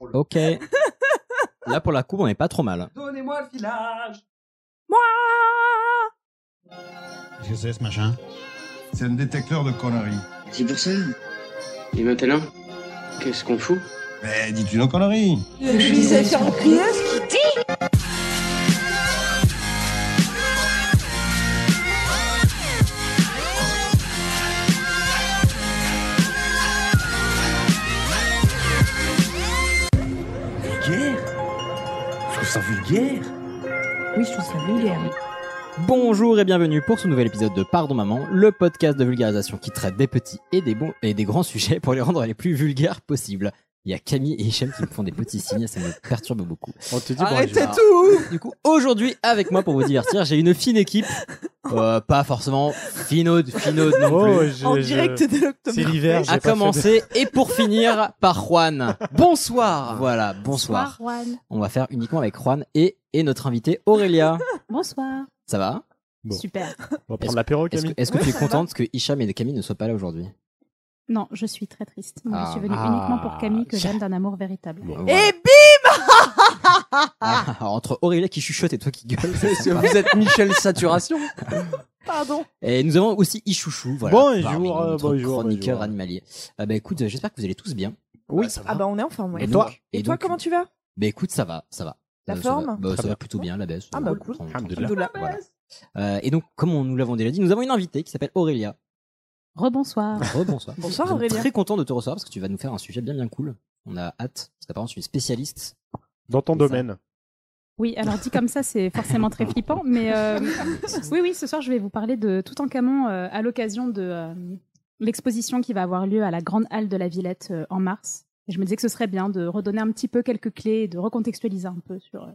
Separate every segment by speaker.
Speaker 1: Ok. Là, pour la coupe, on est pas trop mal.
Speaker 2: Donnez-moi le filage.
Speaker 3: Qu'est-ce que c'est ce machin
Speaker 4: C'est un détecteur de conneries.
Speaker 5: C'est pour ça.
Speaker 6: Et maintenant, qu'est-ce qu'on fout
Speaker 4: Mais dis-tu nos conneries
Speaker 7: Je suis allée faire crier ce qui dit.
Speaker 8: Vulgaire Je trouve ça vulgaire
Speaker 9: Oui, je trouve ça vulgaire.
Speaker 1: Bonjour et bienvenue pour ce nouvel épisode de Pardon Maman, le podcast de vulgarisation qui traite des petits et des bons et des grands sujets pour les rendre les plus vulgaires possibles. Il y a Camille et Hichem qui me font des petits signes, ça me perturbe beaucoup.
Speaker 10: On te dit
Speaker 2: Arrêtez
Speaker 10: bonjour.
Speaker 2: tout
Speaker 1: Du coup, aujourd'hui, avec moi pour vous divertir, j'ai une fine équipe. Euh, pas forcément finaude, finaude non plus.
Speaker 10: Oh, j'ai-
Speaker 2: En
Speaker 10: je-
Speaker 2: direct de
Speaker 10: C'est
Speaker 2: l'octobre.
Speaker 10: l'hiver. j'ai
Speaker 1: à
Speaker 10: pas fait de-
Speaker 1: commencer et pour finir par Juan.
Speaker 2: Bonsoir.
Speaker 1: Voilà, bonsoir.
Speaker 9: Juan.
Speaker 1: On va faire uniquement avec Juan et, et notre invité Aurélia.
Speaker 9: Bonsoir.
Speaker 1: Ça va
Speaker 10: Bon.
Speaker 9: Super.
Speaker 10: On va
Speaker 1: Est-ce-
Speaker 10: prendre l'apéro,
Speaker 1: Est-ce que,
Speaker 10: Camille.
Speaker 1: est-ce que
Speaker 2: Ouais,
Speaker 1: tu es
Speaker 2: ça va.
Speaker 1: contente que Hicham et Camille ne soient pas là aujourd'hui
Speaker 9: Non, je suis très triste. Moi,
Speaker 1: Ah.
Speaker 9: je suis venue
Speaker 10: Ah.
Speaker 9: uniquement pour Camille que j'aime d'un amour véritable.
Speaker 10: Bon.
Speaker 1: Voilà.
Speaker 2: Et
Speaker 1: Ah, alors, entre Aurélia qui chuchote et toi qui gueule, c'est
Speaker 10: Est-ce que
Speaker 1: sympa.
Speaker 10: vous êtes Michel Saturation
Speaker 2: Pardon.
Speaker 1: Et nous avons aussi Ichouchou, voilà.
Speaker 10: Bonjour,
Speaker 1: parmi nous,
Speaker 10: euh,
Speaker 1: notre
Speaker 10: bonjour,
Speaker 1: chroniqueur
Speaker 10: bonjour.
Speaker 1: animalier. Ah bah écoute, euh, j'espère que vous allez tous bien.
Speaker 10: Oui, ça va.
Speaker 2: Ah bah on est en forme. ouais.
Speaker 10: Et toi
Speaker 1: donc-
Speaker 2: Et toi
Speaker 1: donc-
Speaker 2: comment tu vas
Speaker 1: Bah écoute, ça va, ça va.
Speaker 2: La
Speaker 1: Euh, ça
Speaker 2: forme
Speaker 1: va- bah,
Speaker 10: Très
Speaker 1: Ça va
Speaker 10: bien.
Speaker 1: plutôt bien, la baisse.
Speaker 2: Ah
Speaker 1: euh,
Speaker 2: bah
Speaker 1: roule,
Speaker 2: cool.
Speaker 1: tranquille.
Speaker 10: Alhamdoulilah.
Speaker 2: Alhamdoulilah.
Speaker 1: Voilà. Euh, et donc, comme on nous l'avons déjà dit, nous avons une invitée qui s'appelle Aurélia.
Speaker 2: Ah.
Speaker 9: Rebonsoir.
Speaker 1: Rebonsoir.
Speaker 2: Bonsoir
Speaker 1: Nous sommes
Speaker 2: Aurélien.
Speaker 1: Très content de te recevoir parce que tu vas nous faire un sujet bien bien cool. On a hâte. Parce qu'apparemment, tu es spécialiste.
Speaker 10: Dans ton
Speaker 1: C'est ça.
Speaker 10: domaine.
Speaker 9: Oui, alors dit comme ça, c'est forcément très flippant, mais euh, oui, oui, ce soir, je vais vous parler de Toutankhamon euh, à l'occasion de euh, l'exposition qui va avoir lieu à la Grande Halle de la Villette euh, en mars. Et je me disais que ce serait bien de redonner un petit peu quelques clés et de recontextualiser un peu sur euh,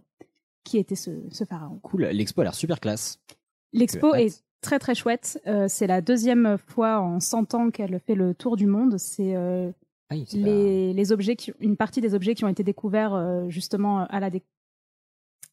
Speaker 9: qui était ce, ce pharaon.
Speaker 1: Cool. L'expo a l'air super classe.
Speaker 9: L'expo
Speaker 1: J'ai hâte.
Speaker 9: est très très chouette. Euh, c'est la deuxième fois en 100 ans qu'elle fait le tour du monde. C'est euh,
Speaker 1: Ah oui, c'est
Speaker 9: les, les objets qui, une partie des objets qui ont été découverts euh, justement à la, dé-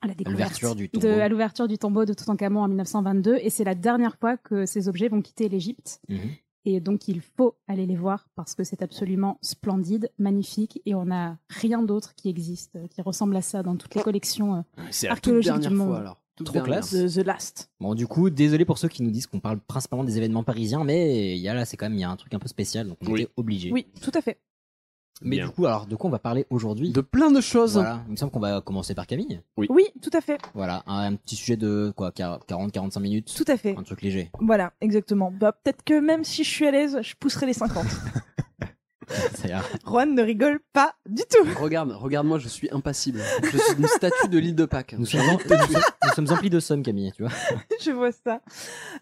Speaker 9: à la découverte
Speaker 1: l'ouverture du
Speaker 9: de-
Speaker 1: tombeau.
Speaker 9: à l'ouverture du tombeau de Toutankhamon en 1922 et c'est la dernière fois que ces objets vont quitter l'Égypte
Speaker 1: pas- Mhm.
Speaker 9: et donc il faut aller les voir parce que c'est absolument splendide, magnifique et on n'a rien d'autre qui existe euh, qui ressemble à ça dans toutes les collections. euh.
Speaker 8: C'est
Speaker 9: la toute Archéologique dernière du monde. fois,
Speaker 8: alors.
Speaker 1: Trop dernière. classe.
Speaker 2: The, the Last.
Speaker 1: Bon, du coup, désolé pour ceux qui nous disent qu'on parle principalement des événements parisiens, mais il y a là, c'est quand même, il y a un truc un peu spécial, donc on
Speaker 8: Oui.
Speaker 1: était obligé.
Speaker 2: Oui, tout à fait.
Speaker 1: Mais
Speaker 8: Bien.
Speaker 1: du coup, alors, de quoi on va parler aujourd'hui
Speaker 8: De plein de choses.
Speaker 1: Voilà, il me semble qu'on va commencer par Camille.
Speaker 2: Oui, tout à fait.
Speaker 1: Voilà, un, un petit sujet de quoi, 40-45 minutes
Speaker 2: Tout à fait.
Speaker 1: Un truc léger.
Speaker 2: Voilà, exactement. Bah, peut-être que même si je suis à l'aise, je pousserai les 50.
Speaker 1: C'est un-
Speaker 2: Juan ne rigole pas du tout.
Speaker 8: Regarde, regarde-moi, je suis impassible. Je suis une statue de l'île de Pâques.
Speaker 1: nous, sommes en- nous sommes- nous sommes emplis de sommes, Camille, tu vois.
Speaker 2: je vois ça.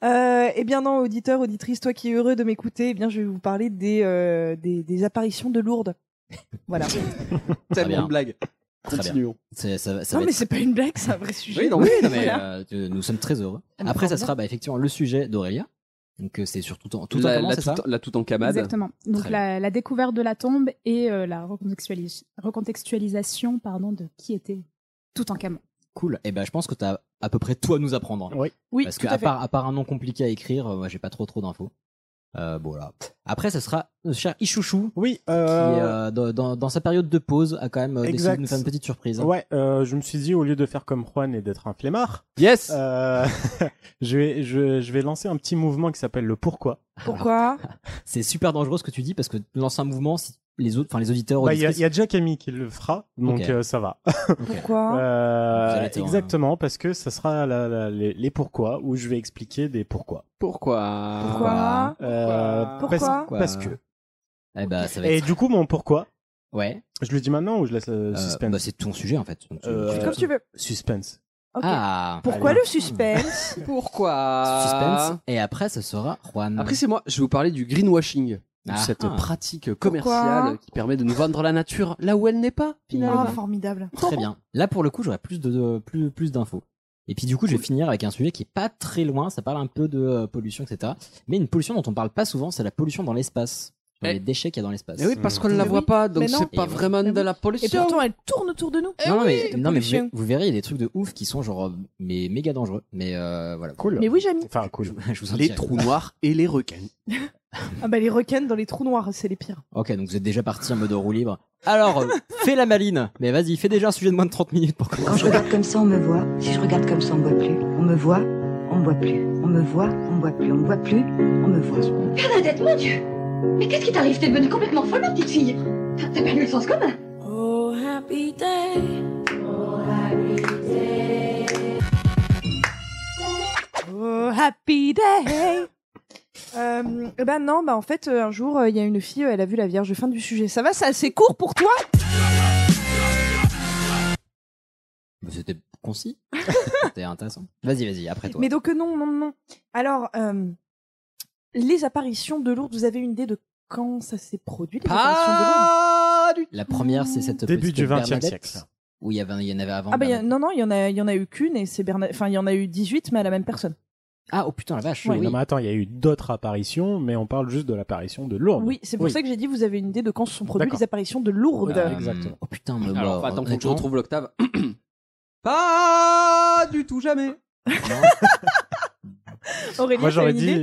Speaker 2: Euh, eh bien non, auditeur, auditrice, toi qui es heureux de m'écouter, eh bien je vais vous parler des, euh, des, des apparitions de Lourdes. Voilà.
Speaker 1: bien.
Speaker 8: Tellement de blagues.
Speaker 1: Très bien.
Speaker 8: Continuons.
Speaker 1: C'est- Ça, va- ça
Speaker 2: non
Speaker 1: va
Speaker 2: mais
Speaker 1: être-
Speaker 2: c'est pas une blague, c'est un vrai sujet.
Speaker 8: Oui, non,
Speaker 1: Oui,
Speaker 8: mais-
Speaker 1: non, mais,
Speaker 2: Voilà. Ah,
Speaker 1: euh, tu- nous sommes très heureux. Après, ça sera bah, effectivement le sujet d'Aurélia. Donc, euh, c'est surtout en tout
Speaker 8: la,
Speaker 1: en
Speaker 8: la
Speaker 1: c'est ça
Speaker 8: tout, la tout en camade.
Speaker 9: Exactement. Donc
Speaker 1: Très
Speaker 9: la, la découverte de la tombe et euh, la recontextualis- recontextualisation pardon de qui était Toutankhamon.
Speaker 1: Cool. Et ben, je pense que t'as à peu près tout à nous apprendre.
Speaker 2: Oui,
Speaker 1: Parce
Speaker 2: tout
Speaker 1: que
Speaker 2: à
Speaker 1: à
Speaker 2: fait.
Speaker 1: part, à part un nom compliqué à écrire, euh, moi j'ai pas trop trop d'infos. Euh, bon voilà. Après, ça sera notre cher Ichouchou
Speaker 10: Oui,
Speaker 1: qui
Speaker 10: euh,
Speaker 1: euh, dans, dans- dans sa période de pause a quand même euh, décidé
Speaker 10: Exact.
Speaker 1: de nous faire une petite surprise.
Speaker 10: Ouais, euh, je me suis dit, au lieu de faire comme Juan et d'être un flemmard,
Speaker 8: Yes
Speaker 10: euh, je, vais, je, je vais lancer un petit mouvement qui s'appelle le pourquoi.
Speaker 2: Pourquoi
Speaker 1: C'est super dangereux ce que tu dis parce que dans un mouvement, si les autres, enfin les auditeurs,
Speaker 10: Bah, Il y, a-
Speaker 1: auditrices-
Speaker 10: il y a déjà Camille qui le fera, donc
Speaker 1: Ok. Hein
Speaker 10: euh, ça va.
Speaker 2: Pourquoi
Speaker 10: Euh,
Speaker 1: Vous allez être heureux.
Speaker 10: exactement, parce que ça sera la- la- les, les pourquoi, où je vais expliquer des pourquoi.
Speaker 8: Pourquoi
Speaker 2: Pourquoi
Speaker 10: Euh,
Speaker 2: Pourquoi
Speaker 10: parce,
Speaker 1: Pourquoi
Speaker 10: parce que.
Speaker 1: eh ben, ça va
Speaker 10: Et
Speaker 1: être.
Speaker 10: du coup, mon pourquoi,
Speaker 1: Ouais.
Speaker 10: je le dis maintenant ou je laisse le
Speaker 1: Euh,
Speaker 10: suspense
Speaker 1: bah, c'est ton sujet en fait. Donc, tu-
Speaker 10: Euh,
Speaker 1: tu-
Speaker 2: Comme tu veux.
Speaker 10: Suspense.
Speaker 2: Ok. Ah.
Speaker 1: Ah.
Speaker 2: Pourquoi
Speaker 1: allez.
Speaker 2: le suspense
Speaker 8: Pourquoi
Speaker 1: suspense Et après, ce sera Juan.
Speaker 8: Après, c'est moi, je vais vous parler du greenwashing. de
Speaker 1: Ah.
Speaker 8: cette pratique
Speaker 2: Pourquoi
Speaker 8: commerciale qui permet de nous vendre la nature là où elle n'est pas,
Speaker 2: Ah,
Speaker 8: finalement.
Speaker 2: formidable.
Speaker 1: euh, Très bien. Là, pour le coup, j'aurais plus de, de- plus, plus d'infos. Et puis, du coup, je vais finir avec un sujet qui est pas très loin. Ça parle un peu de euh, pollution, etc. Mais une pollution dont on parle pas souvent, c'est la pollution dans l'espace. Je sais sur les déchets qu'il y a dans l'espace.
Speaker 8: Mais Eh oui, Eh parce qu'on ne la
Speaker 2: Mais
Speaker 8: voit
Speaker 2: oui.
Speaker 8: pas, donc
Speaker 2: Mais non.
Speaker 8: c'est pas
Speaker 1: Et oui.
Speaker 8: vraiment
Speaker 2: Mais
Speaker 8: de
Speaker 2: oui.
Speaker 8: la
Speaker 2: Et
Speaker 8: pollution.
Speaker 2: pourtant, elle tourne autour de
Speaker 7: Eh
Speaker 2: nous.
Speaker 1: Non, non, mais,
Speaker 2: Eh oui,
Speaker 1: non, mais
Speaker 2: pollution.
Speaker 1: vous, vous verrez, il y a des trucs de ouf qui sont genre euh, mais méga dangereux. Mais euh, voilà.
Speaker 10: Cool.
Speaker 2: Mais oui, Jamy.
Speaker 10: Enfin, cool.
Speaker 1: Je vous en
Speaker 5: Les
Speaker 1: dirai.
Speaker 5: trous noirs et les requins.
Speaker 2: Ah bah les requins dans les trous noirs, c'est les pires.
Speaker 1: Ok, donc vous êtes déjà parti en mode roue libre. Alors, euh, fais la maline. Mais vas-y, fais déjà un sujet de moins de 30 minutes pour
Speaker 7: Quand je
Speaker 1: commencer.
Speaker 7: regarde comme ça, on me voit. Si je regarde comme ça, on me voit plus. On me voit, on me voit plus. On me voit, on me voit plus. On me voit plus, on me voit.
Speaker 11: Bernadette, mon Dieu Mais qu'est-ce qui t'arrive T'es devenue complètement folle, ma petite fille T'as t'as perdu le sens commun
Speaker 7: Oh, happy day.
Speaker 2: Oh, happy day euh, eh ben non, bah en fait, euh, un jour, euh, il y a une fille, euh, elle a vu la Vierge. Fin du sujet. Ça va, c'est assez court pour toi
Speaker 1: Mais C'était concis. C'était intéressant. Vas-y, vas-y, après Ah, toi.
Speaker 2: Mais donc euh, non, non, non. Alors, euh, les apparitions de Lourdes, vous avez une idée de quand ça s'est produit les apparitions de Lourdes
Speaker 8: Pas Ah, du
Speaker 1: La première, c'est cette
Speaker 10: Début
Speaker 1: petite
Speaker 10: du XXe
Speaker 1: Bernadette,
Speaker 10: siècle. ça.
Speaker 1: Où il y, avait, il y en avait avant.
Speaker 2: Ah bah il y a-
Speaker 1: Bernadette.
Speaker 2: non, non, il y en a, il y en a eu qu'une et c'est Bernard. Enfin, il y en a eu 18, mais à la même personne.
Speaker 1: Ah, oh putain, la vache.
Speaker 2: Ouais.
Speaker 1: oui.
Speaker 10: Non, mais attends, il y a eu d'autres apparitions, mais on parle juste de l'apparition de Lourdes.
Speaker 2: Oui, c'est pour
Speaker 10: Oui.
Speaker 2: ça que j'ai dit vous avez une idée de quand se sont produites
Speaker 10: D'accord.
Speaker 2: les apparitions de Lourdes.
Speaker 10: Voilà. Exactement.
Speaker 1: Oh putain, mais
Speaker 8: Alors,
Speaker 1: bah,
Speaker 8: attends, faut que je
Speaker 1: honnêtement,
Speaker 8: retrouve l'octave. pas du tout, jamais.
Speaker 2: Aurélie,
Speaker 10: Moi, j'aurais
Speaker 2: t'as une idée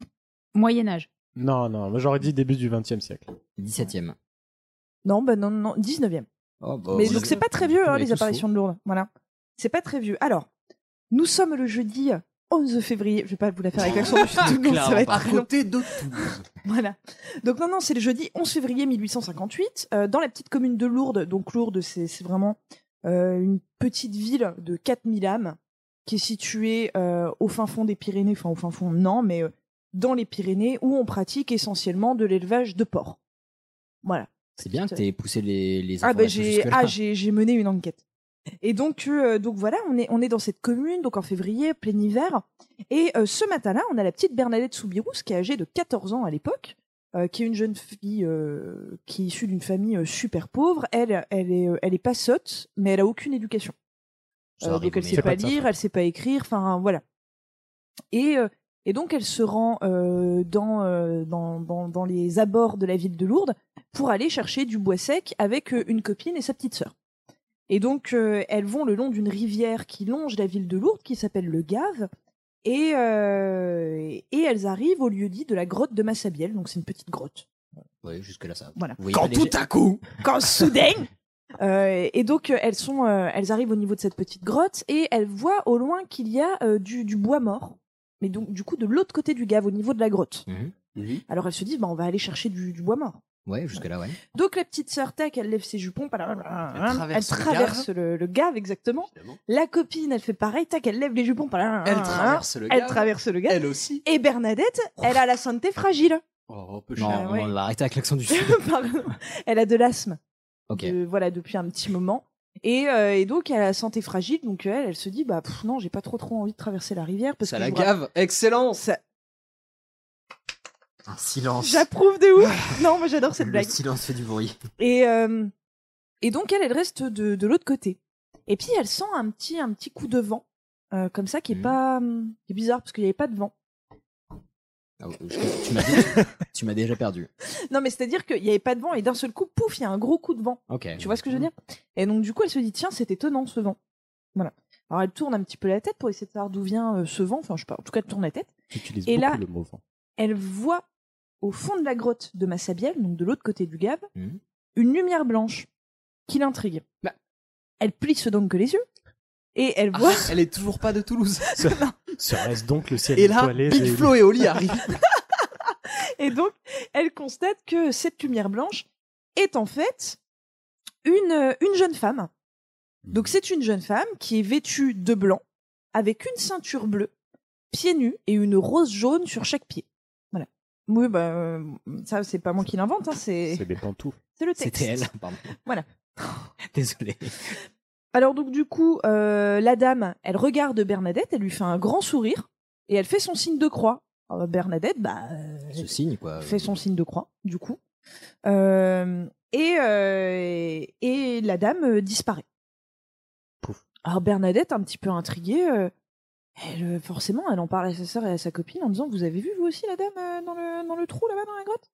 Speaker 10: dit.
Speaker 9: Moyen-Âge.
Speaker 10: Non, non, moi, j'aurais dit début du XXe siècle.
Speaker 1: 17ème.
Speaker 2: Non, bah non, non, non, 19e.
Speaker 1: Oh, bah,
Speaker 2: Mais
Speaker 1: oui.
Speaker 2: donc c'est pas très vieux hein,
Speaker 1: On est
Speaker 2: les
Speaker 1: tous
Speaker 2: apparitions de Lourdes. Voilà. C'est pas très vieux. Alors, nous sommes le jeudi 11 février. Je vais pas vous la faire avec l'accent du sud, non, ça va être
Speaker 5: à
Speaker 2: très long.
Speaker 5: côté de Toulouse.
Speaker 2: Voilà. Donc non, non, c'est le jeudi 11 février 1858, euh, dans la petite commune de Lourdes. Donc Lourdes, c'est c'est vraiment euh, une petite ville de 4000 âmes qui est située euh, au fin fond des Pyrénées, enfin au fin fond, non, mais euh, dans les Pyrénées, où on pratique essentiellement de l'élevage de porcs. Voilà.
Speaker 1: C'est bien que t'aies poussé les, les
Speaker 2: Ah ben
Speaker 1: informations
Speaker 2: j'ai
Speaker 1: jusque-là.
Speaker 2: ah, j'ai j'ai mené une enquête. Et donc euh, donc voilà, on est on est dans cette commune donc en février, plein hiver et euh, ce matin-là, on a la petite Bernadette Soubirous qui est âgée de 14 ans à l'époque. euh, qui est une jeune fille euh, qui est issue d'une famille euh, super pauvre. Elle, elle est, euh, elle est pas sotte, mais elle a aucune éducation.
Speaker 1: Ça
Speaker 2: Euh,
Speaker 1: arrive,
Speaker 2: donc elle
Speaker 1: mais-
Speaker 2: sait
Speaker 10: C'est
Speaker 2: pas,
Speaker 10: pas de sa
Speaker 2: lire,
Speaker 10: faute.
Speaker 2: elle sait pas écrire, enfin voilà. Et, euh, et donc elle se rend euh, dans, euh, dans, dans, dans les abords de la ville de Lourdes pour aller chercher du bois sec avec euh, une copine et sa petite sœur. Et donc euh, elles vont le long d'une rivière qui longe la ville de Lourdes qui s'appelle le Gave. Et, euh, et elles arrivent au lieu dit de la grotte de Massabielle, donc c'est une petite grotte.
Speaker 1: Ouais, jusque-là, ça.
Speaker 2: Voilà.
Speaker 1: Vous voyez
Speaker 5: Quand
Speaker 1: pas les
Speaker 5: tout
Speaker 1: jets-
Speaker 5: à coup,
Speaker 2: quand soudain euh, et donc euh, elles sont euh, elles arrivent au niveau de cette petite grotte et elles voient au loin qu'il y a euh, du, du bois mort mais donc du coup de l'autre côté du gave au niveau de la grotte
Speaker 1: Mhm.
Speaker 2: alors elles se disent bah on va aller chercher du, du bois mort
Speaker 1: Ouais, jusque-là, ouais.
Speaker 2: donc la petite sœur tac elle lève ses jupons elle,
Speaker 8: traverse le
Speaker 2: traverse le, le gave exactement
Speaker 8: Évidemment. Ah,
Speaker 2: la copine elle fait pareil tac elle lève les jupons
Speaker 8: Elle traverse le gars.
Speaker 2: elle traverse le gave
Speaker 8: Elle aussi.
Speaker 2: et Bernadette elle a la santé fragile
Speaker 8: Oh, un peu
Speaker 1: Non,
Speaker 8: cher.
Speaker 2: Ah ouais.
Speaker 1: on va arrêter avec l'accent du sud.
Speaker 2: Pardon. elle a de l'asthme
Speaker 1: ok.
Speaker 2: de- voilà depuis un petit moment. Et, euh, et donc elle a la santé fragile, donc euh, elle, elle se dit bah pff, non j'ai pas trop trop envie de traverser la rivière parce
Speaker 8: Ça
Speaker 2: que
Speaker 8: la
Speaker 2: je vous
Speaker 8: gave. Excellence.
Speaker 2: Ça-
Speaker 1: Un
Speaker 2: rapp-
Speaker 1: silence.
Speaker 2: j'approuve de
Speaker 8: Ah.
Speaker 2: ouf. non moi j'adore cette
Speaker 1: Le
Speaker 2: blague.
Speaker 1: silence fait du bruit.
Speaker 2: Et euh, et donc elle elle reste de, de l'autre côté. Et puis elle sent un petit un petit coup de vent euh, comme ça qui est
Speaker 8: Mmh.
Speaker 1: Mhm.
Speaker 2: pas hum, qui est bizarre parce qu'il y avait pas de vent.
Speaker 1: Ah, je- tu m'as dit- tu m'as déjà perdu.
Speaker 2: Non mais c'est à dire qu'il y avait pas de vent et d'un seul coup pouf il y a un gros coup de vent.
Speaker 1: Ok.
Speaker 2: Tu vois ce que je veux dire Et donc du coup, elle se dit tiens, c'est étonnant ce vent. Voilà. Alors elle tourne un petit peu la tête pour essayer de savoir d'où vient euh, ce vent. Enfin, je sais pas. En tout cas, elle tourne la tête.
Speaker 10: Tu utilises
Speaker 2: Et
Speaker 10: beaucoup
Speaker 2: là-
Speaker 10: le mot vent.
Speaker 2: Elle voit au fond de la grotte de Massabielle, donc de l'autre côté du Gave,
Speaker 1: Mhm.
Speaker 2: une lumière blanche qui l'intrigue.
Speaker 8: Mmh. Bah.
Speaker 2: Elle plisse donc que les yeux et elle voit.
Speaker 8: Ah, elle est toujours pas de Toulouse.
Speaker 10: Serait-ce donc le ciel
Speaker 8: Et là,
Speaker 10: étoilé
Speaker 8: Big
Speaker 10: des-
Speaker 8: Flo et Oli arrivent.
Speaker 2: Et donc, elle constate que cette lumière blanche est en fait une, euh, une jeune femme.
Speaker 1: Mhm.
Speaker 2: Donc, c'est une jeune femme qui est vêtue de blanc, avec une ceinture bleue, pieds nus et une rose jaune sur chaque pied. Voilà. Oui, bah, euh, ça, c'est pas moi qui l'invente, hein, c'est
Speaker 10: C'est des pantoufles.
Speaker 2: c'est le texte.
Speaker 1: C'était elle, pardon.
Speaker 2: Voilà.
Speaker 1: Désolé.
Speaker 2: Alors, donc, du coup, euh, la dame, elle regarde Bernadette, elle lui fait un grand sourire et elle fait son signe de croix. Alors, Bernadette, bah, euh,
Speaker 1: Ce signe, quoi.
Speaker 2: fait son signe de croix, du coup. Euh, et, euh, et la dame euh, disparaît.
Speaker 10: Pouf.
Speaker 2: Alors Bernadette, un petit peu intriguée, euh, elle, euh, forcément, elle en parle à sa sœur et à sa copine en disant Vous avez vu, vous aussi, la dame, euh, dans, le, dans le trou là-bas, dans la grotte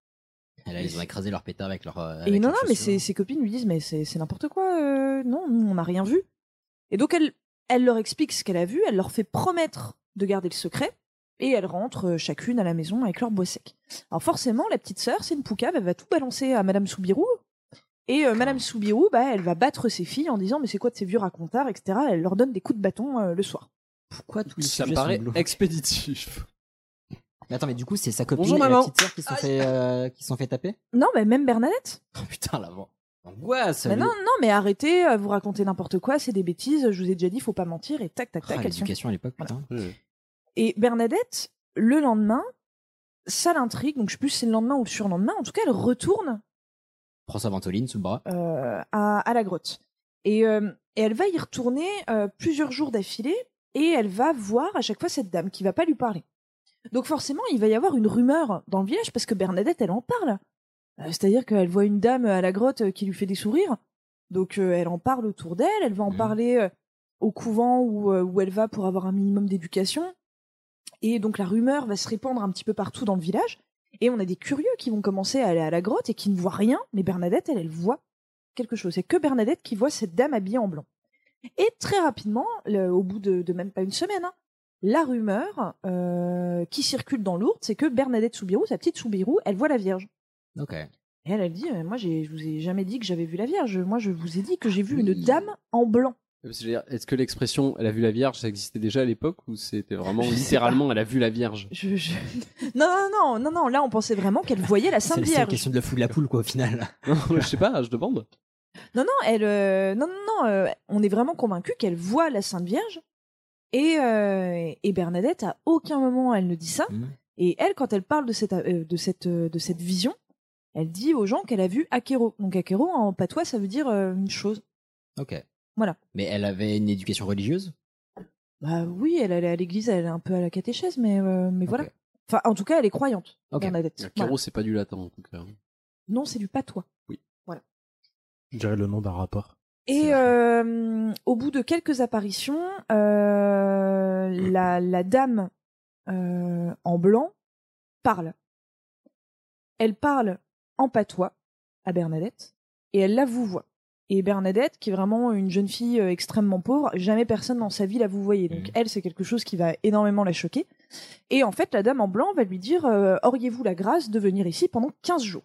Speaker 1: Et là, ils ont écrasé leur pétard avec leur. euh,
Speaker 2: Et
Speaker 1: avec
Speaker 2: non, non,
Speaker 1: leurs
Speaker 2: mais
Speaker 1: chaussures.
Speaker 2: ses, ses copines lui disent, mais c'est c'est n'importe quoi, euh, non, nous, on n'a rien vu. Et donc, elle, elle leur explique ce qu'elle a vu, elle leur fait promettre de garder le secret, et elles rentrent euh, chacune à la maison avec leur bois sec. Alors forcément, la petite sœur, c'est une poucave, elle va tout balancer à Madame Soubirou, et euh, Madame Soubirou, bah, elle va battre ses filles en disant, mais c'est quoi de ces vieux racontars, etc. Elle leur donne des coups de bâton euh, le soir.
Speaker 1: Pourquoi tous les
Speaker 8: Ça
Speaker 1: sujets
Speaker 8: paraît
Speaker 1: sont glauques
Speaker 8: expéditif.
Speaker 1: Mais attends, mais du coup, c'est sa copine
Speaker 8: Bonjour,
Speaker 1: et la
Speaker 8: maman.
Speaker 1: petite sœur qui se sont fait, euh, qui se sont fait taper
Speaker 2: Non, mais même Bernadette,
Speaker 1: Oh, Putain, la van- l'angoisse
Speaker 2: Bah
Speaker 1: lui.
Speaker 2: non, non, mais arrêtez, euh, vous racontez n'importe quoi, c'est des bêtises, je vous ai déjà dit, faut pas mentir, et tac, tac,
Speaker 1: Ah,
Speaker 2: tac, elles sont
Speaker 1: L'éducation à l'époque, putain.
Speaker 2: Et Bernadette, le lendemain, ça l'intrigue, donc je sais plus si c'est le lendemain ou le surlendemain, en tout cas elle retourne
Speaker 1: Prends sa ventoline sous le bras.
Speaker 2: euh, à, à la grotte. Et, euh, et elle va y retourner euh, plusieurs jours d'affilée, et elle va voir à chaque fois cette dame qui va pas lui parler. Donc forcément, il va y avoir une rumeur dans le village, parce que Bernadette, elle en parle. Euh, C'est-à-dire qu'elle voit une dame à la grotte euh, qui lui fait des sourires, donc euh, elle en parle autour d'elle, elle va en
Speaker 1: Mhm.
Speaker 2: parler euh, au couvent où, euh, où elle va pour avoir un minimum d'éducation. Et donc la rumeur va se répandre un petit peu partout dans le village. Et on a des curieux qui vont commencer à aller à la grotte et qui ne voient rien, mais Bernadette, elle, elle voit quelque chose. C'est que Bernadette qui voit cette dame habillée en blanc. Et très rapidement, le- au bout de, de même pas une semaine, hein, la rumeur euh, qui circule dans l'Ourthe, c'est que Bernadette Soubirou, sa petite Soubirou, elle voit la Vierge.
Speaker 1: Ok.
Speaker 2: Et elle, elle dit, euh, moi, j'ai- je vous ai jamais dit que j'avais vu la Vierge. Moi, je vous ai dit que j'ai vu une dame en blanc.
Speaker 8: Parce que je veux dire, Est-ce que l'expression elle a vu la Vierge ça existait déjà à l'époque ou c'était vraiment littéralement elle a vu la Vierge
Speaker 2: Je, je- Non, non, non, non, non. Là, on pensait vraiment qu'elle voyait la
Speaker 1: C'est
Speaker 2: Sainte
Speaker 1: c'est la
Speaker 2: Vierge.
Speaker 1: question de la foule de la poule, quoi, au final.
Speaker 8: Non, Je sais pas, je demande.
Speaker 2: Non, non, elle, euh, non, non, non, euh, on est vraiment convaincu qu'elle voit la Sainte Vierge. Et, euh, et Bernadette, à aucun moment, elle ne dit ça.
Speaker 1: Mhm.
Speaker 2: Et elle, quand elle parle de cette, euh, de cette, euh, de cette vision, elle dit aux gens qu'elle a vu Akero. Donc Akero, en patois, ça veut dire euh, une chose.
Speaker 1: Ok.
Speaker 2: Voilà.
Speaker 1: Mais elle avait une éducation religieuse
Speaker 2: Bah oui, elle allait à l'église, elle est un peu à la catéchèse, mais, euh, mais voilà.
Speaker 1: Ok.
Speaker 2: Enfin, en tout cas, elle est croyante,
Speaker 1: Ok.
Speaker 2: Bernadette.
Speaker 8: Le
Speaker 2: Voilà.
Speaker 8: carreau c'est pas du latin en tout cas.
Speaker 2: Non, c'est du patois.
Speaker 10: Je dirais le nom d'un rapport.
Speaker 2: Et euh, au bout de quelques apparitions, euh, la, la dame euh, en blanc parle. Elle parle en patois à Bernadette et elle la vouvoie. Et Bernadette, qui est vraiment une jeune fille euh, extrêmement pauvre, jamais personne dans sa vie la vouvoyait. Donc
Speaker 1: Mhm.
Speaker 2: elle, c'est quelque chose qui va énormément la choquer. Et en fait, la dame en blanc va lui dire euh, Auriez-vous la grâce de venir ici pendant 15 jours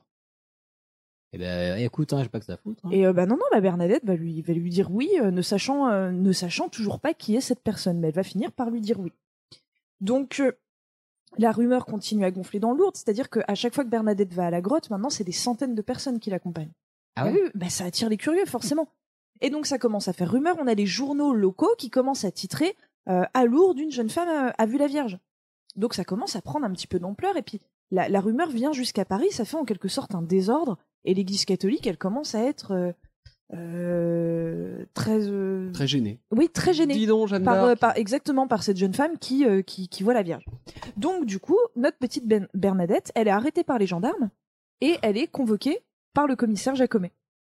Speaker 1: Eh ben, écoute, hein, j'ai pas que ça à foutre. hein.
Speaker 2: et euh, bah non, non, bah Bernadette va lui, va lui dire oui, euh, ne, sachant, euh, ne sachant toujours pas qui est cette personne, mais elle va finir par lui dire oui. Donc, euh, la rumeur continue à gonfler dans l'ourde, c'est-à-dire qu'à chaque fois que Bernadette va à la grotte, maintenant, c'est des centaines de personnes qui l'accompagnent.
Speaker 1: Ah ouais
Speaker 2: Bah oui, bah ça attire les curieux, forcément. Et donc, ça commence à faire rumeur. On a les journaux locaux qui commencent à titrer euh, À Lourdes, une jeune femme euh, a vu la Vierge. Donc, ça commence à prendre un petit peu d'ampleur, et puis la, la rumeur vient jusqu'à Paris, ça fait en quelque sorte un désordre et l'Église catholique, elle commence à être euh, euh, très, euh,
Speaker 8: Très gêné.
Speaker 2: oui, très gênée
Speaker 8: Dis donc Jeanne
Speaker 2: par, euh,
Speaker 8: d'Arc.
Speaker 2: par- exactement par cette jeune femme qui, euh, qui qui voit la Vierge. Donc du coup, notre petite Ben- Bernadette, elle est arrêtée par les gendarmes et elle est convoquée par le commissaire Jacomet.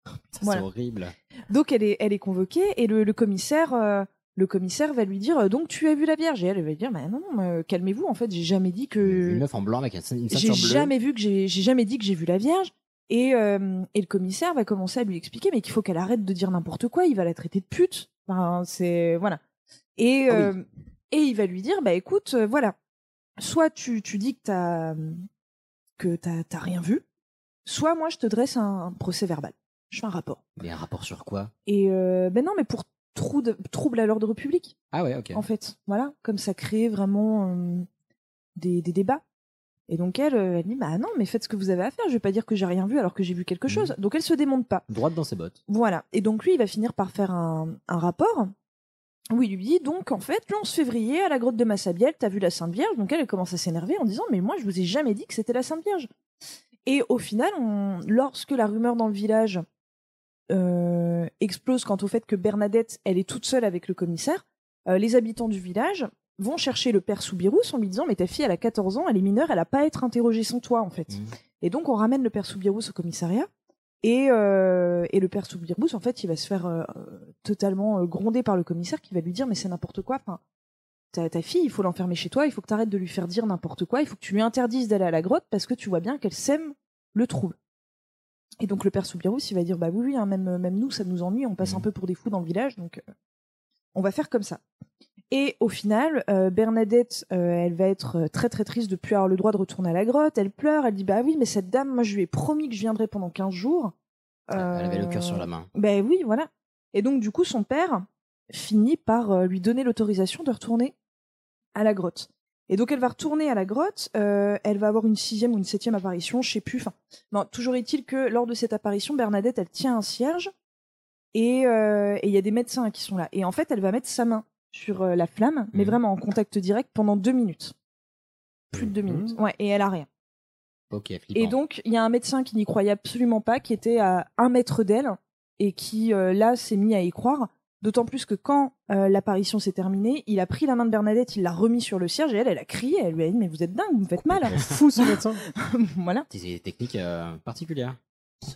Speaker 1: Putain,
Speaker 2: voilà.
Speaker 1: C'est horrible.
Speaker 2: Donc elle est elle est convoquée et le, le commissaire euh, le commissaire va lui dire euh, donc tu as vu la Vierge et elle elle va lui dire mais non, non mais, euh, calmez-vous en fait j'ai jamais dit que
Speaker 1: Une meuf en blanc avec une une
Speaker 2: j'ai
Speaker 1: ceinture bleue.
Speaker 2: jamais vu que j'ai j'ai jamais dit que j'ai vu la Vierge. Et, euh, et le commissaire va commencer à lui expliquer, mais qu'il faut qu'elle arrête de dire n'importe quoi. Il va la traiter de pute. Enfin, c'est voilà. Et
Speaker 8: Ah oui.
Speaker 2: euh, et il va lui dire, bah écoute, euh, voilà, soit tu tu dis que t'as que t'as t'as rien vu, soit moi je te dresse un procès verbal. Je fais un rapport.
Speaker 1: Mais un rapport sur quoi
Speaker 2: Et euh, ben non, mais pour trou de- trouble à l'ordre public,
Speaker 1: Ah ouais, ok.
Speaker 2: en fait. Voilà, comme ça crée vraiment euh, des, des débats. Et donc elle, euh, elle dit bah non, mais faites ce que vous avez à faire. Je vais pas dire que j'ai rien vu alors que j'ai vu quelque chose. Donc elle se démonte pas.
Speaker 1: Droite dans ses bottes.
Speaker 2: Voilà. Et donc lui, il va finir par faire un, un rapport où il lui dit donc en fait le 11 février à la grotte de Massabielle, t'as vu la Sainte Vierge. Donc elle, elle commence à s'énerver en disant mais moi je vous ai jamais dit que c'était la Sainte Vierge. Et au final, on- lorsque la rumeur dans le village euh, explose quant au fait que Bernadette, elle est toute seule avec le commissaire, euh, les habitants du village vont chercher le père Soubirous en lui disant mais ta fille elle a 14 ans, elle est mineure, elle a pas à être interrogée sans toi en fait.
Speaker 1: Mhm.
Speaker 2: Et donc on ramène le père Soubirous au commissariat. Et, euh, et le père Soubirous, en fait, il va se faire euh, totalement euh, gronder par le commissaire qui va lui dire mais c'est n'importe quoi. Enfin, ta, ta fille, il faut l'enfermer chez toi, il faut que tu arrêtes de lui faire dire n'importe quoi, il faut que tu lui interdises d'aller à la grotte parce que tu vois bien qu'elle sème le trouve. Et donc le père Soubirous, il va dire bah oui, oui hein, même, même nous, ça nous ennuie, on passe
Speaker 1: Mmh.
Speaker 2: un peu pour des fous dans le village, donc euh, on va faire comme ça. Et au final, euh, Bernadette, euh, elle va être euh, très très triste de plus avoir le droit de retourner à la grotte. Elle pleure, elle dit bah oui, mais cette dame, moi je lui ai promis que je viendrais pendant 15 jours.
Speaker 1: Ah, Elle avait le cœur sur la main.
Speaker 2: Ben oui, voilà. Et donc, du coup, son père finit par euh, lui donner l'autorisation de retourner à la grotte. Et donc, elle va retourner à la grotte. euh, elle va avoir une sixième ou une septième apparition, je sais plus. Enfin, non, toujours est-il que lors de cette apparition, Bernadette, elle tient un cierge et euh, et il y a des médecins qui sont là. Et en fait, elle va mettre sa main sur euh, la flamme, mais vraiment en contact direct pendant deux minutes. Plus de deux minutes. Ouais, et elle a rien.
Speaker 1: Ok, flippant.
Speaker 2: Et donc, il y a un médecin qui n'y croyait absolument pas, qui était à un mètre d'elle, et qui, euh, là, s'est mis à y croire. D'autant plus que quand euh, l'apparition s'est terminée, il a pris la main de Bernadette, il l'a remis sur le cierge, et elle, elle a crié, elle lui a dit Mais vous êtes dingue, vous me faites mal.
Speaker 10: Fou ce médecin
Speaker 2: Voilà.
Speaker 1: C'est des techniques euh, particulières.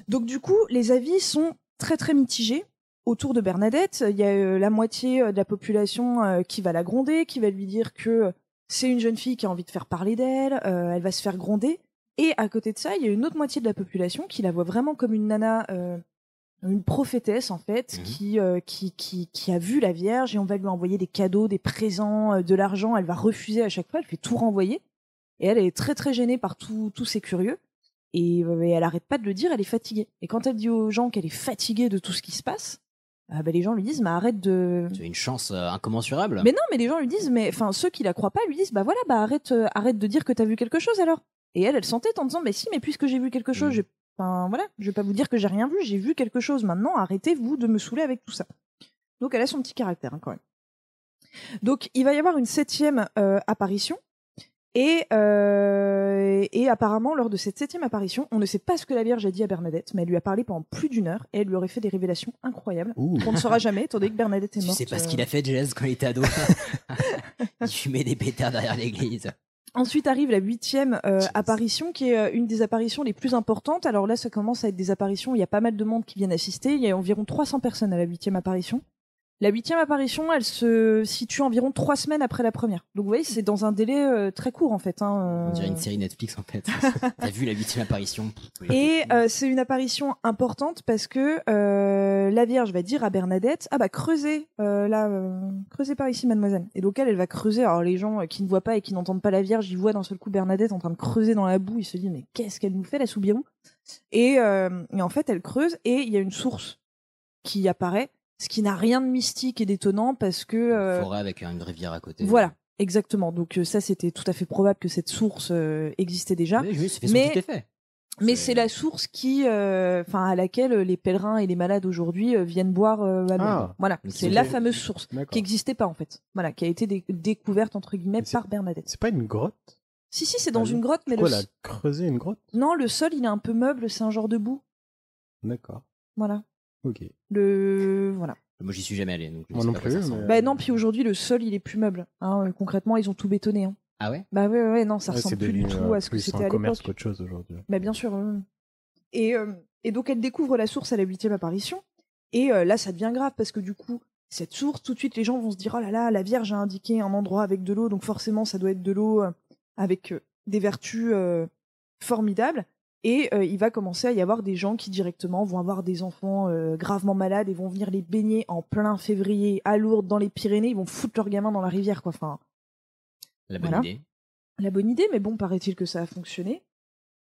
Speaker 2: Donc du coup, les avis sont très très mitigés autour de Bernadette. Il y a euh, la moitié euh, de la population euh, qui va la gronder, qui va lui dire que euh, c'est une jeune fille qui a envie de faire parler d'elle, euh, elle va se faire gronder. Et à côté de ça, il y a une autre moitié de la population qui la voit vraiment comme une nana, euh, une prophétesse en fait, qui, euh, qui, qui, qui a vu la Vierge et on va lui envoyer des cadeaux, des présents, euh, de l'argent. Elle va refuser à chaque fois, elle fait tout renvoyer. Et elle est très très gênée par tout- tous ces curieux. Et, euh, et elle arrête pas de le dire, elle est fatiguée. Et quand elle dit aux gens qu'elle est fatiguée de tout ce qui se passe, ah bah, les gens lui disent mais arrête de.
Speaker 1: Tu as une chance euh, incommensurable.
Speaker 2: Mais non, mais les gens lui disent mais enfin ceux qui la croient pas lui disent bah voilà bah arrête euh, arrête de dire que t'as vu quelque chose alors. Et elle elle s'entête en disant mais si mais puisque j'ai vu quelque
Speaker 1: Mm.
Speaker 2: chose, j'ai- enfin voilà je vais pas vous dire que j'ai rien vu, j'ai vu quelque chose. Maintenant arrêtez vous de me saouler avec tout ça. Donc elle a son petit caractère hein, quand même. Donc il va y avoir une septième euh, apparition. Et, euh, et apparemment, lors de cette septième apparition, on ne sait pas ce que la Vierge a dit à Bernadette, mais elle lui a parlé pendant plus d'une heure et elle lui aurait fait des révélations incroyables
Speaker 1: Ouh.
Speaker 2: qu'on ne saura jamais, étant donné que Bernadette est
Speaker 1: Tu
Speaker 2: morte.
Speaker 1: sais pas ce
Speaker 2: euh,
Speaker 1: qu'il a fait, Jazz, quand il était ado. il fumait des pétards derrière l'église.
Speaker 2: Ensuite arrive la huitième euh, apparition, qui est euh, une des apparitions les plus importantes. Alors là, ça commence à être des apparitions. où Il y a pas mal de monde qui viennent assister. Il y a environ 300 personnes à la huitième apparition. La huitième apparition, elle se situe environ trois semaines après la première. Donc vous voyez, c'est dans un délai euh, très court en fait. hein, euh.
Speaker 1: On dirait une série Netflix en fait. T'as vu la huitième apparition
Speaker 2: Et euh, c'est une apparition importante parce que euh, la Vierge va dire à Bernadette ah bah creusez euh, là euh, creusez par ici mademoiselle et donc elle elle va creuser alors les gens euh, qui ne voient pas et qui n'entendent pas la Vierge ils voient d'un seul coup Bernadette en train de creuser dans la boue ils se disent mais qu'est-ce qu'elle nous fait la soubirou et, euh, et en fait elle creuse et il y a une source qui apparaît ce qui n'a rien de mystique et d'étonnant parce que euh,
Speaker 1: Forêt avec une rivière à côté.
Speaker 2: voilà exactement donc euh, ça c'était tout à fait probable que cette source euh, existait déjà
Speaker 1: Oui, oui, ça fait son
Speaker 2: mais
Speaker 1: petit effet.
Speaker 2: mais c'est la source qui, euh, enfin, à laquelle les pèlerins et les malades aujourd'hui euh, viennent boire euh, à Lourdes.
Speaker 10: Ah.
Speaker 2: voilà,
Speaker 10: Mais
Speaker 2: c'est
Speaker 10: c'est-
Speaker 2: la fameuse source
Speaker 10: D'accord.
Speaker 2: qui n'existait pas en fait. Voilà, qui a été dé- découverte entre guillemets par Bernadette.
Speaker 10: C'est pas une grotte
Speaker 2: Si si, c'est dans
Speaker 10: Ah,
Speaker 2: une grotte, mais le
Speaker 10: Quoi, elle a
Speaker 2: s-
Speaker 10: creusé une grotte
Speaker 2: non, le sol il est un peu meuble, c'est un genre de boue.
Speaker 10: D'accord.
Speaker 2: Voilà,
Speaker 10: Ok.
Speaker 2: le voilà.
Speaker 10: Euh.
Speaker 1: Moi, j'y suis jamais allé. Donc je
Speaker 10: Moi
Speaker 1: sais
Speaker 10: non
Speaker 1: pas à
Speaker 10: plus,
Speaker 1: quoi ça ressemble.
Speaker 10: mais-
Speaker 2: Bah non, puis aujourd'hui le sol il est plus meuble. hein, euh, concrètement, ils ont tout bétonné. hein.
Speaker 1: Ah ouais
Speaker 2: Bah ouais ouais, ouais, non, ça
Speaker 10: Ouais,
Speaker 2: ressemble
Speaker 10: c'est
Speaker 2: plus du
Speaker 10: devenu,
Speaker 2: tout
Speaker 10: euh,
Speaker 2: à ce que
Speaker 10: plus
Speaker 2: c'était
Speaker 10: un
Speaker 2: à l'époque.
Speaker 10: commerce qu'autre chose aujourd'hui.
Speaker 2: Bah bien sûr. oui, oui. Et, euh, et donc elle découvre la source à la huitième apparition. Et euh, là, ça devient grave parce que du coup, cette source, tout de suite, les gens vont se dire oh là là, la Vierge a indiqué un endroit avec de l'eau, donc forcément, ça doit être de l'eau euh, avec euh, des vertus euh, formidables. Et euh, il va commencer à y avoir des gens qui directement vont avoir des enfants euh, gravement malades et vont venir les baigner en plein février à Lourdes dans les Pyrénées. Ils vont foutre leurs gamins dans la rivière, quoi. Enfin,
Speaker 1: La bonne
Speaker 2: Voilà.
Speaker 1: idée.
Speaker 2: la bonne idée, mais bon, paraît-il que ça a fonctionné.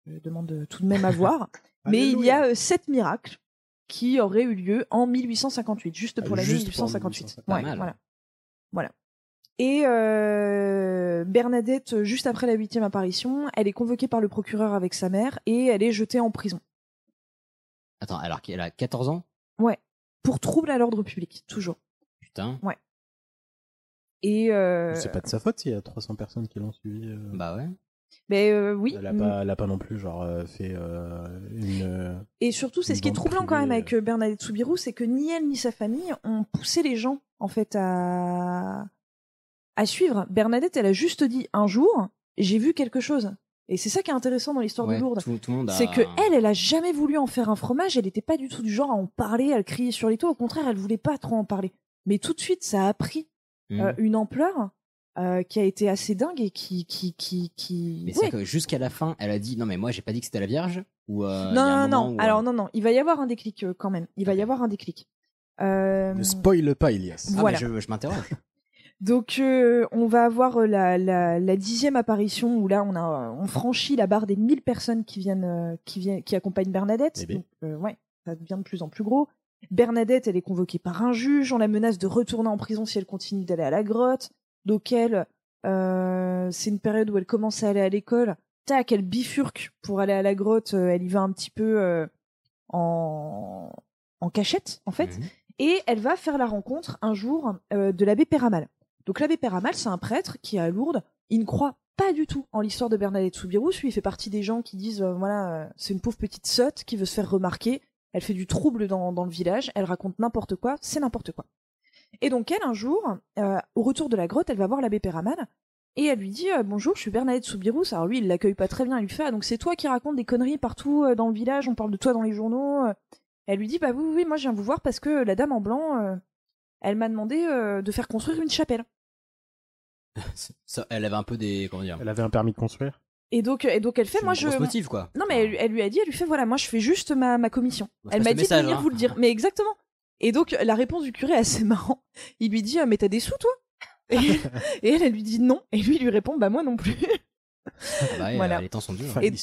Speaker 2: Je demande euh, tout de même à voir. mais il y a euh, sept miracles qui auraient eu lieu en 1858, juste
Speaker 10: Ah,
Speaker 2: pour l'année
Speaker 10: juste pour
Speaker 2: 1858.
Speaker 10: 1858. Pas hein.
Speaker 2: Ouais,
Speaker 1: mal.
Speaker 2: Voilà. Voilà. Et euh, Bernadette, euh, juste après la huitième apparition, elle est convoquée par le procureur avec sa mère et elle est jetée en prison.
Speaker 1: Attends, alors qu'elle a 14 ans
Speaker 2: Ouais. Pour trouble à l'ordre public, toujours.
Speaker 1: Putain.
Speaker 2: Et euh,
Speaker 10: C'est pas de sa faute s'il y a 300 personnes qui l'ont suivi. euh,
Speaker 1: Bah ouais.
Speaker 2: mais euh, oui.
Speaker 10: Elle a, pas, elle a pas non plus genre euh, fait euh, une. euh,
Speaker 2: Et surtout, c'est ce qui est
Speaker 10: Une bande
Speaker 2: troublant quand même
Speaker 10: privée,
Speaker 2: avec euh, Bernadette Soubirous, c'est que ni elle ni sa famille ont poussé les gens en fait à à suivre. Bernadette, elle a juste dit un jour, j'ai vu quelque chose. Et c'est ça qui est intéressant dans l'histoire
Speaker 1: Ouais,
Speaker 2: de Lourdes.
Speaker 1: Tout, tout le monde a...
Speaker 2: C'est que elle, elle a jamais voulu en faire un fromage. Elle n'était pas du tout du genre à en parler, à le crier sur les toits. Au contraire, elle voulait pas trop en parler. Mais tout de suite, ça a pris
Speaker 1: Hmm.
Speaker 2: euh, une ampleur euh, qui a été assez dingue et qui qui qui qui.
Speaker 1: Mais
Speaker 2: Ouais.
Speaker 1: c'est que jusqu'à la fin, elle a dit non, mais moi j'ai pas dit que c'était la Vierge ou euh, il y a
Speaker 2: Non,
Speaker 1: un
Speaker 2: non,
Speaker 1: moment
Speaker 2: non.
Speaker 1: où, euh,
Speaker 2: Alors non, non. Il va y avoir un déclic euh, quand même. Il va y avoir un déclic. Euh,
Speaker 1: Ne
Speaker 10: spoil pas, Elias.
Speaker 1: Ah, mais
Speaker 2: voilà.
Speaker 1: je, je m'interroge.
Speaker 2: Donc euh, on va avoir euh, la, la, la dixième apparition où là on a euh, on franchit la barre des 1000 personnes qui viennent euh, qui viennent qui accompagnent Bernadette.
Speaker 10: Eh bien.
Speaker 2: Donc, euh, ouais, ça devient de plus en plus gros. Bernadette, elle est convoquée par un juge, on la menace de retourner en prison si elle continue d'aller à la grotte. Donc elle, euh, c'est une période où elle commence à aller à l'école. Tac, elle bifurque pour aller à la grotte. euh, elle y va un petit peu euh, en en cachette en
Speaker 1: Hmm.
Speaker 2: fait. Et elle va faire la rencontre un jour euh, de l'abbé Péramal. Donc l'abbé Péramal, c'est un prêtre qui est à Lourdes. Il ne croit pas du tout en l'histoire de Bernadette Soubirous. Lui, il fait partie des gens qui disent, euh, voilà, euh, c'est une pauvre petite sotte qui veut se faire remarquer. Elle fait du trouble dans, dans le village. Elle raconte n'importe quoi. C'est n'importe quoi. Et donc elle, un jour, euh, au retour de la grotte, elle va voir l'abbé Péramal. Et elle lui dit euh, bonjour, je suis Bernadette Soubirous. Alors lui, il l'accueille pas très bien. Il lui fait ah, donc c'est toi qui racontes des conneries partout euh, dans le village. On parle de toi dans les journaux. euh. Elle lui dit bah oui, oui, oui, moi je viens vous voir parce que la dame en blanc, euh, elle m'a demandé euh, de faire construire une chapelle.
Speaker 1: Ça, elle avait un peu des comment dire.
Speaker 10: Elle avait un permis de construire.
Speaker 2: Et donc, et donc elle fait,
Speaker 1: C'est
Speaker 2: moi
Speaker 1: une
Speaker 2: je.
Speaker 1: grosse motive, quoi.
Speaker 2: Non, mais elle, elle lui a dit, elle lui fait, voilà, moi je fais juste ma, ma commission.
Speaker 1: Bah, je
Speaker 2: elle
Speaker 1: passe
Speaker 2: m'a
Speaker 1: le
Speaker 2: dit
Speaker 1: message,
Speaker 2: de venir
Speaker 1: hein.
Speaker 2: vous le dire. Mais exactement. Et donc la réponse du curé est assez marrant. Il lui dit, euh, mais t'as des sous toi et, et elle, elle lui dit non. Et lui, il lui répond, bah moi non plus.
Speaker 1: Ah bah, ouais,
Speaker 2: Voilà.
Speaker 1: Les temps sont durs.
Speaker 2: Fin de Et-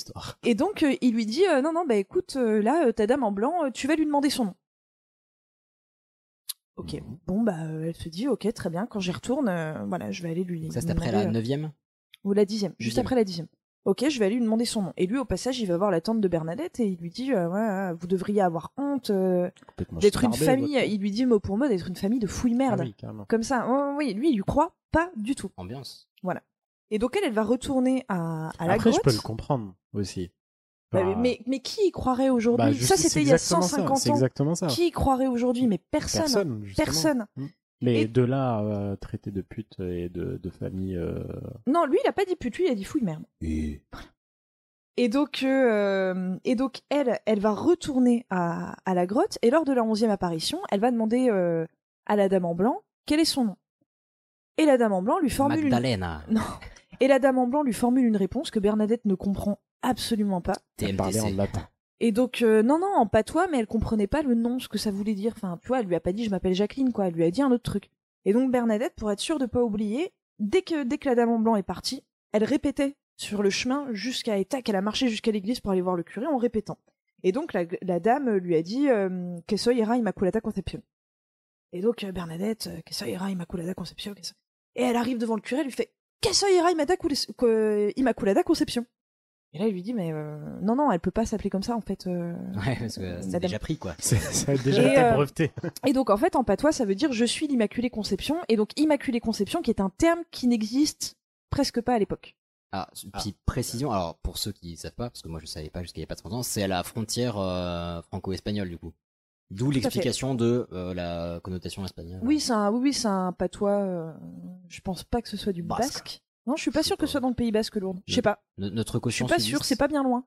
Speaker 2: Et donc euh, il lui dit, euh, non, non, bah écoute, euh, là, euh, ta dame en blanc, euh, tu vas lui demander son nom. Ok, bon, bah euh, elle se dit, ok, très bien, quand j'y retourne, euh, voilà, je vais aller lui.
Speaker 1: Ça, c'est
Speaker 2: lui
Speaker 1: après
Speaker 2: demander,
Speaker 1: la
Speaker 2: euh,
Speaker 1: neuvième.
Speaker 2: ou la dixième, juste
Speaker 1: Dixième.
Speaker 2: après la dixième. Ok, je vais aller lui demander son nom. Et lui, au passage, il va voir la tante de Bernadette et il lui dit euh, Ouais, vous devriez avoir honte euh, d'être une famille. Il lui dit mot pour mot d'être une famille de
Speaker 1: Ah
Speaker 2: fouilles merde.
Speaker 10: Ah oui, carrément.
Speaker 2: Comme ça, Ouais, ouais, ouais, lui, il lui croit pas du tout.
Speaker 1: Ambiance.
Speaker 2: Voilà. Et donc elle, elle va retourner à, à la
Speaker 10: Après,
Speaker 2: grotte.
Speaker 10: je peux le comprendre aussi.
Speaker 2: Bah,
Speaker 10: Enfin,
Speaker 2: mais, mais qui y croirait
Speaker 10: bah,
Speaker 2: aujourd'hui
Speaker 10: juste-
Speaker 2: Ça,
Speaker 10: c'est
Speaker 2: c'était il y a
Speaker 10: exactement ça,
Speaker 2: 150
Speaker 10: c'est
Speaker 2: ans.
Speaker 10: exactement ça.
Speaker 2: Qui y croirait aujourd'hui Mais personne.
Speaker 10: Personne, justement.
Speaker 2: Personne.
Speaker 10: Mm. Mais
Speaker 2: Et-
Speaker 10: de là à traiter de pute et de, de famille. euh,
Speaker 2: Non, lui, il a pas dit pute, lui, il a dit fouille merde.
Speaker 10: et-
Speaker 2: Et donc, euh, et donc elle, elle va retourner à, à la grotte et lors de la onzième apparition, elle va demander euh, à la dame en blanc quel est son nom. Et la dame en blanc lui formule une...
Speaker 1: Magdalena.
Speaker 2: Non. Et la dame en blanc lui formule une réponse que Bernadette ne comprend absolument pas.
Speaker 10: Elle parlait en
Speaker 1: TMTC.
Speaker 10: latin.
Speaker 2: Et donc euh, non non en patois mais elle comprenait pas le nom ce que ça voulait dire. Enfin tu vois elle lui a pas dit je m'appelle Jacqueline quoi. Elle lui a dit un autre truc. Et donc Bernadette pour être sûre de pas oublier dès que dès que la dame en blanc est partie elle répétait sur le chemin jusqu'à et tac elle a marché jusqu'à l'église pour aller voir le curé en répétant. Et donc la, la dame lui a dit euh, que soy era immaculata conception. Et donc euh, Bernadette euh, que soy era immaculata conception. que soy- Et elle arrive devant le curé elle lui fait que soy era immaculata cule- que- immaculata conception. Et là, il lui dit, mais euh, non, non, elle peut pas s'appeler comme ça, en fait. euh,
Speaker 1: Ouais, parce que c'est
Speaker 2: Madame.
Speaker 1: déjà pris, quoi.
Speaker 10: C'est- Ça a
Speaker 2: Et,
Speaker 10: déjà été
Speaker 2: euh,
Speaker 10: breveté.
Speaker 2: Et donc, en fait, en patois, ça veut dire je suis l'Immaculée Conception. Et donc, Immaculée Conception, qui est un terme qui n'existe presque pas à l'époque.
Speaker 1: Ah, petite précision. Alors, pour ceux qui savent pas, parce que moi je savais pas jusqu'à il y a pas 30 ans, c'est à la frontière euh, franco-espagnole, du coup. D'où
Speaker 2: à fait.
Speaker 1: l'explication de euh, la connotation espagnole.
Speaker 2: Oui, c'est un, oui, oui, c'est un patois. euh, je pense pas que ce soit du basque.
Speaker 1: Basque.
Speaker 2: Non, je suis pas sûr que ce soit dans le Pays Basque Lourdes. Je sais
Speaker 1: Non.
Speaker 2: pas.
Speaker 1: No- notre
Speaker 2: Je suis
Speaker 1: conscience.
Speaker 2: pas sûr. C'est pas bien loin.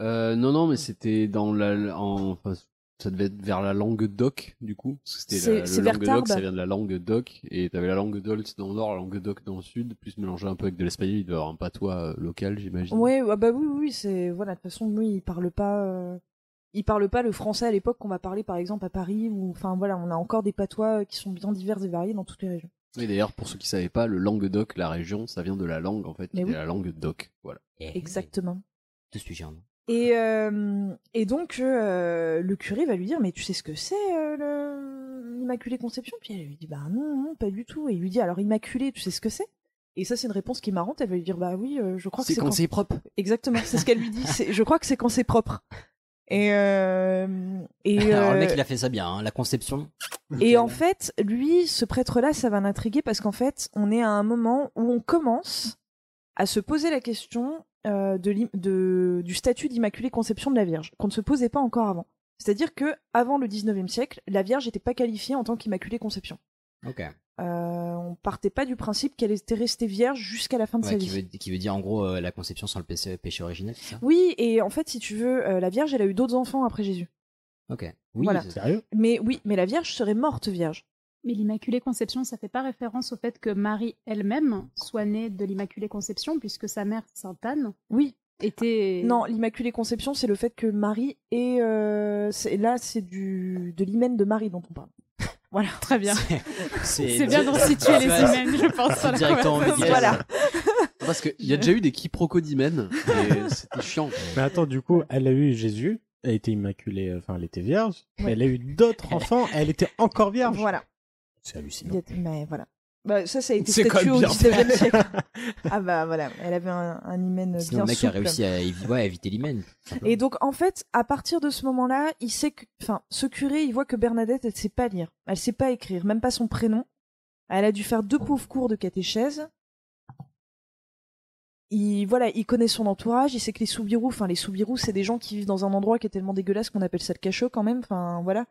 Speaker 8: Euh, non, non, mais c'était dans la. En, enfin, ça devait être vers la langue doc, du coup. Parce que
Speaker 2: C'est-
Speaker 8: c'était la,
Speaker 2: c'est
Speaker 8: le
Speaker 2: vers
Speaker 8: langue
Speaker 2: Tarbes.
Speaker 8: doc, ça vient de la langue doc. Et t'avais la langue doc dans le nord, la langue doc dans le sud. Plus mélangé un peu avec de l'espagnol, il devait y avoir un patois euh, local, j'imagine.
Speaker 2: Ouais, ah bah oui, oui, oui, c'est voilà. De toute façon, lui, il parle pas. euh, Il parle pas le français à l'époque qu'on va parler, par exemple, à Paris. Ou enfin voilà, on a encore des patois euh, qui sont bien divers et variés dans toutes les régions.
Speaker 8: Et d'ailleurs, pour ceux qui savaient pas, le langue doc, la région, ça vient de la langue, en fait.
Speaker 2: Mais
Speaker 8: Et
Speaker 2: oui.
Speaker 8: la langue doc, voilà.
Speaker 2: Exactement.
Speaker 1: De sujet hein. en un.
Speaker 2: Et, euh, et donc, euh, le curé va lui dire, mais tu sais ce que c'est, euh, le- l'Immaculée Conception Puis elle lui dit, bah non, non, pas du tout. Et il lui dit, alors Immaculée, tu sais ce que c'est Et ça, c'est une réponse qui est marrante. Elle va lui dire, bah oui, euh, je crois que c'est quand...
Speaker 8: propre.
Speaker 2: Exactement, c'est ce qu'elle lui dit. C'est- Je crois que c'est quand c'est propre. Et, euh, et,
Speaker 1: Alors, le
Speaker 2: euh,
Speaker 1: mec, il a fait ça bien, hein. la conception.
Speaker 2: et en fait, lui, ce prêtre-là, ça va l'intriguer parce qu'en fait, on est à un moment où on commence à se poser la question euh, de l'im- de- du statut d'Immaculée Conception de la Vierge, qu'on ne se posait pas encore avant. C'est-à-dire que avant le 19e siècle, la Vierge n'était pas qualifiée en tant qu'Immaculée Conception.
Speaker 1: Ok.
Speaker 2: Euh, on partait pas du principe qu'elle était restée vierge jusqu'à la fin de
Speaker 1: Ouais,
Speaker 2: sa
Speaker 1: qui,
Speaker 2: vie.
Speaker 1: veut, qui veut dire en gros euh, la conception sans le péché, péché originel, c'est ça
Speaker 2: Oui, et en fait, si tu veux, euh, la Vierge, elle a eu d'autres enfants après Jésus.
Speaker 1: Ok. Oui,
Speaker 2: Voilà.
Speaker 1: c'est ça.
Speaker 10: Sérieux
Speaker 2: Mais oui, mais la Vierge serait morte vierge.
Speaker 9: Mais l'Immaculée Conception, ça fait pas référence au fait que Marie elle-même soit née de l'Immaculée Conception, puisque sa mère, Sainte Anne,
Speaker 2: oui.
Speaker 9: était.
Speaker 2: Non, l'Immaculée Conception, c'est le fait que Marie est. euh, c'est- là, c'est du de l'hymen de Marie dont on parle. Voilà.
Speaker 9: Très bien.
Speaker 1: C'est
Speaker 9: C'est bien de resituer les semaines, je pense. sur la
Speaker 8: Directement
Speaker 9: conversation.
Speaker 8: médical.
Speaker 2: Voilà.
Speaker 8: Ah, Parce qu'il y a déjà eu des quiproquos d'hymen, et c'était chiant.
Speaker 10: Mais attends, du coup, elle a eu Jésus, elle a été immaculée, euh, enfin, elle était vierge, mais elle a eu d'autres enfants, elle était encore vierge.
Speaker 2: Voilà.
Speaker 10: C'est
Speaker 2: Il y
Speaker 10: hallucinant.
Speaker 2: a- Mais voilà. Bah, ça, ça a été
Speaker 10: C'est quand
Speaker 2: statué
Speaker 10: même
Speaker 2: au
Speaker 10: bien
Speaker 2: 19 e siècle. Ah bah voilà, elle avait un, un hymen
Speaker 1: Sinon,
Speaker 2: bien
Speaker 1: le mec a
Speaker 2: souple.
Speaker 1: réussi à, évi- ouais, à éviter l'hymen.
Speaker 2: Et donc en fait, à partir de ce moment-là, il sait que, enfin, ce curé, il voit que Bernadette, elle sait pas lire, elle sait pas écrire, même pas son prénom. Elle a dû faire deux pauvres cours de catéchèse. Il voilà, il connaît son entourage, il sait que les soubirous, enfin les soubirous, c'est des gens qui vivent dans un endroit qui est tellement dégueulasse qu'on appelle ça le cachot quand même. Enfin voilà,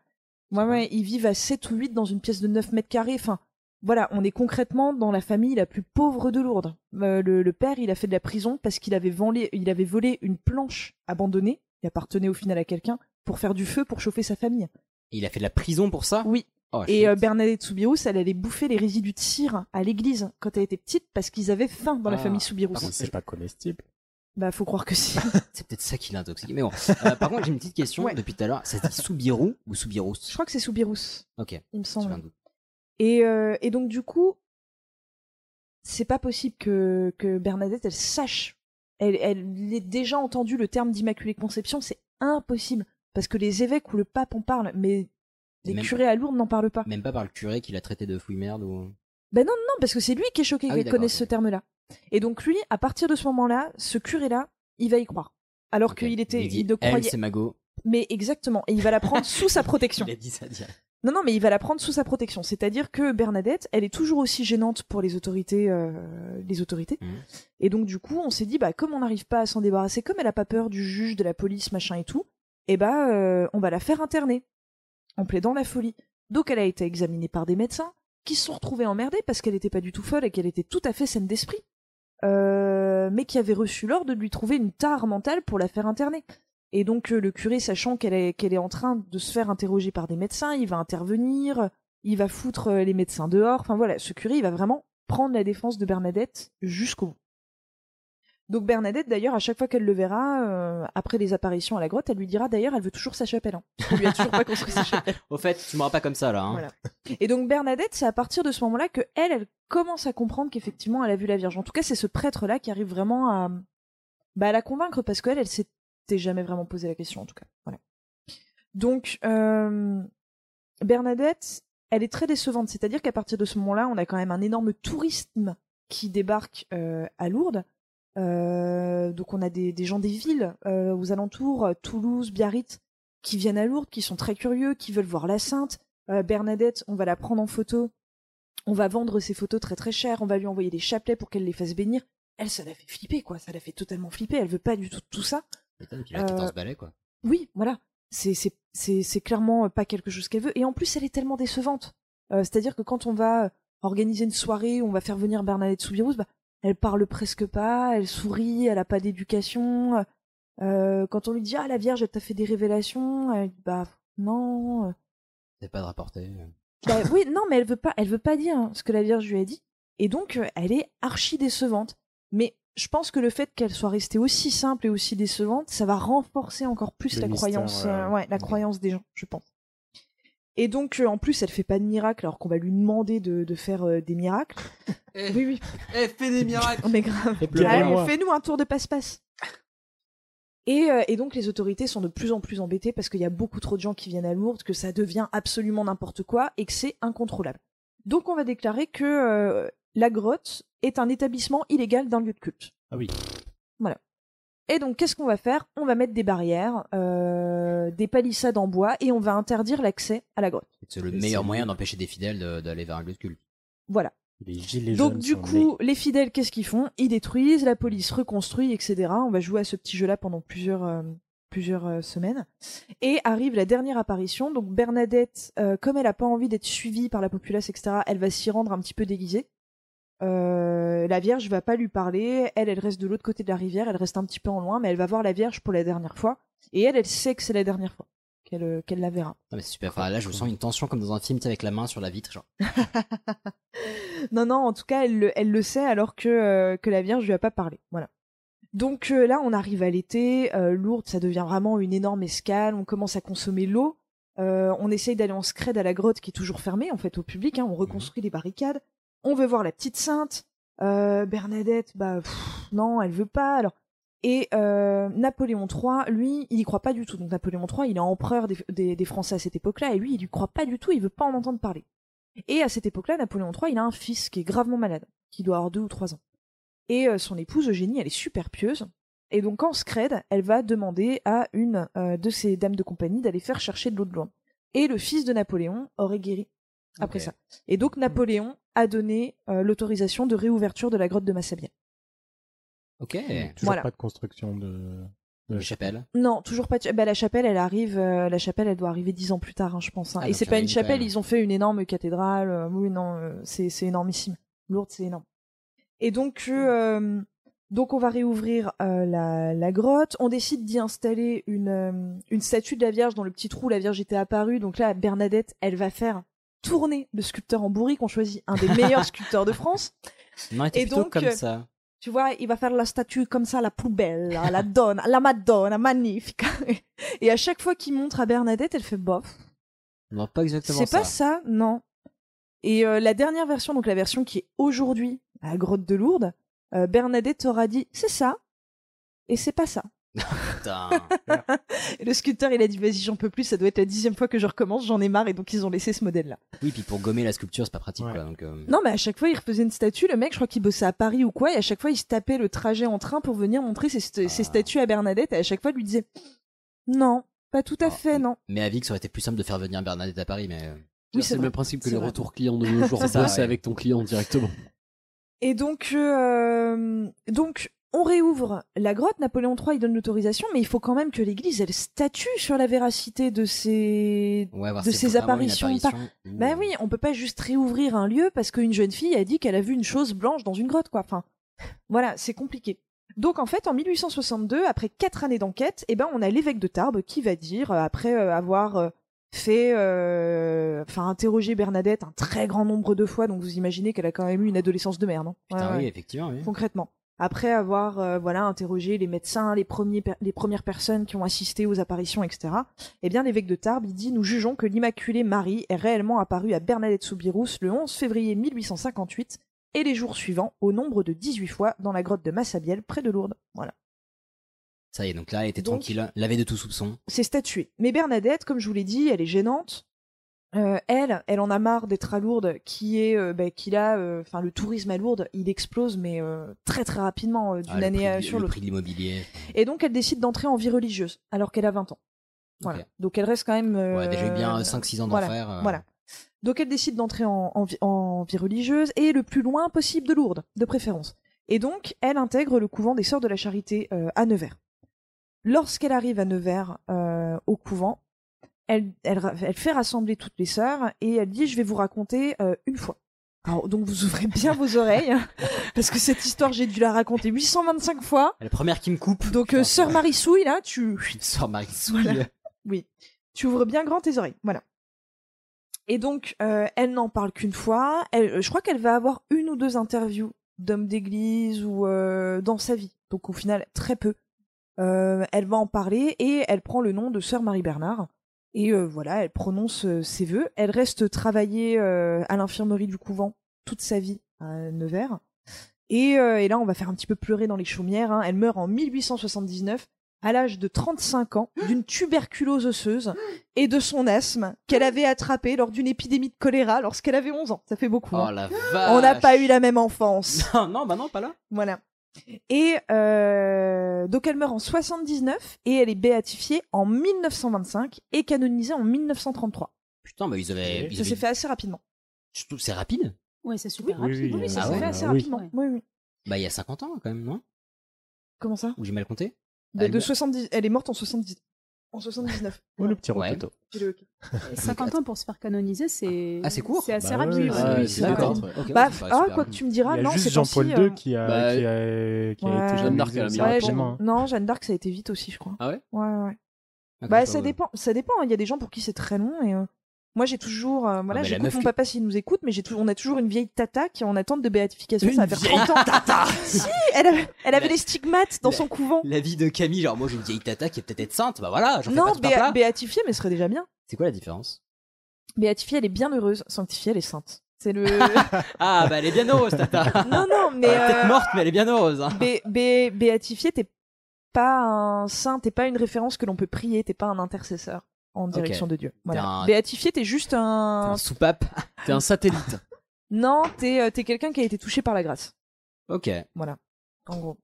Speaker 2: ouais ouais, ils vivent à 7 ou 8 dans une pièce de 9 mètres carrés. Enfin voilà, on est concrètement dans la famille la plus pauvre de Lourdes. Euh, le, le père, il a fait de la prison parce qu'il avait, volé- il avait volé une planche abandonnée, qui appartenait au final à quelqu'un, pour faire du feu pour chauffer sa famille.
Speaker 1: Il a fait de la prison pour ça
Speaker 2: Oui.
Speaker 1: Oh, shit.
Speaker 2: Et euh, Bernadette Soubirous, elle allait bouffer les résidus de cire à l'église quand elle était petite parce qu'ils avaient faim dans la
Speaker 1: Ah.
Speaker 2: famille Soubirous.
Speaker 1: Par contre,
Speaker 10: C'est pas comestible.
Speaker 2: Bah, faut croire que si.
Speaker 1: C'est peut-être ça qui l'a intoxiqué. Mais bon. Euh, par contre, j'ai une petite question
Speaker 2: Ouais.
Speaker 1: depuis tout à l'heure. Ça se dit Soubirou ou Soubirous
Speaker 2: Je crois que c'est Soubirous,
Speaker 1: Ok,
Speaker 2: il me
Speaker 1: j'ai un
Speaker 2: semble.
Speaker 1: doute.
Speaker 2: Et, euh, et donc, du coup, c'est pas possible que, que Bernadette, elle sache. Elle, elle ait déjà entendu le terme d'Immaculée Conception, c'est impossible. Parce que les évêques ou le pape en parlent, mais les
Speaker 1: Même-
Speaker 2: curés à Lourdes n'en parlent pas.
Speaker 1: Même pas par le curé qui l'a traité de fouille merde ou.
Speaker 2: Ben non, non, parce que c'est lui qui est choqué
Speaker 1: Ah oui,
Speaker 2: qu'elle
Speaker 1: d'accord,
Speaker 2: connaisse
Speaker 1: ok.
Speaker 2: ce terme-là. Et donc, lui, à partir de ce moment-là, ce curé-là, il va y croire. Alors
Speaker 1: Ok.
Speaker 2: qu'il était,
Speaker 1: dit,
Speaker 2: il ne
Speaker 1: Elle,
Speaker 2: croyait.
Speaker 1: c'est Mago.
Speaker 2: Mais exactement. Et il va la prendre sous sa protection.
Speaker 1: Il a dit ça direct.
Speaker 2: Non, non, mais il va la prendre sous sa protection. C'est-à-dire que Bernadette, elle est toujours aussi gênante pour les autorités. euh, les autorités.
Speaker 1: Mhm.
Speaker 2: Et donc, du coup, on s'est dit, bah, comme on n'arrive pas à s'en débarrasser, comme elle a pas peur du juge, de la police, machin et tout, eh bah, euh, on va la faire interner. En plaidant la folie. Donc, elle a été examinée par des médecins qui se sont retrouvés emmerdés parce qu'elle n'était pas du tout folle et qu'elle était tout à fait saine d'esprit. Euh, mais qui avait reçu l'ordre de lui trouver une tare mentale pour la faire interner. Et donc euh, le curé, sachant qu'elle est, qu'elle est en train de se faire interroger par des médecins, il va intervenir, il va foutre euh, les médecins dehors. Enfin voilà, ce curé, il va vraiment prendre la défense de Bernadette jusqu'au bout. Donc Bernadette, d'ailleurs, à chaque fois qu'elle le verra, euh, après les apparitions à la grotte, elle lui dira d'ailleurs, elle veut toujours sa chapelle. Hein. On lui a toujours pas construit sa chapelle.
Speaker 1: Au fait, tu m'auras pas comme ça là. Hein.
Speaker 2: Voilà. Et donc Bernadette, c'est à partir de ce moment-là que elle, elle commence à comprendre qu'effectivement elle a vu la Vierge. En tout cas, c'est ce prêtre-là qui arrive vraiment à, bah, à la convaincre parce qu'elle, elle s'était jamais vraiment posé la question en tout cas. Voilà. Donc euh, Bernadette, elle est très décevante. C'est-à-dire qu'à partir de ce moment-là, on a quand même un énorme tourisme qui débarque euh, à Lourdes. Euh, donc on a des, des gens des villes euh, aux alentours, euh, Toulouse, Biarritz, qui viennent à Lourdes, qui sont très curieux, qui veulent voir la Sainte. Euh, Bernadette, on va la prendre en photo, on va vendre ses photos très très chères, on va lui envoyer des chapelets pour qu'elle les fasse bénir. Elle, ça la fait flipper, quoi. Ça la fait totalement flipper. Elle veut pas du tout tout ça.
Speaker 1: Putain, puis il a
Speaker 2: Euh,
Speaker 1: 14 balais quoi.
Speaker 2: Oui, voilà. C'est- C'est c'est- c'est clairement euh, pas quelque chose qu'elle veut. Et en plus, elle est tellement décevante. Euh, C'est-à-dire que quand on va euh, organiser une soirée, où on va faire venir Bernadette Soubirous, bah, elle parle presque pas, elle sourit, elle a pas d'éducation. Euh, quand on lui dit Ah, la Vierge, elle t'a fait des révélations, elle dit Bah, non.
Speaker 1: C'est pas de rapporter. euh.
Speaker 2: Bah oui, non, mais elle veut pas, elle veut pas dire ce que la Vierge lui a dit. Et donc, euh, elle est archi décevante. Mais je pense que le fait qu'elle soit restée aussi simple et aussi décevante, ça va renforcer encore plus
Speaker 10: Le
Speaker 2: la
Speaker 10: mystère,
Speaker 2: croyance,
Speaker 10: ouais,
Speaker 2: euh,
Speaker 10: ouais.
Speaker 2: ouais, la croyance des gens, je pense. Et donc, euh, en plus, elle fait pas de miracle alors qu'on va lui demander de, de faire euh, des miracles. oui, oui.
Speaker 8: Elle fait Eh, des miracles
Speaker 2: Oh, mais grave.
Speaker 10: Et
Speaker 2: Allez,
Speaker 10: moi
Speaker 2: fais-nous un tour de passe-passe. Et, euh, et donc les autorités sont de plus en plus embêtées parce qu'il y a beaucoup trop de gens qui viennent à Lourdes, que ça devient absolument n'importe quoi et que c'est incontrôlable. Donc on va déclarer que euh, la grotte est un établissement illégal d'un lieu de culte.
Speaker 10: Ah oui.
Speaker 2: Voilà. Et donc qu'est-ce qu'on va faire On va mettre des barrières, euh, des palissades en bois et on va interdire l'accès à la grotte.
Speaker 1: C'est le
Speaker 10: Et
Speaker 1: meilleur
Speaker 10: c'est-
Speaker 1: moyen d'empêcher des fidèles de- d'aller vers un lieu de culte.
Speaker 2: Voilà.
Speaker 10: Les gilets
Speaker 2: Donc
Speaker 10: jaunes
Speaker 2: du
Speaker 10: sont
Speaker 2: coup, les fidèles, qu'est-ce qu'ils font Ils détruisent, la police reconstruit, etc. On va jouer à ce petit jeu-là pendant plusieurs, euh, plusieurs euh, semaines. Et arrive la dernière apparition. Donc Bernadette, euh, comme elle n'a pas envie d'être suivie par la populace, etc., elle va s'y rendre un petit peu déguisée. Euh, la Vierge va pas lui parler. Elle, elle reste de l'autre côté de la rivière. Elle reste un petit peu en loin, mais elle va voir la Vierge pour la dernière fois. Et elle, elle sait que c'est la dernière fois. qu'elle euh, qu'elle la verra.
Speaker 1: Non, mais c'est super. Enfin, là, je sens une tension comme dans un film, tu sais, avec la main sur la vitre. Genre,
Speaker 2: Non, non, en tout cas, elle, le- elle le sait alors que, euh, que la Vierge lui a pas parlé. Voilà. Donc euh, là, on arrive à l'été, euh, Lourdes, ça devient vraiment une énorme escale, on commence à consommer l'eau, euh, on essaye d'aller en scred à la grotte qui est toujours fermée, en fait, au public, hein, on reconstruit les barricades, on veut voir la petite sainte, euh, Bernadette, bah pff, non, elle veut pas, alors... Et euh, Napoléon III, lui, il y croit pas du tout. Donc Napoléon III, il est empereur des, des- des Français à cette époque-là, et lui, il y croit pas du tout, il veut pas en entendre parler. Et à cette époque-là, Napoléon III, il a un fils qui est gravement malade, qui doit avoir deux ou trois ans. Et euh, son épouse Eugénie, elle est super pieuse. Et donc en scred, elle va demander à une euh, de ses dames de compagnie d'aller faire chercher de l'eau de loin. Et le fils de Napoléon aurait guéri après
Speaker 1: Ok.
Speaker 2: ça. Et donc Napoléon a donné euh, l'autorisation de réouverture de la grotte de Massabia.
Speaker 1: ok.
Speaker 10: Toujours
Speaker 2: Voilà.
Speaker 10: pas de construction de.
Speaker 1: Une chapelle.
Speaker 2: Non, toujours pas. de cha- Bah, la chapelle, elle arrive. euh, la chapelle, elle doit arriver dix ans plus tard, hein, je pense. hein.
Speaker 1: Ah,
Speaker 2: Et
Speaker 1: donc
Speaker 2: c'est
Speaker 1: il y en
Speaker 2: pas
Speaker 1: a
Speaker 2: une
Speaker 1: une quand
Speaker 2: chapelle.
Speaker 1: même.
Speaker 2: Ils ont fait une énorme cathédrale. euh, oui, non, euh, c'est c'est énormissime. Lourdes, c'est énorme. Et donc, euh,
Speaker 1: Mm.
Speaker 2: euh, donc on va réouvrir euh, la, la grotte. On décide d'y installer une euh, une statue de la Vierge dans le petit trou où la Vierge était apparue. Donc là, Bernadette, elle va faire tourner le sculpteur en bourrique. On choisit un des meilleurs sculpteurs de France.
Speaker 1: Non, il était
Speaker 2: Et
Speaker 1: plutôt
Speaker 2: donc,
Speaker 1: comme
Speaker 2: euh,
Speaker 1: ça.
Speaker 2: Tu vois, il va faire la statue comme ça, la poubelle, hein, la donne, la Madonna, magnifique. Et à chaque fois qu'il montre à Bernadette, elle fait bof.
Speaker 1: Non, pas exactement
Speaker 2: C'est pas ça, non. Et euh, la dernière version, donc la version qui est aujourd'hui à la grotte de Lourdes, euh, Bernadette aura dit c'est ça et c'est pas ça.
Speaker 1: Putain.
Speaker 2: Et le sculpteur, il a dit vas-y, j'en peux plus, ça doit être la dixième fois que je recommence, j'en ai marre, et donc ils ont laissé ce modèle-là.
Speaker 1: Oui, puis pour gommer la sculpture, c'est pas pratique, quoi. Donc, euh,
Speaker 2: Non, mais à chaque fois, il refaisait une statue. Le mec, je crois qu'il bossait à Paris ou quoi, et à chaque fois, il se tapait le trajet en train pour venir montrer ses, st- ses statues à Bernadette, et à chaque fois, il lui disait Non, pas tout à fait, non.
Speaker 1: Mais à Vic, ça aurait été plus simple de faire venir Bernadette à Paris, mais. euh,
Speaker 2: Oui,
Speaker 8: c'est le
Speaker 2: vrai.
Speaker 8: même principe que
Speaker 2: C'est
Speaker 8: les
Speaker 2: vrai.
Speaker 8: retours clients de nos jours.
Speaker 1: C'est ça,
Speaker 8: Bosse
Speaker 1: ouais.
Speaker 8: avec ton client directement.
Speaker 2: Et donc, euh, donc, on réouvre la grotte. Napoléon III, il donne l'autorisation, mais il faut quand même que l'Église, elle statue sur la véracité de ces
Speaker 1: Ouais, voir
Speaker 2: de
Speaker 1: si c'est
Speaker 2: ces
Speaker 1: vraiment une
Speaker 2: apparitions ou pas.
Speaker 1: apparition ou-
Speaker 2: Ben oui, on peut pas juste réouvrir un lieu parce qu'une jeune fille a dit qu'elle a vu une chose blanche dans une grotte, quoi. Enfin, voilà, c'est compliqué. Donc en fait, en 1862, après quatre années d'enquête, eh ben on a l'évêque de Tarbes qui va dire, euh, après euh, avoir euh, fait, euh, enfin interrogé Bernadette un très grand nombre de fois, donc vous imaginez qu'elle a quand même eu une adolescence de merde. Hein
Speaker 1: Putain,
Speaker 2: Ouais,
Speaker 1: oui,
Speaker 2: ouais.
Speaker 1: effectivement, oui.
Speaker 2: Concrètement, après avoir euh, voilà interrogé les médecins, les premiers per- les premières personnes qui ont assisté aux apparitions, etc. Eh bien, l'évêque de Tarbes il dit nous jugeons que l'Immaculée Marie est réellement apparue à Bernadette Soubirous le 11 février 1858 et les jours suivants au nombre de 18 fois dans la grotte de Massabielle près de Lourdes. Voilà,
Speaker 1: Ça y est, donc là, elle était
Speaker 2: Donc-
Speaker 1: tranquille, lavée de tout soupçon.
Speaker 2: c'est statué. Mais Bernadette, comme je vous l'ai dit, elle est gênante. Euh, elle, elle en a marre d'être à Lourdes, qui est, euh, bah, qu'il a, euh, enfin, le tourisme à Lourdes, il explose, mais euh, très très rapidement, euh, d'une
Speaker 1: Ah, le
Speaker 2: année
Speaker 1: prix
Speaker 2: à-
Speaker 1: de-
Speaker 2: sur
Speaker 1: Le
Speaker 2: l'autre.
Speaker 1: prix de l'immobilier.
Speaker 2: Et donc, elle décide d'entrer en vie religieuse, alors qu'elle a 20 ans. Voilà.
Speaker 1: Ok.
Speaker 2: Donc, elle reste quand même. euh,
Speaker 1: Ouais, déjà eu bien 5-6 ans
Speaker 2: voilà,
Speaker 1: d'enfer. euh.
Speaker 2: Voilà. Donc, elle décide d'entrer en, en vie- en vie religieuse et le plus loin possible de Lourdes, de préférence. Et donc, elle intègre le couvent des Sœurs de la Charité euh, à Nevers. Lorsqu'elle arrive à Nevers, euh, au couvent, elle, elle, ra- elle fait rassembler toutes les sœurs et elle dit Je vais vous raconter euh, une fois. Alors, donc, vous ouvrez bien vos oreilles, hein, parce que cette histoire, j'ai dû la raconter 825 fois.
Speaker 1: La première qui me coupe.
Speaker 2: Donc, euh, sœur Marissouille, là, tu,
Speaker 1: Sœur Marie
Speaker 2: Voilà. Oui. Tu ouvres bien grand tes oreilles. Voilà. Et donc, euh, elle n'en parle qu'une fois. Elle, euh, je crois qu'elle va avoir une ou deux interviews d'hommes d'église ou euh, dans sa vie. Donc, au final, très peu. Euh, elle va en parler et elle prend le nom de sœur Marie Bernard. Et euh, voilà, elle prononce euh, ses vœux. Elle reste travailler euh, à l'infirmerie du couvent toute sa vie à Nevers. Et, euh, et là, on va faire un petit peu pleurer dans les chaumières. hein. Elle meurt en 1879 à l'âge de 35 ans d'une tuberculose osseuse et de son asthme qu'elle avait attrapé lors d'une épidémie de choléra lorsqu'elle avait 11 ans. Ça fait beaucoup.
Speaker 1: Oh
Speaker 2: hein.
Speaker 1: la vache.
Speaker 2: On n'a pas eu la même enfance.
Speaker 1: Non, non, bah non, pas là.
Speaker 2: Voilà. Et euh, donc elle meurt en 79 et elle est béatifiée en 1925 et canonisée en 1933.
Speaker 1: Putain, bah ils avaient. ils
Speaker 2: Ça
Speaker 1: avaient-
Speaker 2: s'est fait assez rapidement.
Speaker 1: Surtout, c'est rapide.
Speaker 9: Ouais, c'est super
Speaker 10: Oui,
Speaker 9: rapide.
Speaker 10: oui,
Speaker 2: Oui,
Speaker 10: euh,
Speaker 2: ça
Speaker 1: Ah
Speaker 2: s'est
Speaker 1: ouais,
Speaker 2: fait assez
Speaker 10: oui.
Speaker 2: rapidement.
Speaker 9: Ouais.
Speaker 2: Oui, oui.
Speaker 1: Bah il y a 50 ans quand même, non
Speaker 2: Comment ça
Speaker 1: Ou j'ai mal compté
Speaker 2: de,
Speaker 1: Elle
Speaker 2: de
Speaker 1: meurt-
Speaker 2: 70... Elle est morte en 70... en 79.
Speaker 1: Ah
Speaker 10: Oh, le petit
Speaker 1: Ouais.
Speaker 10: rototo.
Speaker 2: Dis-le, ok.
Speaker 9: 50 ans pour se faire canoniser, c'est.
Speaker 1: Ah, c'est court
Speaker 9: C'est assez
Speaker 10: Bah
Speaker 9: rapide.
Speaker 10: ouais,
Speaker 9: ouais.
Speaker 1: Ah,
Speaker 10: ouais,
Speaker 8: Ouais, c'est
Speaker 10: c'est
Speaker 2: d'accord.
Speaker 8: d'accord.
Speaker 1: Ok,
Speaker 2: bah,
Speaker 1: ouais, ça me paraît
Speaker 2: ah,
Speaker 1: super
Speaker 2: quoi que
Speaker 1: rapide.
Speaker 2: tu me diras,
Speaker 10: Il y a
Speaker 2: non,
Speaker 10: juste
Speaker 2: c'est
Speaker 10: Jean-Paul
Speaker 2: pas si,
Speaker 10: II
Speaker 2: euh,
Speaker 10: qui a,
Speaker 8: Bah,
Speaker 10: qui a, qui a
Speaker 2: ouais.
Speaker 10: été
Speaker 8: Jeanne d'Arc, elle a mis
Speaker 10: jalousé
Speaker 8: un
Speaker 2: Ouais,
Speaker 8: temps,
Speaker 10: rapidement,
Speaker 2: Jeanne- Non, Jeanne d'Arc, ça a été vite aussi, je crois.
Speaker 8: Ah ouais
Speaker 2: Ouais, ouais.
Speaker 1: Ah,
Speaker 2: Bah
Speaker 1: comme
Speaker 2: ça
Speaker 1: ça, ouais.
Speaker 2: dépend, ça dépend. Il y a des gens pour qui c'est très long et euh, moi j'ai toujours,
Speaker 1: mais
Speaker 2: euh, voilà,
Speaker 1: Ah, bah, la
Speaker 2: j'écoute
Speaker 1: meuf
Speaker 2: mon
Speaker 1: qui-
Speaker 2: papa s'il nous écoute, mais j'ai tou- on a toujours une vieille tata qui est en attente de béatification. ça va faire 30 ans. si, elle, avait- elle avait
Speaker 1: La-
Speaker 2: des stigmates dans son couvent.
Speaker 1: La vie de Camille, genre moi j'ai une vieille tata qui est peut-être être sainte, bah voilà, j'en fais pas
Speaker 2: Non,
Speaker 1: tout un
Speaker 2: béa-
Speaker 1: plat.
Speaker 2: béatifiée, mais ce serait déjà bien.
Speaker 1: C'est quoi la différence
Speaker 2: Béatifiée, elle est bien heureuse. Sanctifiée, elle est sainte. C'est le.
Speaker 1: Ah bah elle est bien heureuse tata
Speaker 2: non, non, mais.
Speaker 1: Elle est peut-être
Speaker 2: euh,
Speaker 1: morte mais elle est bien heureuse hein.
Speaker 2: Bé- bé- béatifié, t'es pas un saint, t'es pas une référence que l'on peut prier, t'es pas un intercesseur en direction de Dieu. Voilà.
Speaker 1: T'es un-
Speaker 2: Béatifié, t'es juste
Speaker 1: T'es
Speaker 2: un.
Speaker 1: un soupape, t'es un satellite.
Speaker 2: Non, t'es euh, t'es quelqu'un qui a été touché par la grâce.
Speaker 1: Ok.
Speaker 2: Voilà. En gros.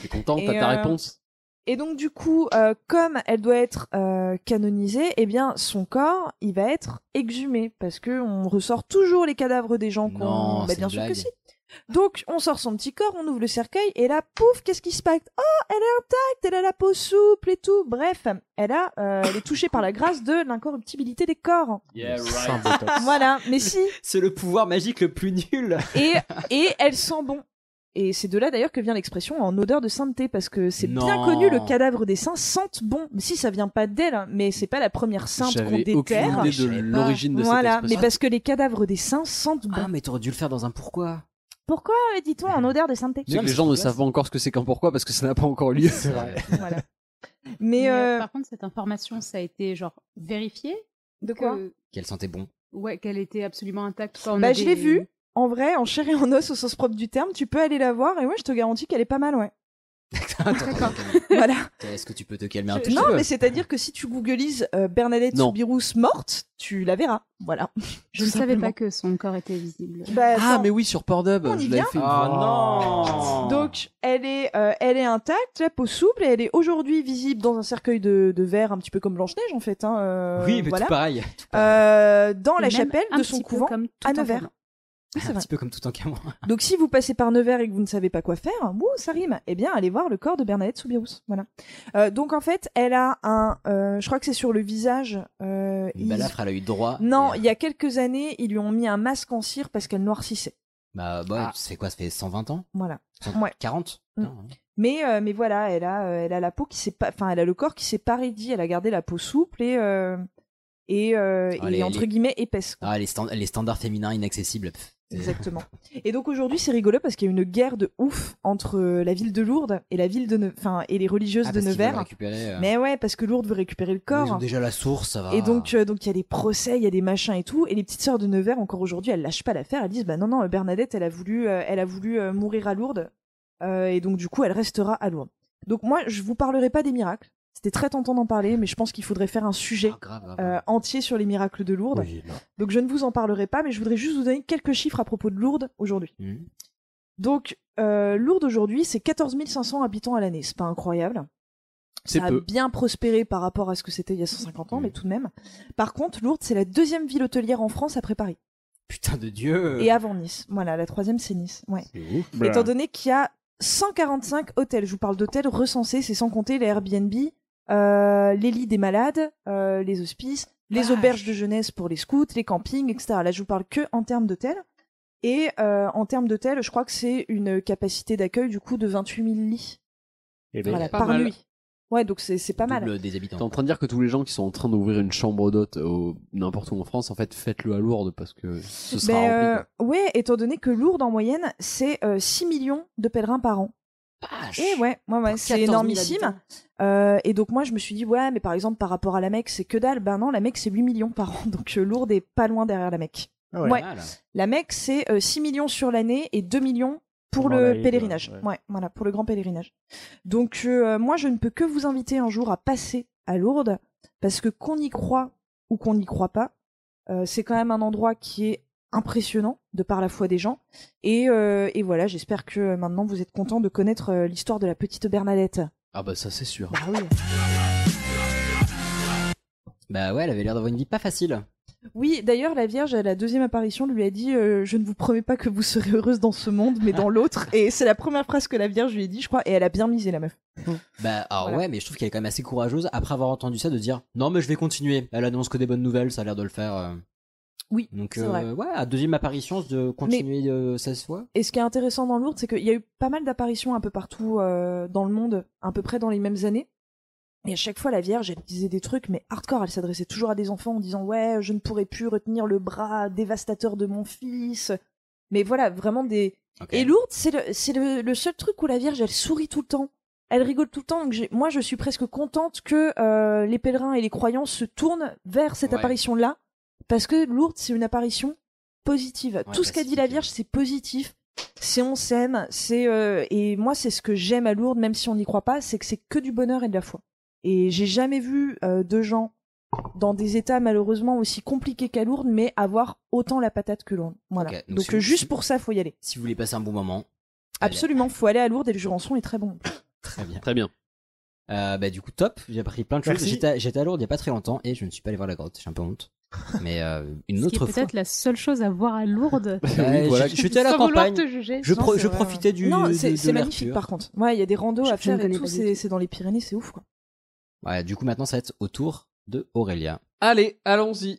Speaker 8: T'es content,
Speaker 2: Et,
Speaker 8: t'as ta
Speaker 2: euh,
Speaker 8: réponse
Speaker 2: Et donc du coup, euh, comme elle doit être euh, canonisée, eh bien son corps, il va être exhumé parce que on ressort toujours les cadavres des gens qu'on.
Speaker 1: Non,
Speaker 2: Bah,
Speaker 1: c'est
Speaker 2: bien
Speaker 1: une
Speaker 2: sûr que
Speaker 1: blague.
Speaker 2: si. Donc on sort son petit corps, on ouvre le cercueil et là, pouf, qu'est-ce qui se passe Oh, elle est intacte, elle a la peau souple et tout. Bref, elle a, euh, elle est touchée par la grâce de l'incorruptibilité des corps.
Speaker 8: Yeah,
Speaker 10: Sans botox.
Speaker 2: Voilà, mais si.
Speaker 1: C'est le pouvoir magique le plus nul.
Speaker 2: Et et elle sent bon. Et c'est de là d'ailleurs que vient l'expression en odeur de sainteté, parce que c'est bien
Speaker 1: Non.
Speaker 2: connu, le cadavre des saints sente bon. Mais si ça vient pas d'elle, hein, mais c'est pas la première sainte qu'on
Speaker 8: J'avais
Speaker 2: déterre.
Speaker 8: aucune idée de l'origine de cette
Speaker 2: voilà, mais
Speaker 8: expression.
Speaker 2: parce que les cadavres des saints sentent bon.
Speaker 1: Ah mais t'aurais dû le faire dans un pourquoi
Speaker 2: Pourquoi euh, dit-on en odeur de sainteté
Speaker 8: C'est que les gens ne savent pas encore ce que c'est quand pourquoi parce que ça n'a pas encore eu lieu.
Speaker 10: C'est vrai.
Speaker 2: Voilà.
Speaker 9: Mais
Speaker 2: Mais
Speaker 9: euh,
Speaker 2: euh,
Speaker 9: par contre, cette information, ça a été genre vérifié
Speaker 2: de quoi
Speaker 9: que-
Speaker 1: Qu'elle sentait bon.
Speaker 9: Ouais, qu'elle était absolument intacte. Enfin, on
Speaker 2: Bah,
Speaker 9: a
Speaker 2: je
Speaker 9: des-
Speaker 2: l'ai vue. En vrai, en chair et en os, au sens propre du terme, tu peux aller la voir, et ouais, je te garantis qu'elle est pas mal, ouais.
Speaker 1: Attends, attends,
Speaker 2: Voilà.
Speaker 1: attends, Est-ce que tu peux te calmer un tout petit
Speaker 2: Non,
Speaker 1: peu
Speaker 2: mais c'est-à-dire que si tu googlises euh, Bernadette
Speaker 8: Non.
Speaker 2: Soubirous morte, tu la verras. Voilà. Bah,
Speaker 9: Je ne savais pas que son corps était visible.
Speaker 8: Ah, mais oui, sur Pornhub,
Speaker 2: On y
Speaker 8: je l'avais
Speaker 2: vient
Speaker 8: fait. une
Speaker 1: Ah,
Speaker 8: fois.
Speaker 1: non
Speaker 2: Donc, elle est, euh, elle est intacte, la peau souple, et elle est aujourd'hui visible dans un cercueil de, de verre, un petit peu comme Blanche-Neige, en fait. Hein, euh,
Speaker 1: Oui, mais
Speaker 2: voilà.
Speaker 1: tout pareil. Tout pareil.
Speaker 2: Euh, dans
Speaker 9: Et
Speaker 2: la
Speaker 9: même
Speaker 2: chapelle
Speaker 9: un
Speaker 2: de
Speaker 9: petit
Speaker 2: son
Speaker 9: peu
Speaker 2: couvent.
Speaker 9: comme tout
Speaker 2: à
Speaker 9: en
Speaker 2: Nevers.
Speaker 9: commun.
Speaker 2: Oui, c'est
Speaker 1: un
Speaker 2: vrai.
Speaker 1: petit peu comme tout en camon.
Speaker 2: Donc, si vous passez par Nevers et que vous ne savez pas quoi faire, ouh, ça rime. Eh bien, allez voir le corps de Bernadette Soubirous. Voilà. Euh, donc, en fait, elle a un, euh, je crois que c'est sur le visage. Euh,
Speaker 1: Une
Speaker 2: ils-
Speaker 1: balafre, elle a eu droit.
Speaker 2: Non,
Speaker 1: Et, euh,
Speaker 2: il y a quelques années, ils lui ont mis un masque en cire parce qu'elle noircissait.
Speaker 1: Bah, bah
Speaker 8: Ah.
Speaker 1: c'est quoi Ça fait 120 ans
Speaker 2: Voilà.
Speaker 1: 100
Speaker 2: Ouais.
Speaker 1: 40
Speaker 2: Mm.
Speaker 1: Non, hein.
Speaker 2: Mais euh, mais voilà, elle a euh, elle a la peau qui s'est pas, enfin elle a le corps qui s'est pas raidi, elle a gardé la peau souple et euh, et, euh,
Speaker 1: Ah,
Speaker 2: et
Speaker 1: les-
Speaker 2: entre
Speaker 1: les-
Speaker 2: guillemets épaisse. quoi.
Speaker 1: Ah, les, stan- les standards féminins inaccessibles. pff. C'est-
Speaker 2: Exactement. Et donc aujourd'hui, c'est rigolo parce qu'il y a une guerre de ouf entre euh, la ville de Lourdes et la ville de Ne- enfin et les religieuses
Speaker 1: Ah,
Speaker 2: de
Speaker 1: parce qu'ils veulent
Speaker 2: Nevers.
Speaker 1: récupérer, euh,
Speaker 2: Mais ouais, parce que Lourdes veut récupérer le
Speaker 1: Ils ont
Speaker 2: corps.
Speaker 1: déjà la source, ça va.
Speaker 2: Et donc, euh, donc il y a des procès, il y a des machins et tout. Et les petites sœurs de Nevers, encore aujourd'hui, elles lâchent pas l'affaire. Elles disent, bah non, non, euh, Bernadette, elle a voulu, euh, elle a voulu euh, mourir à Lourdes. Euh, et donc, du coup, elle restera à Lourdes. Donc moi, je vous parlerai pas des miracles. C'était très tentant d'en parler, mais je pense qu'il faudrait faire un sujet
Speaker 1: Ah, grave, grave.
Speaker 2: euh, entier sur les miracles de Lourdes.
Speaker 10: Oui, non.
Speaker 2: Donc je ne vous en parlerai pas, mais je voudrais juste vous donner quelques chiffres à propos de Lourdes aujourd'hui.
Speaker 1: Mhm.
Speaker 2: Donc euh, Lourdes aujourd'hui, c'est 14 500 habitants à l'année. C'est pas incroyable.
Speaker 8: C'est
Speaker 2: Ça a
Speaker 8: peu. Mm.
Speaker 2: bien prospéré par rapport à ce que c'était il y a 150 ans,
Speaker 1: Mhm.
Speaker 2: mais tout de même. Par contre, Lourdes, c'est la deuxième ville hôtelière en France après Paris.
Speaker 1: Putain de
Speaker 8: Euh.
Speaker 1: Dieu
Speaker 2: Et avant Nice. Voilà, la troisième, c'est Nice. Ouais.
Speaker 1: C'est ouf.
Speaker 2: Étant donné qu'il y a 145 hôtels, je vous parle d'hôtels recensés, c'est sans compter les Airbnb, euh, les lits des malades, euh, les hospices, les auberges de jeunesse pour les scouts, les campings, etc. Là, je vous parle que en termes d'hôtels. Et euh, en termes d'hôtels, je crois que c'est une capacité d'accueil du coup de 28 000 lits
Speaker 10: Eh ben,
Speaker 2: voilà,
Speaker 8: pas
Speaker 2: par
Speaker 8: mal.
Speaker 2: nuit. Ouais, donc c'est c'est pas mal.
Speaker 1: Double des
Speaker 8: T'es
Speaker 1: habitants.
Speaker 8: en train de dire que tous les gens qui sont en train d'ouvrir une chambre d'hôte au- n'importe où en France, en fait, faites-le à Lourdes parce que ce sera
Speaker 2: Ben,
Speaker 8: rempli.
Speaker 2: euh, ouais, étant donné que Lourdes en moyenne, c'est euh, 6 millions de pèlerins par an.
Speaker 1: Vache.
Speaker 2: Et Eh ouais, ouais, ouais, c'est
Speaker 12: 14 000
Speaker 2: énormissime.
Speaker 12: habitants.
Speaker 2: Euh, et donc moi je me suis dit ouais mais par exemple par rapport à la Mecque c'est que dalle ben non la Mecque c'est 8 millions par an donc euh, Lourdes est pas loin derrière la Mecque
Speaker 10: Ah ouais.
Speaker 2: ouais.
Speaker 1: Mal.
Speaker 2: la Mecque c'est euh, 6 millions sur l'année et 2 millions pour
Speaker 10: Pour
Speaker 2: le
Speaker 10: l'Aïd,
Speaker 2: pèlerinage ouais.
Speaker 10: ouais.
Speaker 2: voilà pour le grand pèlerinage donc euh, moi je ne peux que vous inviter un jour à passer à Lourdes parce que qu'on y croit ou qu'on n'y croit pas euh, c'est quand même un endroit qui est impressionnant de par la foi des gens et, euh, et voilà j'espère que euh, maintenant vous êtes content de connaître euh, l'histoire de la petite Bernadette
Speaker 8: Ah bah ça c'est sûr.
Speaker 2: bah oui
Speaker 1: Bah ouais, elle avait l'air d'avoir une vie pas facile.
Speaker 2: Oui, d'ailleurs, la Vierge, à la deuxième apparition, lui a dit euh, Je ne vous promets pas que vous serez heureuse dans ce monde, mais dans l'autre. Et c'est la première phrase que la Vierge lui a dit, je crois, et elle a bien misé, la meuf.
Speaker 1: Bah alors
Speaker 2: Voilà.
Speaker 1: ouais, mais je trouve qu'elle est quand même assez courageuse après avoir entendu ça de dire non mais je vais continuer. Elle annonce que des bonnes nouvelles, ça a l'air de le faire. euh.
Speaker 2: Oui,
Speaker 1: Donc
Speaker 2: c'est
Speaker 1: euh,
Speaker 2: vrai.
Speaker 1: ouais, à deuxième apparition de continuer euh, 16 fois.
Speaker 2: Et ce qui est intéressant dans Lourdes, c'est qu'il y a eu pas mal d'apparitions un peu partout euh, dans le monde, à peu près dans les mêmes années. Et à chaque fois, la Vierge, elle disait des trucs, mais hardcore, elle s'adressait toujours à des enfants en disant Ouais, je ne pourrai plus retenir le bras dévastateur de mon fils. Mais voilà, vraiment des. Et Lourdes, c'est le, c'est le, le seul truc où la Vierge, elle sourit tout le temps. Elle rigole tout le temps. Donc j'ai- moi, je suis presque contente que euh, les pèlerins et les croyants se tournent vers cette
Speaker 12: Ouais.
Speaker 2: apparition-là. Parce que Lourdes, c'est une apparition positive.
Speaker 12: Ouais,
Speaker 2: tout ce qu'a dit la Vierge, c'est positif. C'est on s'aime. C'est euh, Et moi, c'est ce que j'aime à Lourdes, même si on n'y croit pas, c'est que c'est que du bonheur et de la foi. Et j'ai jamais vu euh, de gens dans des états malheureusement aussi compliqués qu'à Lourdes, mais avoir autant la patate que Lourdes. Voilà.
Speaker 1: Ok, donc
Speaker 2: donc
Speaker 1: si
Speaker 2: euh,
Speaker 1: vous-
Speaker 2: juste pour ça, faut y aller.
Speaker 1: Si vous voulez passer un bon moment, Eh
Speaker 2: Absolument, faut aller à Lourdes et le Jurançon est très bon.
Speaker 1: très bien.
Speaker 8: Très bien.
Speaker 1: bah, du coup, top. J'ai appris plein de choses.
Speaker 9: Merci.
Speaker 1: J'étais à- J'étais à Lourdes il n'y a pas très longtemps et je ne suis pas allé voir la grotte. J'ai un peu honte. Mais euh, une
Speaker 9: Ce qui est
Speaker 1: autre fois.
Speaker 9: peut-être la seule chose à voir à Lourdes.
Speaker 1: Ouais, Oui, voilà. Bah, je- je suis allé à la
Speaker 9: Sans vouloir
Speaker 1: campagne.
Speaker 9: te juger.
Speaker 1: Je Non, pro- c'est je vrai, profitais ouais. du-
Speaker 2: Non,
Speaker 1: de-
Speaker 2: c'est
Speaker 1: de
Speaker 2: c'est magnifique
Speaker 1: l'ouverture.
Speaker 2: par contre. Ouais, il y a des randos à
Speaker 9: je ne
Speaker 2: faire et
Speaker 9: connais
Speaker 2: tout,
Speaker 9: pas du
Speaker 2: c'est c'est dans les Pyrénées, c'est ouf quoi.
Speaker 1: Ouais, du coup, maintenant, ça va être au tour de Aurélia.
Speaker 8: Allez, allons-y.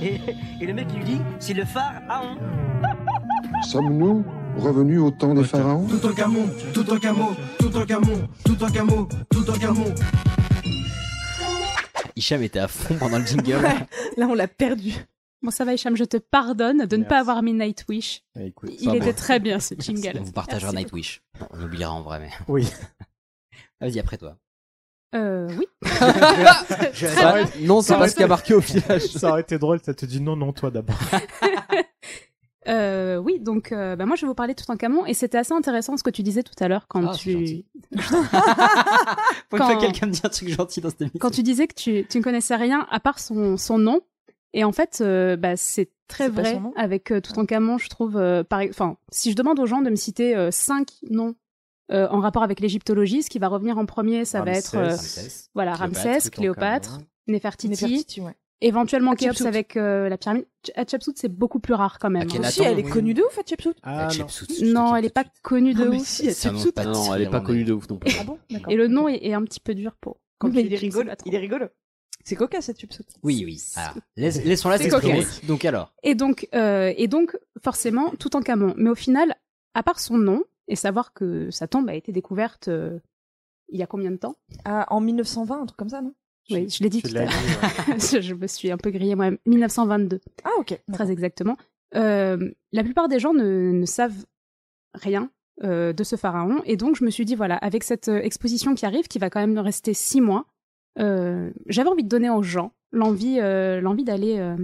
Speaker 13: Et, et le mec il lui dit, c'est le phare à on.
Speaker 14: Sommes-nous revenus au temps des pharaons
Speaker 4: Tout en camon, tout en camon, tout en camon, tout en camon, tout en camon.
Speaker 1: Hicham était à fond pendant le jingle.
Speaker 9: Là, on l'a perdu. Bon, ça va, Hicham, je te pardonne de ne pas avoir mis Nightwish. Il était très bien ce jingle.
Speaker 1: On vous partagera
Speaker 9: Merci.
Speaker 1: Nightwish. Bon, on oubliera en vrai, mais.
Speaker 10: Oui.
Speaker 1: Vas-y, après toi.
Speaker 9: Euh, oui.
Speaker 1: Je- Ça aurait- non, c'est pas ce qui a marqué au village.
Speaker 10: Ça aurait été drôle, ça te dit non, non, toi d'abord.
Speaker 9: Euh, oui, donc euh, bah, moi je vais vous parler tout en camon et c'était assez intéressant ce que tu disais tout à l'heure quand
Speaker 1: Ah, c'est
Speaker 9: tu
Speaker 1: Faut que
Speaker 9: Quand-
Speaker 1: quelqu'un me dise un truc gentil dans cette émission.
Speaker 9: quand tu disais que tu, tu ne connaissais rien à part son, son nom et en fait euh, bah, c'est très
Speaker 12: C'est pas
Speaker 9: vrai
Speaker 12: son nom
Speaker 9: avec euh, tout en camon je trouve euh, par- enfin si je demande aux gens de me citer euh, cinq noms euh, en rapport avec l'égyptologie ce qui va revenir en premier ça va
Speaker 12: Ramsès,
Speaker 9: être euh,
Speaker 12: Ramsès,
Speaker 9: voilà
Speaker 12: Cléopâtre,
Speaker 9: Ramsès
Speaker 12: Toutankhamon.
Speaker 9: Cléopâtre
Speaker 1: hein.
Speaker 9: Néfertiti,
Speaker 2: Néfertiti, ouais.
Speaker 9: éventuellement
Speaker 2: Hatshepsut.
Speaker 9: Khéops avec euh, la pyramide Ch- Hatshepsut c'est beaucoup plus rare quand même hein.
Speaker 2: Aussi, elle est connue de ouf, Hatshepsut.
Speaker 10: Ah,
Speaker 9: Non, elle est pas connue de
Speaker 2: Ah, mais
Speaker 9: ouf.
Speaker 2: si, elle Ça
Speaker 8: monte pas de Non, elle est pas connue de ouf non plus.
Speaker 2: Ah bon D'accord.
Speaker 9: Et le nom est, est un petit peu dur pour. Quand
Speaker 2: Oui, mais
Speaker 9: tu
Speaker 2: il est
Speaker 9: l'utilises
Speaker 2: rigolo,
Speaker 9: pas trop.
Speaker 2: il est rigolo. C'est cocasse Hatshepsut.
Speaker 1: Oui, oui. Ah, laisse- Laissons-la
Speaker 9: C'est
Speaker 1: s'exprimer.
Speaker 9: cocasse.
Speaker 1: Donc, alors.
Speaker 9: Et donc, euh, et donc, forcément, tout en camon. Mais au final, à part son nom et savoir que sa tombe a été découverte euh, il y a combien de temps
Speaker 2: Ah, en 1920, un truc comme ça, non
Speaker 9: Oui, je l'ai dit
Speaker 2: tu
Speaker 9: tout à
Speaker 2: l'as
Speaker 9: l'heure. je, je me suis un peu grillée moi-même. 1922.
Speaker 2: Ah, ok.
Speaker 9: Très exactement. Euh, la plupart des gens ne, ne savent rien euh, de ce pharaon. Et donc, je me suis dit, voilà, avec cette euh, exposition qui arrive, qui va quand même rester six mois, euh, j'avais envie de donner aux gens l'envie euh, l'envie d'aller euh,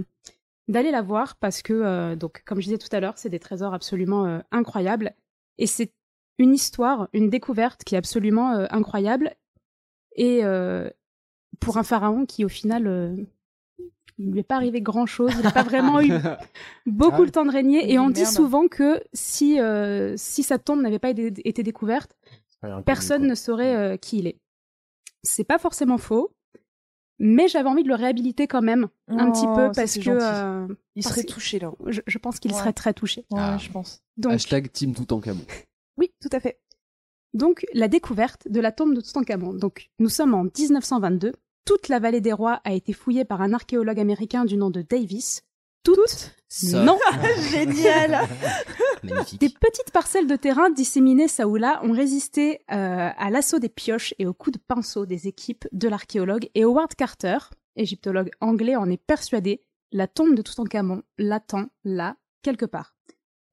Speaker 9: d'aller la voir parce que, euh, donc, comme je disais tout à l'heure, c'est des trésors absolument euh, incroyables. Et c'est une histoire, une découverte qui est absolument euh, incroyable. Et euh, pour un pharaon qui, au final, euh, il lui est pas arrivé grand-chose, il n'a pas vraiment eu beaucoup
Speaker 12: Ah.
Speaker 9: le temps de régner. Et on dit
Speaker 12: Merde.
Speaker 9: souvent que si, euh, si sa tombe n'avait pas été été découverte,
Speaker 2: Ah,
Speaker 9: personne ne saurait euh, qui il est. C'est pas forcément faux, mais j'avais envie de le réhabiliter quand même un
Speaker 2: Oh,
Speaker 9: petit peu
Speaker 2: ça,
Speaker 9: parce
Speaker 2: c'est
Speaker 9: que
Speaker 2: gentil.
Speaker 9: euh,
Speaker 2: Il
Speaker 9: parce
Speaker 2: serait
Speaker 9: que
Speaker 2: touché là.
Speaker 9: Je, je pense qu'il
Speaker 2: Ouais.
Speaker 9: serait très touché.
Speaker 2: Ouais,
Speaker 1: Ah.
Speaker 2: je pense.
Speaker 9: Donc-
Speaker 8: Hashtag team tout en camon.
Speaker 9: Oui,
Speaker 2: tout à fait.
Speaker 9: Donc, la découverte de la tombe de Toutankhamon. Donc, nous sommes en 1922. Toute la vallée des rois a été fouillée par un archéologue américain du nom de Davis. Toute,
Speaker 12: Sauf-
Speaker 9: Non
Speaker 2: Ah,
Speaker 1: Ah,
Speaker 12: Génial
Speaker 9: Des petites parcelles de terrain disséminées ça ou là ont résisté euh, à l'assaut des pioches et aux coups de pinceau des équipes de l'archéologue. Et Howard Carter, égyptologue anglais, en est persuadé. La tombe de Toutankhamon l'attend là, quelque part.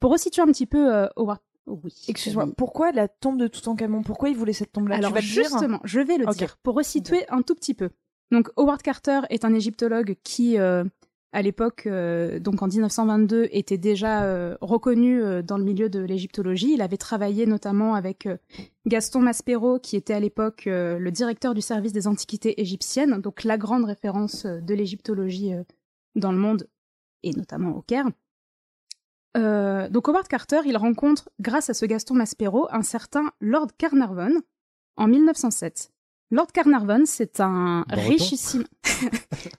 Speaker 9: Pour resituer un petit peu euh, Howard... Oui.
Speaker 2: Excuse-moi, pourquoi la tombe de Toutankhamon Pourquoi il voulait cette tombe-là
Speaker 9: Alors
Speaker 2: tu vas le dire
Speaker 9: justement, je vais le
Speaker 2: Ok.
Speaker 9: dire pour resituer un tout petit peu. Donc Howard Carter est un égyptologue qui, euh, à l'époque, euh, donc en 1922, était déjà euh, reconnu euh, dans le milieu de l'égyptologie. Il avait travaillé notamment avec euh, Gaston Maspero, qui était à l'époque euh, le directeur du service des antiquités égyptiennes, donc la grande référence euh, de l'égyptologie euh, dans le monde et notamment au Caire. Euh, donc Howard Carter, il rencontre, grâce à ce Gaston Maspero, un certain Lord Carnarvon en 1907. Lord Carnarvon, c'est un
Speaker 12: Breton
Speaker 9: richissime...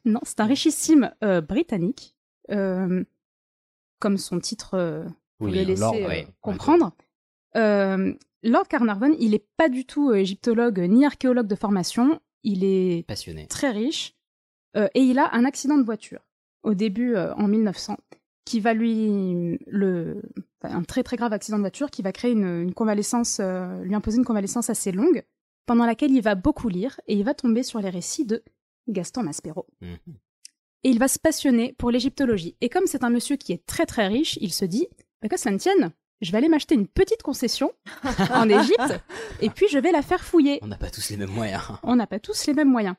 Speaker 9: non, c'est un richissime euh, britannique, euh, comme son titre euh,
Speaker 12: Oui,
Speaker 9: vous le laissez
Speaker 12: Lord,
Speaker 9: euh,
Speaker 12: ouais.
Speaker 9: comprendre. Euh, Lord Carnarvon, il n'est pas du tout euh, égyptologue euh, ni archéologue de formation. Il est
Speaker 1: Passionné.
Speaker 9: très riche euh, et il a un accident de voiture au début euh, en 1900 qui va lui le enfin, un très très grave accident de voiture qui va créer une, une convalescence euh, lui imposer une convalescence assez longue pendant laquelle il va beaucoup lire et il va tomber sur les récits de Gaston Maspero. Et il va se passionner pour l'égyptologie. Et comme c'est un monsieur qui est très très riche, il se dit bah, que ça ne tienne, je vais aller m'acheter une petite concession en Égypte et puis je vais la faire fouiller.
Speaker 1: On n'a pas tous les mêmes moyens. hein.
Speaker 9: On n'a pas tous les mêmes moyens.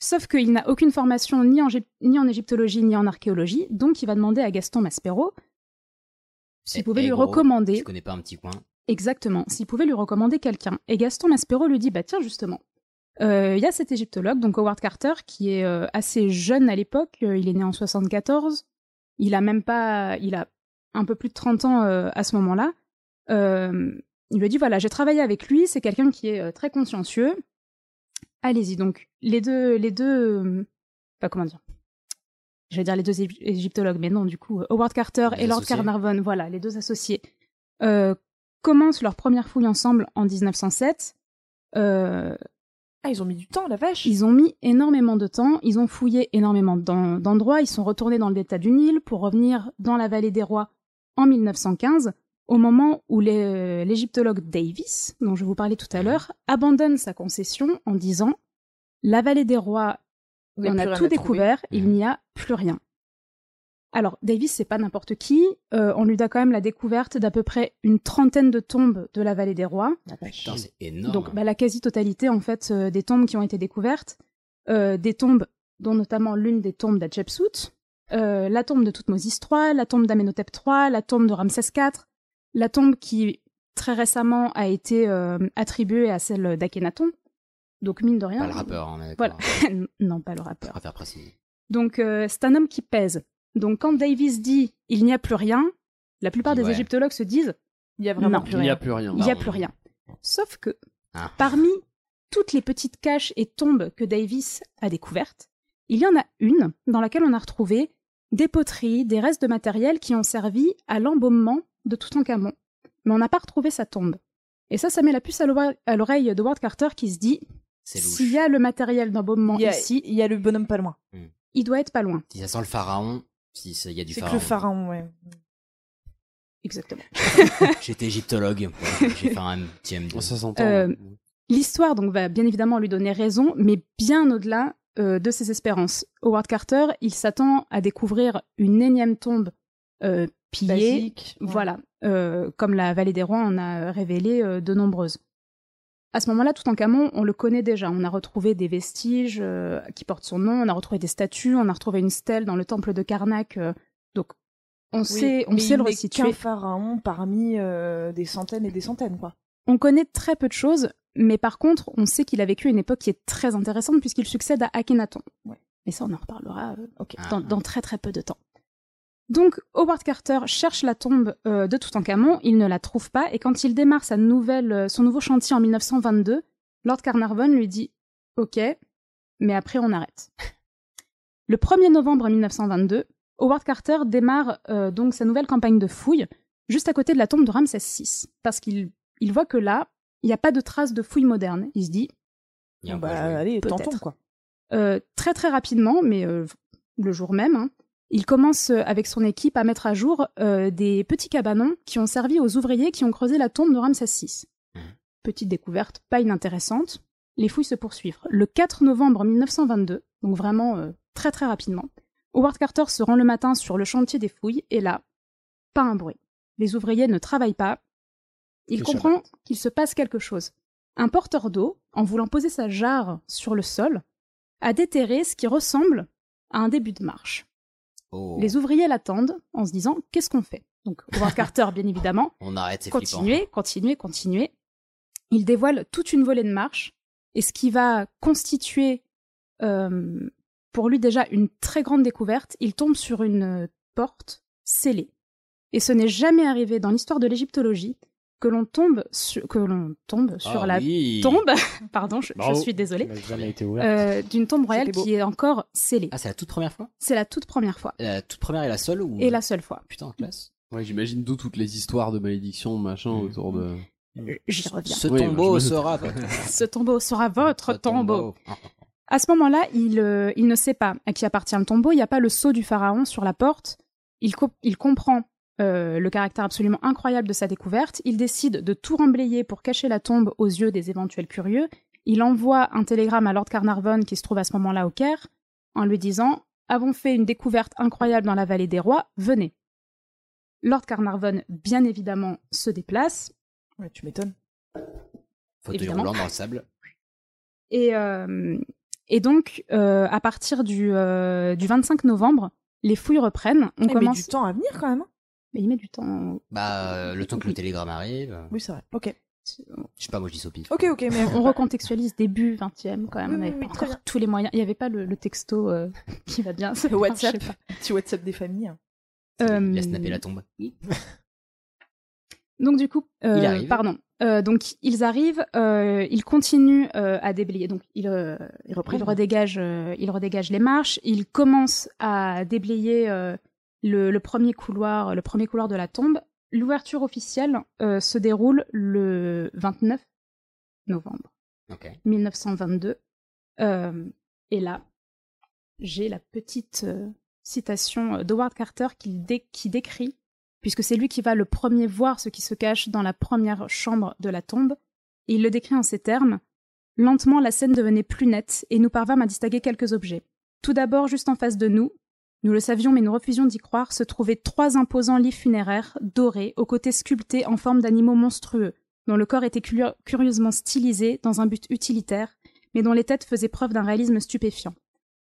Speaker 9: Sauf qu'il n'a aucune formation ni en, gé- ni en égyptologie ni en archéologie, donc il va demander à Gaston Maspero s'il
Speaker 1: Eh,
Speaker 9: pouvait
Speaker 1: eh,
Speaker 9: lui
Speaker 1: gros,
Speaker 9: recommander.
Speaker 1: Tu connais pas un petit coin
Speaker 9: Exactement, s'il pouvait lui recommander quelqu'un. Et Gaston Maspero lui dit Bah tiens, justement, euh, il y a cet égyptologue, donc Howard Carter, qui est euh, assez jeune à l'époque, euh, il est né en 74, il a même pas. Il a un peu plus de 30 ans euh, à ce moment-là. Euh, il lui a dit Voilà, j'ai travaillé avec lui, c'est quelqu'un qui est euh, très consciencieux. Allez-y, donc, les deux. Les deux euh, enfin, comment dire je vais dire les deux ég- égyptologues, mais non, du coup, euh, Howard Carter
Speaker 15: Les
Speaker 9: et Lord
Speaker 15: associés.
Speaker 9: Carnarvon, voilà, les deux associés, euh, commencent leur première fouille ensemble en 1907. Euh,
Speaker 2: Ah, ils ont mis du temps, la vache
Speaker 9: Ils ont mis énormément de temps, ils ont fouillé énormément d'en- d'endroits, ils sont retournés dans le delta du Nil pour revenir dans la vallée des rois en 1915, au moment où les- euh, l'égyptologue Davis, dont je vous parlais tout à l'heure, abandonne sa concession en disant « La vallée des rois,
Speaker 15: Vous n'avez
Speaker 9: on
Speaker 15: plus rien
Speaker 9: a
Speaker 15: à
Speaker 9: tout
Speaker 15: trouver.
Speaker 9: découvert, il n'y a plus rien. » Alors, Davis, c'est pas n'importe qui. euh, on lui donne quand même la découverte d'à peu près une trentaine de tombes de la vallée des rois.
Speaker 15: Ah,
Speaker 1: Putain, c'est énorme.
Speaker 9: Bah, Donc, bah, la quasi-totalité, en fait, euh, des tombes qui ont été découvertes, euh, des tombes, dont notamment l'une des tombes d'Hatshepsut, euh, la tombe de Toutmosis III, la tombe d'Amenhotep III, la tombe de Ramsès IV, la tombe qui, très récemment, a été euh, attribuée à celle d'Akhenaton. Donc, mine de rien.
Speaker 1: Pas le rappeur, on est
Speaker 9: Voilà.
Speaker 1: d'accord.
Speaker 9: non, pas le rappeur.
Speaker 1: Je préfère préciser.
Speaker 9: Donc euh, c'est un homme qui pèse. Donc quand Davis dit il n'y a plus rien, la plupart des
Speaker 8: Ouais.
Speaker 9: égyptologues se disent il n'y a
Speaker 8: vraiment plus Il n'y a rien. plus rien.
Speaker 9: Il n'y a
Speaker 8: Pardon.
Speaker 9: plus rien. Sauf que
Speaker 1: Ah.
Speaker 9: parmi toutes les petites caches et tombes que Davis a découvertes, il y en a une dans laquelle on a retrouvé des poteries, des restes de matériel qui ont servi à l'embaumement de Toutankhamon. Mais on n'a pas retrouvé sa tombe. Et ça, ça met la puce à l'oreille- à l'oreille de Ward Carter qui se dit s'il y a le matériel d'embaumement
Speaker 2: Il y a-
Speaker 9: ici,
Speaker 2: il y a le bonhomme pas loin.
Speaker 9: il doit être pas loin.
Speaker 1: Si ça sent le pharaon, si ça- il y a du
Speaker 2: C'est
Speaker 1: pharaon.
Speaker 2: que le pharaon, ouais.
Speaker 9: Exactement.
Speaker 1: J'étais égyptologue. Voilà, J'ai fait un petit M2. Ça s'entend.
Speaker 9: Euh,
Speaker 8: hein.
Speaker 9: L'histoire donc va bien évidemment lui donner raison, mais bien au-delà euh, de ses espérances. Howard Carter, il s'attend à découvrir une énième tombe euh, pillée,
Speaker 2: Basique, ouais.
Speaker 9: voilà, euh, comme la vallée des rois en a révélé euh, de nombreuses. À ce moment-là, Toutankhamon, on le connaît déjà. On a retrouvé des vestiges euh, qui portent son nom, on a retrouvé des statues, on a retrouvé une stèle dans le temple de Karnak. euh, donc, on
Speaker 2: Oui,
Speaker 9: sait, on
Speaker 2: mais
Speaker 9: sait
Speaker 2: il
Speaker 9: le
Speaker 2: n'est qu'un
Speaker 9: resituer.
Speaker 2: pharaon parmi euh, des centaines et des centaines, quoi.
Speaker 9: On connaît très peu de choses, mais par contre, on sait qu'il a vécu une époque qui est très intéressante puisqu'il succède à Akhenaton. Mais ça, on en reparlera euh, dans, dans très très peu de temps. Donc, Howard Carter cherche la tombe euh, de Toutankhamon, il ne la trouve pas, et quand il démarre sa nouvelle, euh, son nouveau chantier en 1922, Lord Carnarvon lui dit « Ok, mais après on arrête ». Le 1er novembre 1922, Howard Carter démarre euh, donc sa nouvelle campagne de fouilles juste à côté de la tombe de Ramsès VI, parce qu'il il voit que là, il n'y a pas de traces de fouilles modernes. Il se dit
Speaker 2: bah, allez,
Speaker 9: Peut-être.
Speaker 2: tentons, quoi.
Speaker 9: euh, très très rapidement, mais euh, le jour même, hein, il commence euh, avec son équipe à mettre à jour euh, des petits cabanons qui ont servi aux ouvriers qui ont creusé la tombe de Ramsès VI. Petite découverte, pas inintéressante. Les fouilles se poursuivent. Le 4 novembre 1922, donc vraiment euh, très très rapidement, Howard Carter se rend le matin sur le chantier des fouilles et là, pas un bruit. Les ouvriers ne travaillent pas. Il
Speaker 15: Le
Speaker 9: comprend qu'il se passe quelque chose. Un porteur d'eau, en voulant poser sa jarre sur le sol, a déterré ce qui ressemble à un début de marche.
Speaker 1: Oh.
Speaker 9: Les ouvriers l'attendent en se disant qu'est-ce qu'on fait Donc, Howard Carter, bien évidemment,
Speaker 1: On arrête, c'est flippant.
Speaker 9: continuez, continuez, continuez. Il dévoile toute une volée de marches et ce qui va constituer euh, pour lui déjà une très grande découverte, il tombe sur une euh, porte scellée. Et ce n'est jamais arrivé dans l'histoire de l'égyptologie que l'on tombe sur, que l'on tombe sur
Speaker 10: Ah
Speaker 9: la
Speaker 10: oui.
Speaker 9: tombe, pardon, je, je
Speaker 10: Bravo.
Speaker 9: suis désolée,
Speaker 10: Elle n'a jamais été ouverte.
Speaker 9: euh, d'une tombe royale
Speaker 1: C'était beau.
Speaker 9: qui est encore scellée.
Speaker 1: Ah, c'est la toute première fois
Speaker 9: C'est la toute première fois
Speaker 1: La toute première et la seule ou...
Speaker 9: et la Mmh, seule fois.
Speaker 1: Putain, classe.
Speaker 8: Ouais, j'imagine d'où toutes les histoires de malédiction, machin, autour de.
Speaker 9: J'y reviens.
Speaker 1: Ce
Speaker 8: Oui, bah,
Speaker 1: tombeau
Speaker 8: je me doute.
Speaker 1: sera...
Speaker 9: Ce tombeau sera votre tombeau.
Speaker 1: hein,
Speaker 9: À ce moment-là, il, euh, il ne sait pas à qui appartient le tombeau, il n'y a pas le sceau du pharaon sur la porte, il, co- il comprend euh, le caractère absolument incroyable de sa découverte, il décide de tout remblayer pour cacher la tombe aux yeux des éventuels curieux, Il envoie un télégramme à Lord Carnarvon, qui se trouve à ce moment-là au Caire, en lui disant Avons fait une découverte incroyable dans la vallée des rois, venez. Lord Carnarvon, bien évidemment, se déplace.
Speaker 2: Ouais, tu m'étonnes.
Speaker 1: Fauteuil
Speaker 9: Évidemment.
Speaker 1: roulant dans le sable.
Speaker 9: Et, euh, et donc, euh, à partir du, euh, du 25 novembre, les fouilles reprennent. On
Speaker 2: Il met
Speaker 9: commence.
Speaker 2: Eh, du temps à venir quand même. hein.
Speaker 9: Mais il met du temps.
Speaker 1: Bah, euh, le temps que le télégramme arrive.
Speaker 2: Oui, c'est vrai. Ok.
Speaker 1: Je sais pas, moi je dis au pif.
Speaker 2: Ok, ok, mais
Speaker 9: on recontextualise début 20e quand même.
Speaker 2: Oui,
Speaker 9: on
Speaker 2: oui,
Speaker 9: n'avait pas
Speaker 2: oui, très
Speaker 9: encore
Speaker 2: bien.
Speaker 9: tous les moyens. Il n'y avait pas le, le texto euh, qui va bien.
Speaker 2: Le WhatsApp, petit WhatsApp des familles. hein.
Speaker 9: Euh,
Speaker 1: Il a snappé la tombe.
Speaker 9: Donc du coup, euh,
Speaker 1: Il arrive.
Speaker 9: pardon. Euh, donc ils arrivent, euh, ils continuent euh, à déblayer. Donc ils, euh, ils
Speaker 2: reprennent.
Speaker 9: redégagent, euh, ils redégagent les marches. Ils commencent à déblayer euh, le, le premier couloir, le premier couloir de la tombe. L'ouverture officielle euh, se déroule le 29 novembre
Speaker 1: Ok.
Speaker 9: 1922. Euh, et là, j'ai la petite euh, citation euh, d'Howard Carter qui, dé- qui décrit, puisque c'est lui qui va le premier voir ce qui se cache dans la première chambre de la tombe, et il le décrit en ces termes. Lentement, la scène devenait plus nette, et nous parvâmes à distinguer quelques objets. Tout d'abord, juste en face de nous, nous le savions mais nous refusions d'y croire, se trouvaient trois imposants lits funéraires, dorés, aux côtés sculptés en forme d'animaux monstrueux, dont le corps était culu- curieusement stylisé dans un but utilitaire, mais dont les têtes faisaient preuve d'un réalisme stupéfiant.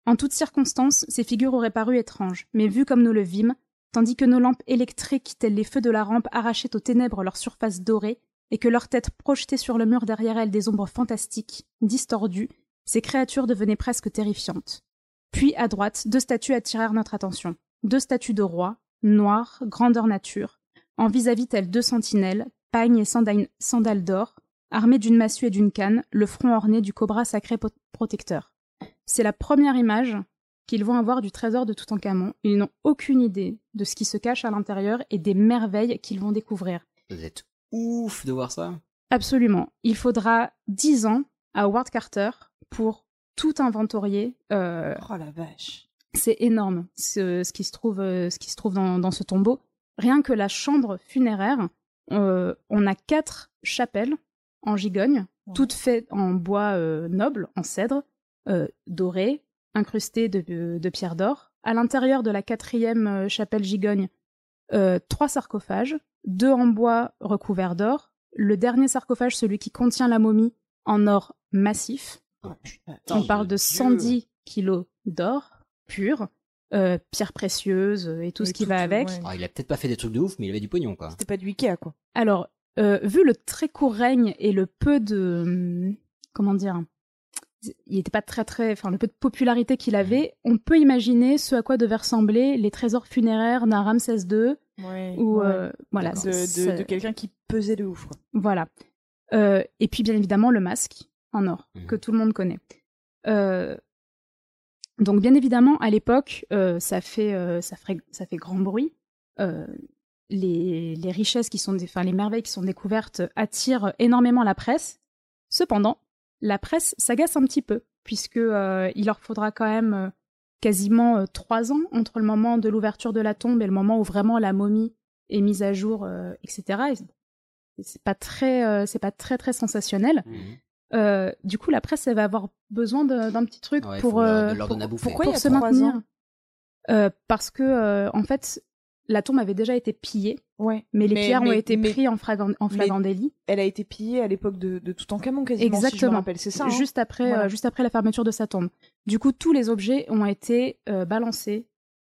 Speaker 9: En toutes circonstances, ces figures auraient paru étranges, mais vues comme nous le vîmes, tandis que nos lampes électriques, telles les feux de la rampe, arrachaient aux ténèbres leur surface dorée, et que leurs têtes projetaient sur le mur derrière elles des ombres fantastiques, distordues, ces créatures devenaient presque terrifiantes. Puis, à droite, deux statues attirèrent notre attention. Deux statues de rois, noires, grandeur nature, en vis-à-vis telles deux sentinelles, pagnes et sandales sandales d'or, armées d'une massue et d'une canne, le front orné du cobra sacré pot- protecteur. C'est la première image qu'ils vont avoir du trésor de Toutankhamon. Ils n'ont aucune idée de ce qui se cache à l'intérieur et des merveilles qu'ils vont découvrir.
Speaker 1: Vous êtes ouf de voir ça.
Speaker 9: Absolument. Il faudra 10 ans à Howard Carter pour tout inventorier. euh,
Speaker 2: Oh la vache.
Speaker 9: C'est énorme ce, ce qui se trouve, euh, ce qui se trouve dans, dans ce tombeau. Rien que la chambre funéraire, euh, on a quatre chapelles en gigogne, toutes faites en bois euh, noble, en cèdre, euh, doré, incrustées de, de pierres d'or. À l'intérieur de la quatrième euh, chapelle gigogne, euh, trois sarcophages, deux en bois recouverts d'or, le dernier sarcophage, celui qui contient la momie, en or massif. On parle de 110 kilos d'or pur, euh, pierres précieuses euh, et tout ce qui va avec.
Speaker 1: Ah, il a peut-être pas fait des trucs de ouf, mais il avait du pognon quoi.
Speaker 2: C'était pas du Ikea quoi.
Speaker 9: Alors, euh, vu le très court règne et le peu de hum, comment dire, il n'était pas très très, enfin le peu de popularité qu'il avait, on peut imaginer ce à quoi devaient ressembler les trésors funéraires d'un Ramsès II
Speaker 2: Ouais.
Speaker 9: ou
Speaker 2: ouais.
Speaker 9: euh, voilà
Speaker 2: De, de,
Speaker 9: c'est-
Speaker 2: de quelqu'un qui pesait de ouf. Quoi.
Speaker 9: Voilà. Euh, et puis, bien évidemment, le masque en or,
Speaker 2: Mhm.
Speaker 9: que tout le monde connaît. Euh, donc, bien évidemment, à l'époque, euh, ça, fait, euh, ça, ferait- ça fait grand bruit. Euh, les, les richesses qui sont, dé- enfin, les merveilles qui sont découvertes attirent énormément la presse. Cependant, la presse s'agace un petit peu, puisque euh, il leur faudra quand même euh, quasiment euh, trois ans entre le moment de l'ouverture de la tombe et le moment où vraiment la momie est mise à jour, euh, etc. Et c'est- c'est pas très, euh, c'est pas très très sensationnel.
Speaker 1: Mmh.
Speaker 9: Euh, du coup, la presse, elle va avoir besoin de- d'un petit truc
Speaker 1: Ouais,
Speaker 9: pour,
Speaker 1: faut leur-
Speaker 9: euh,
Speaker 1: de leur
Speaker 9: pour,
Speaker 1: donner à bouffer.
Speaker 9: pourquoi
Speaker 1: Pour
Speaker 9: il y a
Speaker 1: se
Speaker 9: trois
Speaker 1: maintenir.
Speaker 9: ans Euh, Parce que euh, en fait, la tombe avait déjà été pillée,
Speaker 2: Ouais.
Speaker 9: mais les
Speaker 2: Mais-
Speaker 9: pierres ont
Speaker 2: mais-
Speaker 9: été
Speaker 2: mais-
Speaker 9: prises en, fragan- en
Speaker 2: mais-
Speaker 9: flagandélie.
Speaker 2: Elle a été pillée à l'époque de, de Toutankhamon quasiment.
Speaker 9: Exactement.
Speaker 2: Si je me rappelle, c'est ça. hein.
Speaker 9: Juste après,
Speaker 2: Voilà.
Speaker 9: euh, juste après la fermeture de sa tombe. Du coup, tous les objets ont été euh, balancés,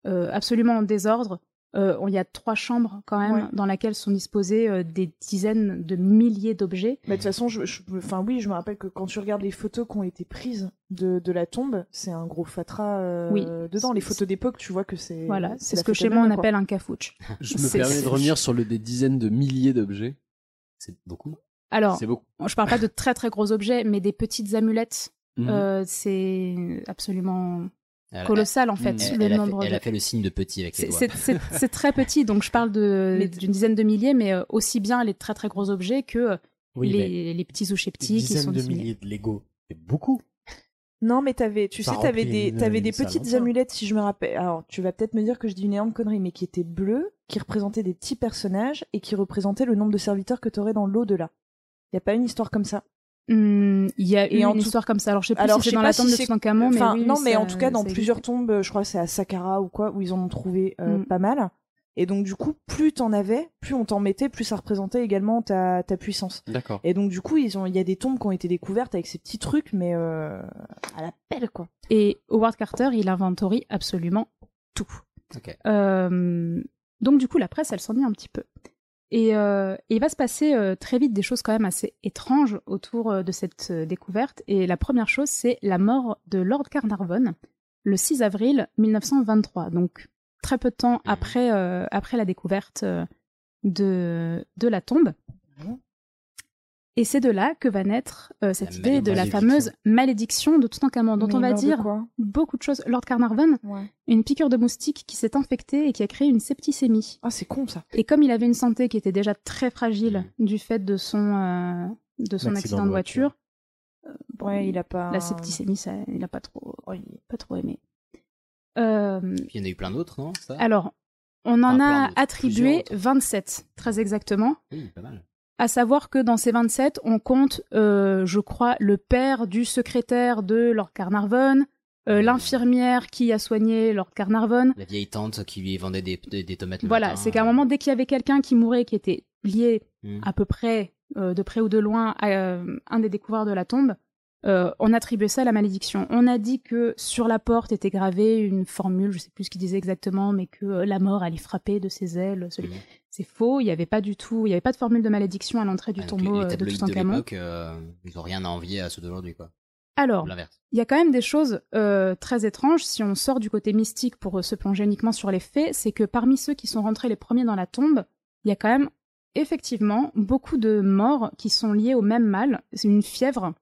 Speaker 9: euh, absolument en désordre. Euh, on- Il y a trois chambres quand même
Speaker 2: Ouais.
Speaker 9: dans lesquelles sont disposés euh, des dizaines de milliers d'objets.
Speaker 2: Mais de toute façon, je, je- enfin oui, je me rappelle que quand tu regardes les photos qui ont été prises de, de la tombe, c'est un gros fatras euh,
Speaker 9: Oui.
Speaker 2: dedans. Les photos d'époque, tu vois que c'est.
Speaker 9: Voilà, c'est
Speaker 2: la
Speaker 9: ce que
Speaker 2: fête
Speaker 9: chez
Speaker 2: à
Speaker 9: moi on
Speaker 2: Noël, quoi.
Speaker 9: appelle un cafouche.
Speaker 8: Je me
Speaker 9: C'est-
Speaker 8: permets de revenir sur le des dizaines de milliers d'objets. C'est beaucoup.
Speaker 9: Alors,
Speaker 8: c'est beaucoup.
Speaker 9: je parle pas de très très gros objets, mais des petites amulettes.
Speaker 1: Mhm.
Speaker 9: euh, c'est absolument
Speaker 1: Elle a- Mmh.
Speaker 9: colossal en fait.
Speaker 1: Elle,
Speaker 9: le
Speaker 1: elle a
Speaker 9: nombre
Speaker 1: fait, elle
Speaker 9: de-
Speaker 1: a fait le signe de petit avec les
Speaker 9: C'est-
Speaker 1: doigts.
Speaker 9: C'est c'est- c'est très petit, donc je parle de- d'une dizaine de milliers, mais euh, aussi bien les très très gros objets que euh,
Speaker 10: Oui,
Speaker 9: les, les petits ou petits qui
Speaker 10: Dizaines
Speaker 9: sont
Speaker 10: de
Speaker 9: dissimulés.
Speaker 10: milliers de Lego. C'est beaucoup.
Speaker 2: Non, mais t'avais, tu
Speaker 10: Ça
Speaker 2: sais, t'avais
Speaker 10: remplit
Speaker 2: des,
Speaker 10: une-
Speaker 2: t'avais des
Speaker 10: une salle
Speaker 2: petites
Speaker 10: entière.
Speaker 2: amulettes, si je me rappelle. Alors, tu vas peut-être me dire que je dis une énorme connerie, mais qui étaient bleues, qui représentaient des petits personnages et qui représentaient le nombre de serviteurs que t'aurais dans l'au-delà. Y a pas une histoire comme ça
Speaker 9: Hum, Il y a eu
Speaker 2: Et en
Speaker 9: une
Speaker 2: tout-
Speaker 9: histoire comme ça. Alors je sais plus
Speaker 2: Alors,
Speaker 9: si
Speaker 2: je
Speaker 9: c'est
Speaker 2: sais
Speaker 9: dans
Speaker 2: pas
Speaker 9: la
Speaker 2: si
Speaker 9: tombe de
Speaker 2: c'est-
Speaker 9: Toutankhamon, mais
Speaker 2: enfin,
Speaker 9: oui,
Speaker 2: non, mais
Speaker 9: ça-
Speaker 2: en tout cas, dans
Speaker 9: ça
Speaker 2: plusieurs tombes, je crois que c'est à Saqqara ou quoi, où ils en ont trouvé euh,
Speaker 9: Mm.
Speaker 2: pas mal. Et donc, du coup, plus t'en avais, plus on t'en mettait, plus ça représentait également ta, ta puissance.
Speaker 8: Mm. D'accord.
Speaker 2: Et donc, du coup, ils ont, il y a des tombes qui ont été découvertes avec ces petits trucs, mais euh, à la pelle, quoi.
Speaker 9: Et Howard Carter, il inventorie absolument tout.
Speaker 1: Ok.
Speaker 9: Euh, donc du coup, la presse, elle s'ennuie un petit peu. Et, euh, et il va se passer euh, très vite des choses quand même assez étranges autour euh, de cette euh, découverte. Et la première chose, c'est la mort de Lord Carnarvon le 6 avril 1923. Donc très peu de temps
Speaker 12: Mhm.
Speaker 9: après, euh, après la découverte euh, de, de la tombe. Et c'est de là que va naître euh, cette
Speaker 12: Mhm. La
Speaker 9: idée de la
Speaker 12: malédiction.
Speaker 9: fameuse malédiction de Toutankhamon, dont
Speaker 2: Mais
Speaker 9: on va
Speaker 2: lors de
Speaker 9: dire
Speaker 2: quoi
Speaker 9: beaucoup de choses. Lord Carnarvon,
Speaker 2: Ouais.
Speaker 9: une piqûre de moustique qui s'est infectée et qui a créé une septicémie.
Speaker 2: Ah, c'est con ça.
Speaker 9: Et comme il avait une santé qui était déjà très fragile du fait de son, euh, de son
Speaker 2: Mm. L'accident
Speaker 9: accident,
Speaker 2: de
Speaker 9: de voiture, euh, bon,
Speaker 2: Ouais, il a pas-
Speaker 9: La septicémie, ça, il a pas trop, pas trop aimé. Euh,
Speaker 1: Il y en a eu plein d'autres, non ça
Speaker 9: alors, on en a
Speaker 2: Ah,
Speaker 1: plusieurs
Speaker 9: attribué 27, très exactement.
Speaker 1: Oui, pas mal.
Speaker 9: À savoir que dans ces 27, on compte, euh, je crois, le père du secrétaire de Lord Carnarvon, euh, l'infirmière qui a soigné Lord Carnarvon.
Speaker 1: La vieille tante qui lui vendait des, des, des tomates le
Speaker 9: Voilà,
Speaker 1: matin.
Speaker 9: c'est qu'à un moment, Ah, dès qu'il y avait quelqu'un qui mourait, qui était lié
Speaker 1: Mm.
Speaker 9: à peu près, euh, de près ou de loin, à euh, un des découvreurs de la tombe, euh, on attribuait ça à la malédiction. On a dit que sur la porte était gravée une formule, je sais plus ce qu'il disait exactement, mais que euh, la mort allait frapper de ses ailes.
Speaker 1: Mmh.
Speaker 9: celui- C'est faux, il n'y avait pas du tout, il n'y avait pas de formule de malédiction à l'entrée du
Speaker 1: Ah, donc
Speaker 9: tombeau
Speaker 1: les
Speaker 9: euh, de
Speaker 1: tabloïds
Speaker 9: Toutankhamon.
Speaker 1: l'époque, euh, ils ont rien à envier à ceux d'aujourd'hui, quoi.
Speaker 9: Alors,
Speaker 1: Ou l'inverse.
Speaker 9: il y a quand même des choses euh, très étranges si on sort du côté mystique pour euh, se plonger uniquement sur les faits. C'est que parmi ceux qui sont rentrés les premiers dans la tombe, il y a quand même effectivement beaucoup de morts qui sont liées au même mal. C'est une fièvre,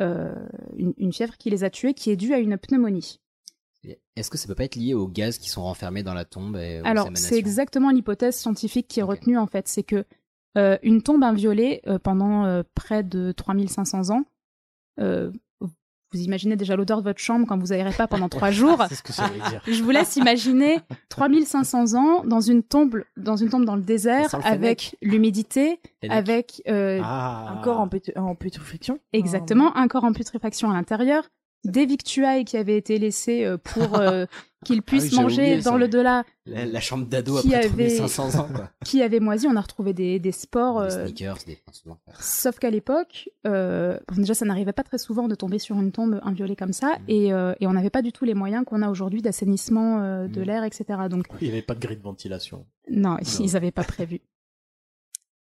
Speaker 9: euh, une, une fièvre qui les a tués, qui est due à une pneumonie.
Speaker 1: Et Est-ce que ça peut pas être lié aux gaz qui sont renfermés dans la tombe et aux
Speaker 9: Alors,
Speaker 1: émanations
Speaker 9: c'est exactement l'hypothèse scientifique qui est retenue en fait, c'est que euh, une tombe inviolée euh, pendant euh, près de 3500 ans, euh, vous imaginez déjà l'odeur de votre chambre quand vous aérez pas pendant trois jours.
Speaker 10: C'est ce que j'allais dire.
Speaker 9: Je vous laisse imaginer 3500 ans dans une tombe dans une tombe dans le
Speaker 2: Ça sent
Speaker 9: désert
Speaker 2: le fennec.
Speaker 9: avec l'humidité,
Speaker 2: Fennec.
Speaker 9: avec euh,
Speaker 1: Ah.
Speaker 2: Un corps en, pétu- en pétrifixion.
Speaker 9: Exactement, un corps en putréfaction à l'intérieur, des victuailles qui avaient été laissées euh, pour euh, qu'ils
Speaker 1: Ah oui,
Speaker 9: puissent
Speaker 1: j'avais
Speaker 9: manger
Speaker 1: oublié ça.
Speaker 9: dans le delà,
Speaker 1: La, la chambre d'ado
Speaker 9: qui
Speaker 1: après
Speaker 9: avait
Speaker 1: 3500 ans, quoi.
Speaker 9: qui avait moisi. On a retrouvé des, des spores.
Speaker 1: Des
Speaker 9: euh,
Speaker 1: sneakers, des enfin, souvent.
Speaker 9: Sauf qu'à l'époque, euh, bon, déjà, ça n'arrivait pas très souvent de tomber sur une tombe inviolée comme ça,
Speaker 1: Mm.
Speaker 9: et, euh, et on n'avait pas du tout les moyens qu'on a aujourd'hui d'assainissement euh,
Speaker 1: Mm.
Speaker 9: de l'air, etc. Donc,
Speaker 10: Il n'y avait pas de grille de ventilation.
Speaker 9: non, ils n'avaient pas prévu.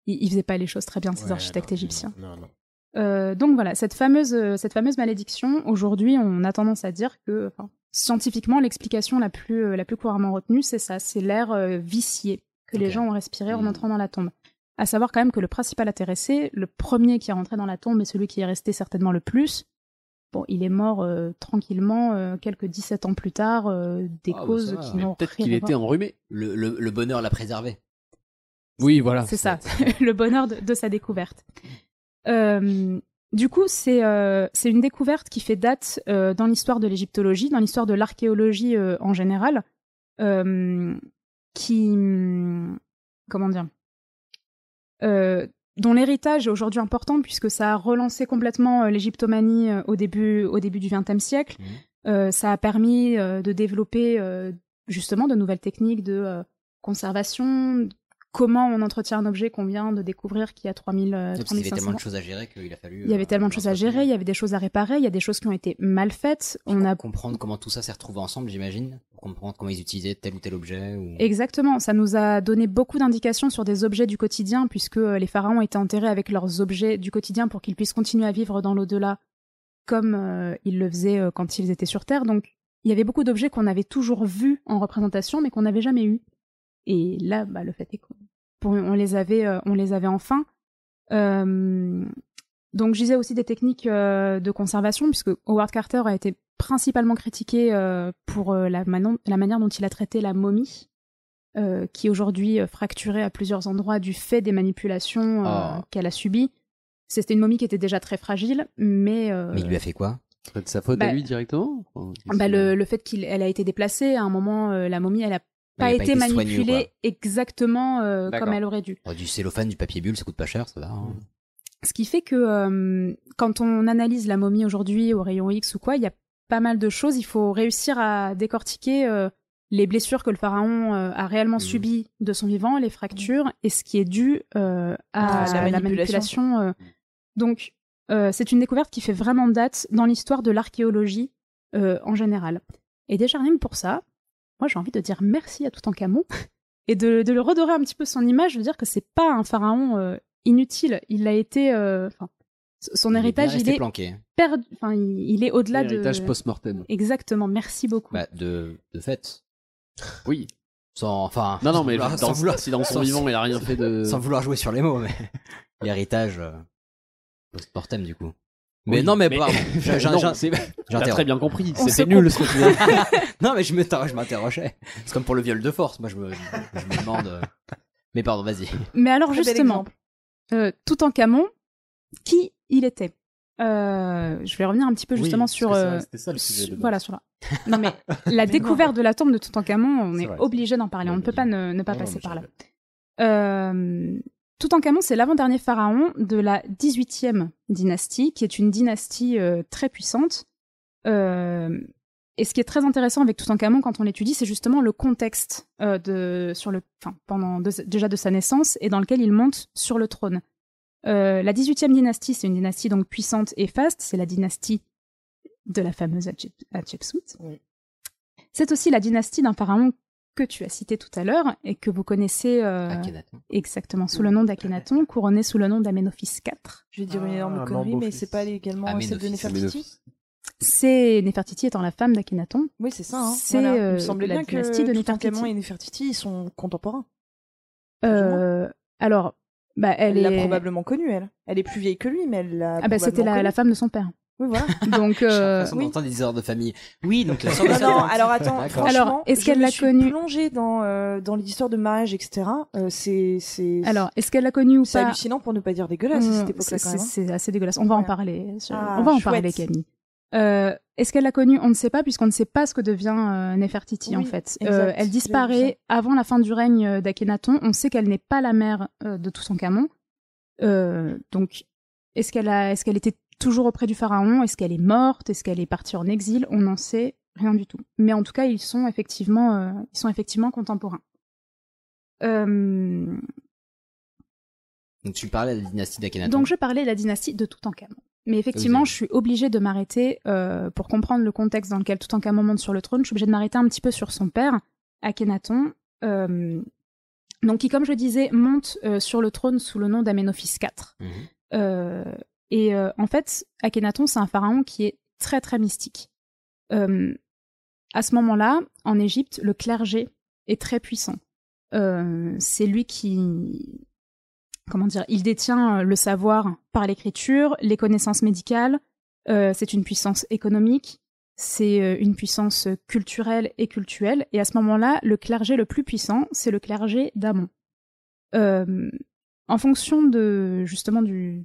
Speaker 9: Ils, ils faisaient pas les choses très bien, ces architectes égyptiens.
Speaker 10: Non, non.
Speaker 9: Euh, donc voilà, cette fameuse, euh, cette fameuse malédiction, aujourd'hui, on a tendance à dire que, enfin, scientifiquement, l'explication la plus, euh, la plus couramment retenue, c'est ça, c'est l'air euh, vicié que les gens ont respiré
Speaker 1: Hmm.
Speaker 9: en entrant dans la tombe. À savoir quand même que le principal intéressé, le premier qui est rentré dans la tombe et celui qui est resté certainement le plus, bon, il est mort euh, tranquillement euh, quelques 17 ans plus tard euh, des
Speaker 1: Ah, bah,
Speaker 9: causes
Speaker 1: ça va.
Speaker 9: qui n'ont rien à voir.
Speaker 8: enrhumé.
Speaker 1: Le, le- le bonheur l'a préservé.
Speaker 8: Oui, voilà.
Speaker 9: C'est ça, le bonheur de, de sa découverte. Euh, du coup, c'est euh, c'est une découverte qui fait date euh, dans l'histoire de l'égyptologie, dans l'histoire de l'archéologie euh, en général, euh, qui. hum, Comment dire euh, dont l'héritage est aujourd'hui important puisque ça a relancé complètement euh, l'égyptomanie euh, au début, au début du XXe siècle.
Speaker 1: Mmh.
Speaker 9: Euh, ça a permis euh, de développer euh, justement de nouvelles techniques de euh, conservation, comment on entretient un objet qu'on vient de découvrir qui a 3000, euh,
Speaker 1: Parce qu'il y avait
Speaker 9: 3500
Speaker 1: tellement de choses à gérer qu'il a fallu
Speaker 9: Il y
Speaker 1: euh,
Speaker 9: avait tellement de choses à gérer, il y avait des choses à réparer, il y a des choses qui ont été mal faites. On a
Speaker 1: comprendre comment tout ça s'est retrouvé ensemble, j'imagine. Pour comprendre comment ils utilisaient tel ou tel objet. Ou...
Speaker 9: Exactement, ça nous a donné beaucoup d'indications sur des objets du quotidien, puisque euh, les pharaons étaient enterrés avec leurs objets du quotidien pour qu'ils puissent continuer à vivre dans l'au-delà, comme euh, ils le faisaient euh, quand ils étaient sur Terre. Donc, il y avait beaucoup d'objets qu'on avait toujours vus en représentation, mais qu'on n'avait jamais eus. Et là, bah, le fait est qu'on pour- on les avait, euh, on les avait enfin. Euh, donc, je disais aussi des techniques euh, de conservation, puisque Howard Carter a été principalement critiqué euh, pour euh, la, manon- la manière dont il a traité la momie, euh, qui est aujourd'hui euh, fracturée à plusieurs endroits du fait des manipulations euh,
Speaker 1: Oh.
Speaker 9: qu'elle a subies. C'était une momie qui était déjà très fragile, mais, euh,
Speaker 1: Mais il lui a fait quoi
Speaker 8: C'est de sa faute
Speaker 9: Bah,
Speaker 8: à lui directement ou quoi
Speaker 9: bah,
Speaker 1: euh,
Speaker 9: le, le fait qu'elle a été déplacée, à un moment, euh, la momie, elle n'a
Speaker 1: elle a
Speaker 9: pas été,
Speaker 1: soignée ou
Speaker 9: manipulée
Speaker 1: quoi
Speaker 9: exactement euh,
Speaker 1: D'accord.
Speaker 9: comme elle aurait dû.
Speaker 1: Oh, du cellophane, du papier bulle, ça coûte pas cher, ça va. hein.
Speaker 9: Ce qui fait que euh, quand on analyse la momie aujourd'hui au rayon X ou quoi, il y a pas mal de choses. Il faut réussir à décortiquer euh, les blessures que le pharaon euh, a
Speaker 2: Mhm.
Speaker 9: réellement subies de son vivant, les fractures et ce qui est dû euh, à
Speaker 2: Ah, c'est
Speaker 9: la,
Speaker 2: la
Speaker 9: la
Speaker 2: manipulation. Mhm.
Speaker 9: manipulation. euh. Donc, euh, c'est une découverte qui fait vraiment date dans l'histoire de l'archéologie euh, en général. Et déjà rien que pour ça, moi j'ai envie de dire merci à Toutankhamon et de, de le redorer un petit peu son image, de dire que c'est pas un pharaon euh, inutile. Il a été, euh, enfin, s- son héritage,
Speaker 1: bien
Speaker 9: il
Speaker 1: resté
Speaker 9: est
Speaker 1: planqué.
Speaker 9: perdu- enfin, il, il est au-delà de
Speaker 8: Héritage post-mortem.
Speaker 9: Exactement. Merci beaucoup.
Speaker 1: Bah, de, de fait. Oui. Sans, enfin.
Speaker 8: Non, non,
Speaker 1: sans
Speaker 8: mais
Speaker 1: vouloir-
Speaker 8: dans-
Speaker 1: sans vouloir-
Speaker 8: si dans son
Speaker 1: sans-
Speaker 8: vivant, il a rien fait de-
Speaker 1: Sans vouloir jouer sur les mots, mais. L'héritage. euh, Post-mortem, du coup. Mais
Speaker 8: Oui,
Speaker 1: non, mais,
Speaker 8: mais-
Speaker 1: pardon. j'ai- j'ai-
Speaker 8: Non,
Speaker 1: j'ai-
Speaker 8: c'est- Bah,
Speaker 1: j'interroge.
Speaker 8: t'as très bien compris,
Speaker 1: On
Speaker 8: c'était
Speaker 1: se
Speaker 8: nul,
Speaker 1: comprend.
Speaker 8: ce que tu
Speaker 1: non, mais je m'interroge, je m'interrogeais. C'est comme pour le viol de force. Moi, je me, je me demande. euh, Mais pardon, vas-y.
Speaker 9: Mais alors
Speaker 2: Très bel
Speaker 9: justement, euh, Toutankhamon, qui il était Euh, Je vais revenir un petit peu
Speaker 2: Oui,
Speaker 9: justement
Speaker 2: parce
Speaker 9: sur,
Speaker 2: que c'est vrai,
Speaker 9: euh,
Speaker 2: c'était ça le sujet de
Speaker 9: sur-
Speaker 2: base.
Speaker 9: voilà sur la. Non mais la découverte de la tombe de Toutankhamon, on
Speaker 2: C'est
Speaker 9: est,
Speaker 2: vrai, c'est
Speaker 9: obligé d'en parler. on ne peut pas ne, ne pas
Speaker 2: Non,
Speaker 9: passer
Speaker 2: mais
Speaker 9: par là. Euh, Toutankhamon, c'est l'avant-dernier pharaon de la 18e dynastie, qui est une dynastie euh, très puissante. Euh, et ce qui est très intéressant avec Toutankhamon quand on l'étudie, c'est justement le contexte euh, de, sur le, enfin, pendant de- déjà de sa naissance et dans lequel il monte sur le trône. Euh, la 18e dynastie, c'est une dynastie donc puissante et faste, c'est la dynastie de la fameuse Hatshep- Hatshepsut. C'est aussi la dynastie d'un pharaon que tu as cité tout à l'heure et que vous connaissez euh, exactement sous le nom d'Akhenaton, couronné sous le nom d'Amenophis IV.
Speaker 2: Je vais dire une énorme
Speaker 9: Ah,
Speaker 2: connerie, mais
Speaker 9: Amorphis.
Speaker 2: c'est pas également euh, celle de
Speaker 9: Amenophis.
Speaker 2: Nefertiti
Speaker 9: C'est Néfertiti étant la femme d'Akhenaton.
Speaker 2: Oui, c'est ça. hein.
Speaker 9: C'est
Speaker 2: Voilà. Il
Speaker 9: euh,
Speaker 2: me semblait
Speaker 9: la
Speaker 2: bien que
Speaker 9: dynastie de
Speaker 2: Toutankhamon
Speaker 9: Néfertiti.
Speaker 2: et Nefertiti, ils sont contemporains.
Speaker 9: Euh, alors, bah, elle,
Speaker 2: Elle l'a
Speaker 9: est...
Speaker 2: probablement connue, elle. Elle est plus vieille que lui, mais elle l'a.
Speaker 9: Ah bah c'était la, la femme de son père.
Speaker 2: Oui, voilà.
Speaker 9: Donc, euh,
Speaker 1: On entend des histoires de famille. Oui, donc la sœur de
Speaker 2: Non,
Speaker 1: sa
Speaker 2: non,
Speaker 1: tante.
Speaker 2: alors attends,
Speaker 1: D'accord.
Speaker 2: franchement,
Speaker 9: Alors, est-ce
Speaker 2: je
Speaker 9: qu'elle
Speaker 2: me
Speaker 9: l'a
Speaker 2: suis
Speaker 9: connue
Speaker 2: plongée dans, euh, dans les histoires de mariage, etc. euh, c'est, c'est.
Speaker 9: Alors, est-ce qu'elle l'a connue ou
Speaker 2: C'est
Speaker 9: pas
Speaker 2: hallucinant pour ne pas dire dégueulasse à
Speaker 9: On-
Speaker 2: cette époque-là,
Speaker 9: Mmh, c'est-
Speaker 2: quand même. hein.
Speaker 9: C'est c'est assez dégueulasse. On va en parler. sur-
Speaker 2: Ah,
Speaker 9: on va en
Speaker 2: chouette.
Speaker 9: parler, Camille. Euh, Est-ce qu'elle l'a connue On ne sait pas, puisqu'on ne sait pas ce que devient euh, Néfertiti,
Speaker 2: Oui,
Speaker 9: en fait.
Speaker 2: exact,
Speaker 9: Euh,
Speaker 2: j'ai
Speaker 9: elle
Speaker 2: vu
Speaker 9: disparaît avant la fin du règne euh, d'Akhenaton. On sait qu'elle n'est pas la mère euh, de Toutankhamon. Euh, donc, est-ce qu'elle a, est-ce qu'elle était toujours auprès du pharaon Est-ce qu'elle est morte Est-ce qu'elle est partie en exil On n'en sait rien du tout. Mais en tout cas, ils sont effectivement, euh, ils sont effectivement contemporains. Euh,
Speaker 1: Donc tu parlais de la dynastie d'Akhenaton.
Speaker 9: donc je parlais de la dynastie de Toutankhamon. Mais effectivement,
Speaker 1: avez-
Speaker 9: je suis obligée de m'arrêter euh, pour comprendre le contexte dans lequel Toutankhamon monte sur le trône. Je suis obligée de m'arrêter un petit peu sur son père, Akhenaton, euh, donc qui, comme je disais, monte euh, sur le trône sous le nom d'Amenophis IV. Euh, et euh, en fait, Akhenaton, c'est un pharaon qui est très très mystique. Euh, à ce moment-là, en Égypte, le clergé est très puissant. Euh, c'est lui qui, comment dire, il détient euh, le savoir par l'écriture, les connaissances médicales, euh, c'est une puissance économique, c'est euh, une puissance culturelle et cultuelle, et à ce moment-là, le clergé le plus puissant, c'est le clergé d'Amon. Euh, en fonction de, justement, du,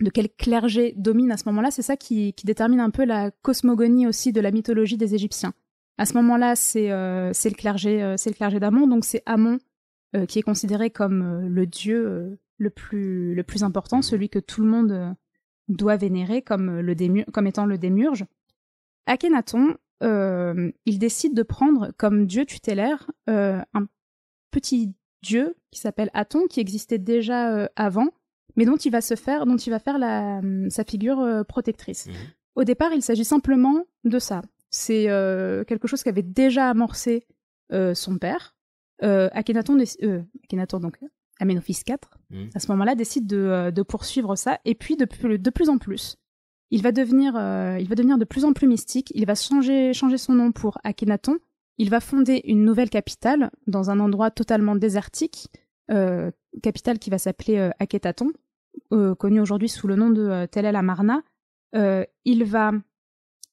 Speaker 9: de quel clergé domine à ce moment-là, c'est ça qui, qui détermine un peu la cosmogonie aussi de la mythologie des Égyptiens. À ce moment-là, c'est euh, c'est le clergé, euh, c'est le clergé d'Amon, donc c'est Amon euh, qui est considéré comme euh, le dieu euh, le plus le plus important, celui que tout le monde euh, doit vénérer comme euh, le dému- comme étant le démiurge. Akhenaton, euh, il décide de prendre comme dieu tutélaire euh, un petit dieu qui s'appelle Aton, qui existait déjà euh, avant, mais dont il va se faire, dont il va faire la, hum, sa figure euh, protectrice. Au départ, il s'agit simplement de ça. C'est euh, quelque chose qu'avait déjà amorcé euh, son père. Euh, Akhenaton, déc- euh, Akhenaton, donc Amenophis IV,
Speaker 12: Mhm.
Speaker 9: à ce moment-là, décide de, euh, de poursuivre ça. Et puis, de, plus- de plus en plus, il va, devenir, euh, il va devenir de plus en plus mystique. Il va changer, changer son nom pour Akhenaton. Il va fonder une nouvelle capitale dans un endroit totalement désertique, euh, capitale qui va s'appeler euh, Akhetaton, euh, connue aujourd'hui sous le nom de euh, Tel el Amarna. Euh, il va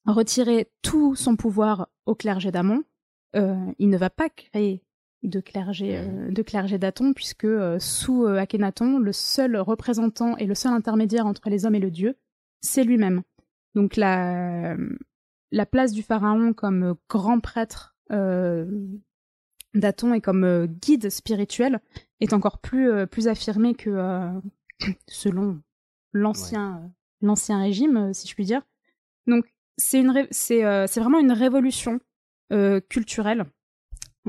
Speaker 9: retirer tout son pouvoir au clergé d'Amon. Euh, il ne va pas créer de clergé, euh, de clergé d'Aton, puisque euh, sous euh, Akhenaton, le seul représentant et le seul intermédiaire entre les hommes et le dieu, c'est lui-même. Donc la, la place du pharaon comme euh, grand prêtre euh, d'Aton et comme euh, guide spirituel est encore plus, euh, plus affirmée que, euh, selon l'ancien euh, l'ancien régime, euh, si je puis dire. Donc c'est une ré- c'est euh, c'est vraiment une révolution euh, culturelle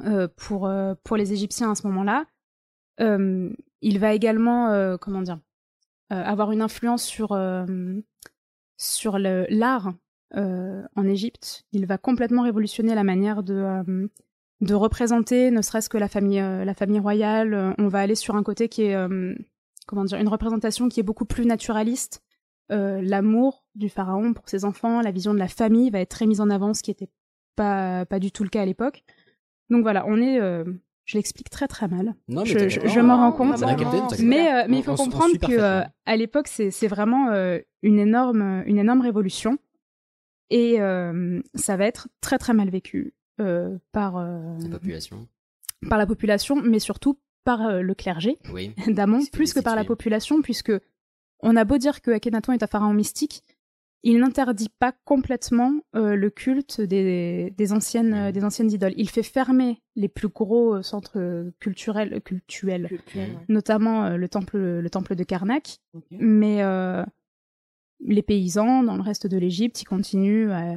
Speaker 9: euh, pour euh, pour les Égyptiens à ce moment-là. Euh, il va également euh, comment dire euh, avoir une influence sur euh, sur le- l'art euh, en Égypte. Il va complètement révolutionner la manière de euh, de représenter, ne serait-ce que la famille euh, la famille royale. Euh, On va aller sur un côté qui est euh, comment dire une représentation qui est beaucoup plus naturaliste. Euh, L'amour du pharaon pour ses enfants, la vision de la famille va être très mise en avant, ce qui n'était pas pas du tout le cas à l'époque. Donc voilà, on est euh, je l'explique très très mal.
Speaker 1: Non, mais
Speaker 9: je
Speaker 1: t'as-
Speaker 9: je, je m'en rends compte.
Speaker 1: On a capté, t'as capté.
Speaker 9: mais euh,
Speaker 1: On-
Speaker 9: mais il
Speaker 1: on
Speaker 9: faut
Speaker 1: s- on
Speaker 9: comprendre
Speaker 1: suit
Speaker 9: que
Speaker 1: parfaitement.
Speaker 9: euh, à l'époque, c'est c'est vraiment euh, une, énorme, une énorme révolution. Et euh, ça va être très très mal vécu euh, par, euh,
Speaker 1: La population.
Speaker 9: par la population, mais surtout par euh, le clergé
Speaker 1: Oui.
Speaker 9: d'Amon, plus que par la population, puisque on a beau dire que Akhenaton est un pharaon mystique, il n'interdit pas complètement euh, le culte des, des anciennes, euh, des anciennes idoles. Il fait fermer les plus gros euh, centres euh, culturels, cultuels, notamment euh, le, temple, le temple de Karnak, mais euh, les paysans dans le reste de l'Égypte, ils continuent à,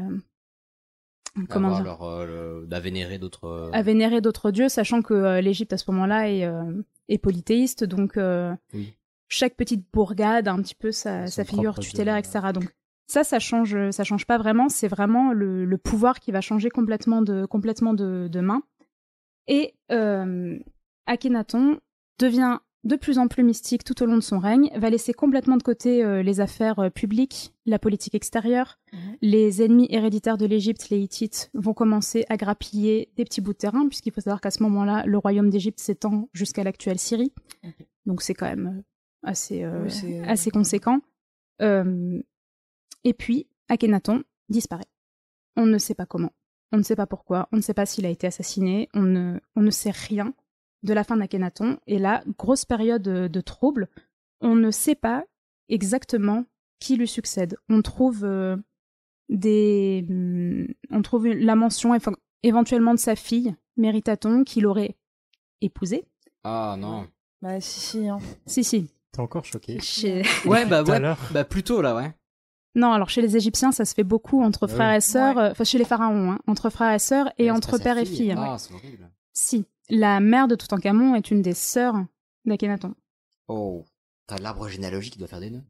Speaker 9: comment
Speaker 1: Avoir
Speaker 9: dire,
Speaker 1: leur, euh, le- à vénérer d'autres. euh,
Speaker 9: à vénérer d'autres dieux, sachant que euh, l'Égypte à ce moment-là est, euh, est polythéiste, donc euh,
Speaker 1: Oui.
Speaker 9: chaque petite bourgade a un petit peu sa, sa figure
Speaker 1: propre dieu,
Speaker 9: tutélaire, etc. Donc ça, ça change, ça change pas vraiment. C'est vraiment le, le pouvoir qui va changer complètement de, complètement de, de main. Et euh, Akhenaton devient de plus en plus mystique tout au long de son règne, va laisser complètement de côté euh, les affaires euh, publiques, la politique extérieure.
Speaker 2: Mhm.
Speaker 9: Les ennemis héréditaires de l'Égypte, les Hittites, vont commencer à grappiller des petits bouts de terrain, puisqu'il faut savoir qu'à ce moment-là, le royaume d'Égypte s'étend jusqu'à l'actuelle Syrie. Donc c'est quand même euh, assez, euh,
Speaker 2: Oui, c'est-
Speaker 9: assez conséquent. Euh, et puis, Akhenaton disparaît. On ne sait pas comment, on ne sait pas pourquoi, on ne sait pas s'il a été assassiné, on ne, on ne sait rien de la fin d'Akhenaton. Et là, grosse période euh, de trouble, on ne sait pas exactement qui lui succède. On trouve euh, des, hum, on trouve une- la mention éfo- éventuellement de sa fille, Méritaton, qu'il aurait épousée.
Speaker 1: Ah non.
Speaker 2: Bah si si. hein.
Speaker 9: Si si.
Speaker 10: T'es encore choqué.
Speaker 9: Chez-
Speaker 1: Ouais, bah
Speaker 10: Tout à
Speaker 1: ouais. Bah plutôt là, ouais.
Speaker 9: Non, alors chez les Égyptiens, ça se fait beaucoup entre
Speaker 1: Ah
Speaker 9: frères
Speaker 1: oui.
Speaker 9: et sœurs, euh, enfin chez les pharaons, hein, entre frères et sœurs et
Speaker 1: Mais c'est pas
Speaker 9: entre
Speaker 1: sa
Speaker 9: père et fille.
Speaker 1: Ah,
Speaker 9: Ouais.
Speaker 1: c'est horrible.
Speaker 9: Si, la mère de Toutankhamon est une des sœurs d'Akhenaton.
Speaker 1: Oh. T'as l'arbre généalogique qui doit faire des nœuds.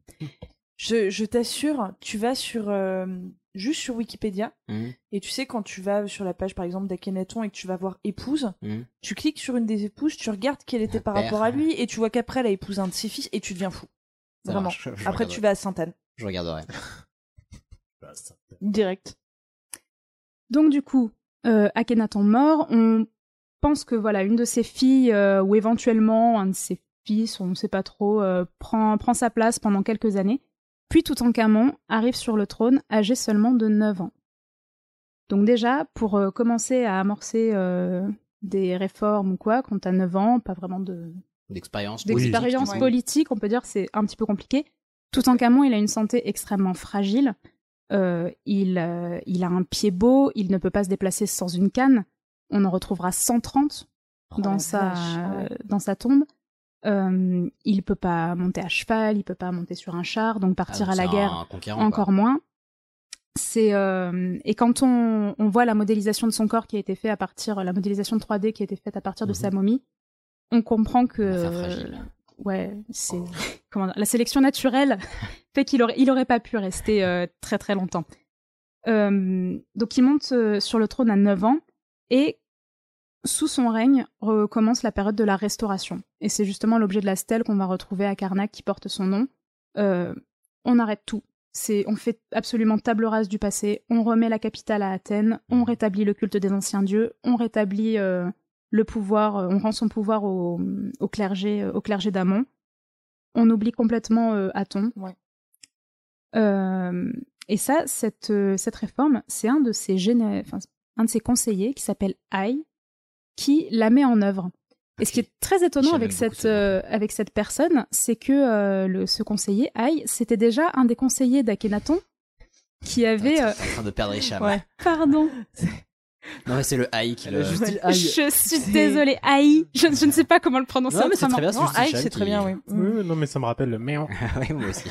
Speaker 2: Je, je t'assure, tu vas sur euh, juste sur Wikipédia
Speaker 1: Mhm.
Speaker 2: et tu sais quand tu vas sur la page par exemple d'Akhenaton et que tu vas voir épouse,
Speaker 1: Mhm.
Speaker 2: tu cliques sur une des épouses, tu regardes quelle était par
Speaker 1: Père.
Speaker 2: rapport à lui et tu vois qu'après elle a épousé un de ses fils et tu deviens fou.
Speaker 1: Ça
Speaker 2: Vraiment.
Speaker 1: marche, je- je
Speaker 2: Après
Speaker 1: regarderai.
Speaker 2: tu vas à Sainte-Anne
Speaker 1: Je regarderai.
Speaker 2: direct.
Speaker 9: Donc du coup, euh, Akhenaton mort, on pense que voilà une de ses filles euh, ou éventuellement un de ses fils, on ne sait pas trop, euh, prend, prend sa place pendant quelques années. Puis Toutankhamon arrive sur le trône âgé seulement de 9 ans. Donc déjà, pour euh, commencer à amorcer euh, des réformes ou quoi, quand t'as 9 ans, pas vraiment de,
Speaker 1: D'expérience.
Speaker 9: d'expérience
Speaker 1: politique.
Speaker 9: politique, on peut dire que c'est un petit peu compliqué. Toutankhamon, il a une santé extrêmement fragile. Euh, il, euh, il a un pied beau, il ne peut pas se déplacer sans une canne. On en retrouvera 130 dans, sa, dans sa tombe. Euh, il peut pas monter à cheval, il peut pas monter sur un char, donc partir
Speaker 1: Ah, donc
Speaker 9: à la
Speaker 1: c'est un
Speaker 9: guerre
Speaker 1: conquérant,
Speaker 9: encore
Speaker 1: quoi.
Speaker 9: moins. C'est euh, et quand on, on voit la modélisation de son corps qui a été faite à partir la modélisation 3D qui a été faite à
Speaker 1: Mmh
Speaker 9: partir de sa momie, on comprend que euh, ouais c'est comment dire, la sélection naturelle fait qu'il aurait il aurait pas pu rester euh, très très longtemps. Euh, donc il monte euh, sur le trône à 9 ans et sous son règne recommence la période de la restauration. Et c'est justement l'objet de la stèle qu'on va retrouver à Karnak qui porte son nom. Euh, on arrête tout. C'est, on fait absolument table rase du passé. On remet la capitale à Athènes. On rétablit le culte des anciens dieux. On rétablit euh, le pouvoir. euh, on
Speaker 1: Mm.
Speaker 9: rend son pouvoir au, au clergé, euh, au clergé d'Amon. On oublie complètement euh, Athon. Euh, et ça, cette, euh, cette réforme, c'est un de ses géné- enfin, un de ses conseillers qui s'appelle Aïe qui la met en œuvre. Et ce qui est très étonnant avec cette, euh, avec cette personne, c'est que euh, le, ce conseiller, Aïe, c'était déjà un des conseillers d'Akhenaton qui avait... euh,
Speaker 1: En train de perdre les chats.
Speaker 9: Pardon.
Speaker 1: Non, mais c'est le haï qui le.
Speaker 9: Ouais. Je suis désolée, Aïe. Je, je ne sais pas comment le prononcer.
Speaker 1: Non, mais c'est
Speaker 9: autrement.
Speaker 1: très bien, Ah, c'est Non, juste Aïe, Hicham
Speaker 10: c'est très bien, oui.
Speaker 2: Mm.
Speaker 10: Oui, non, mais ça me rappelle le méon.
Speaker 1: ah oui, moi aussi.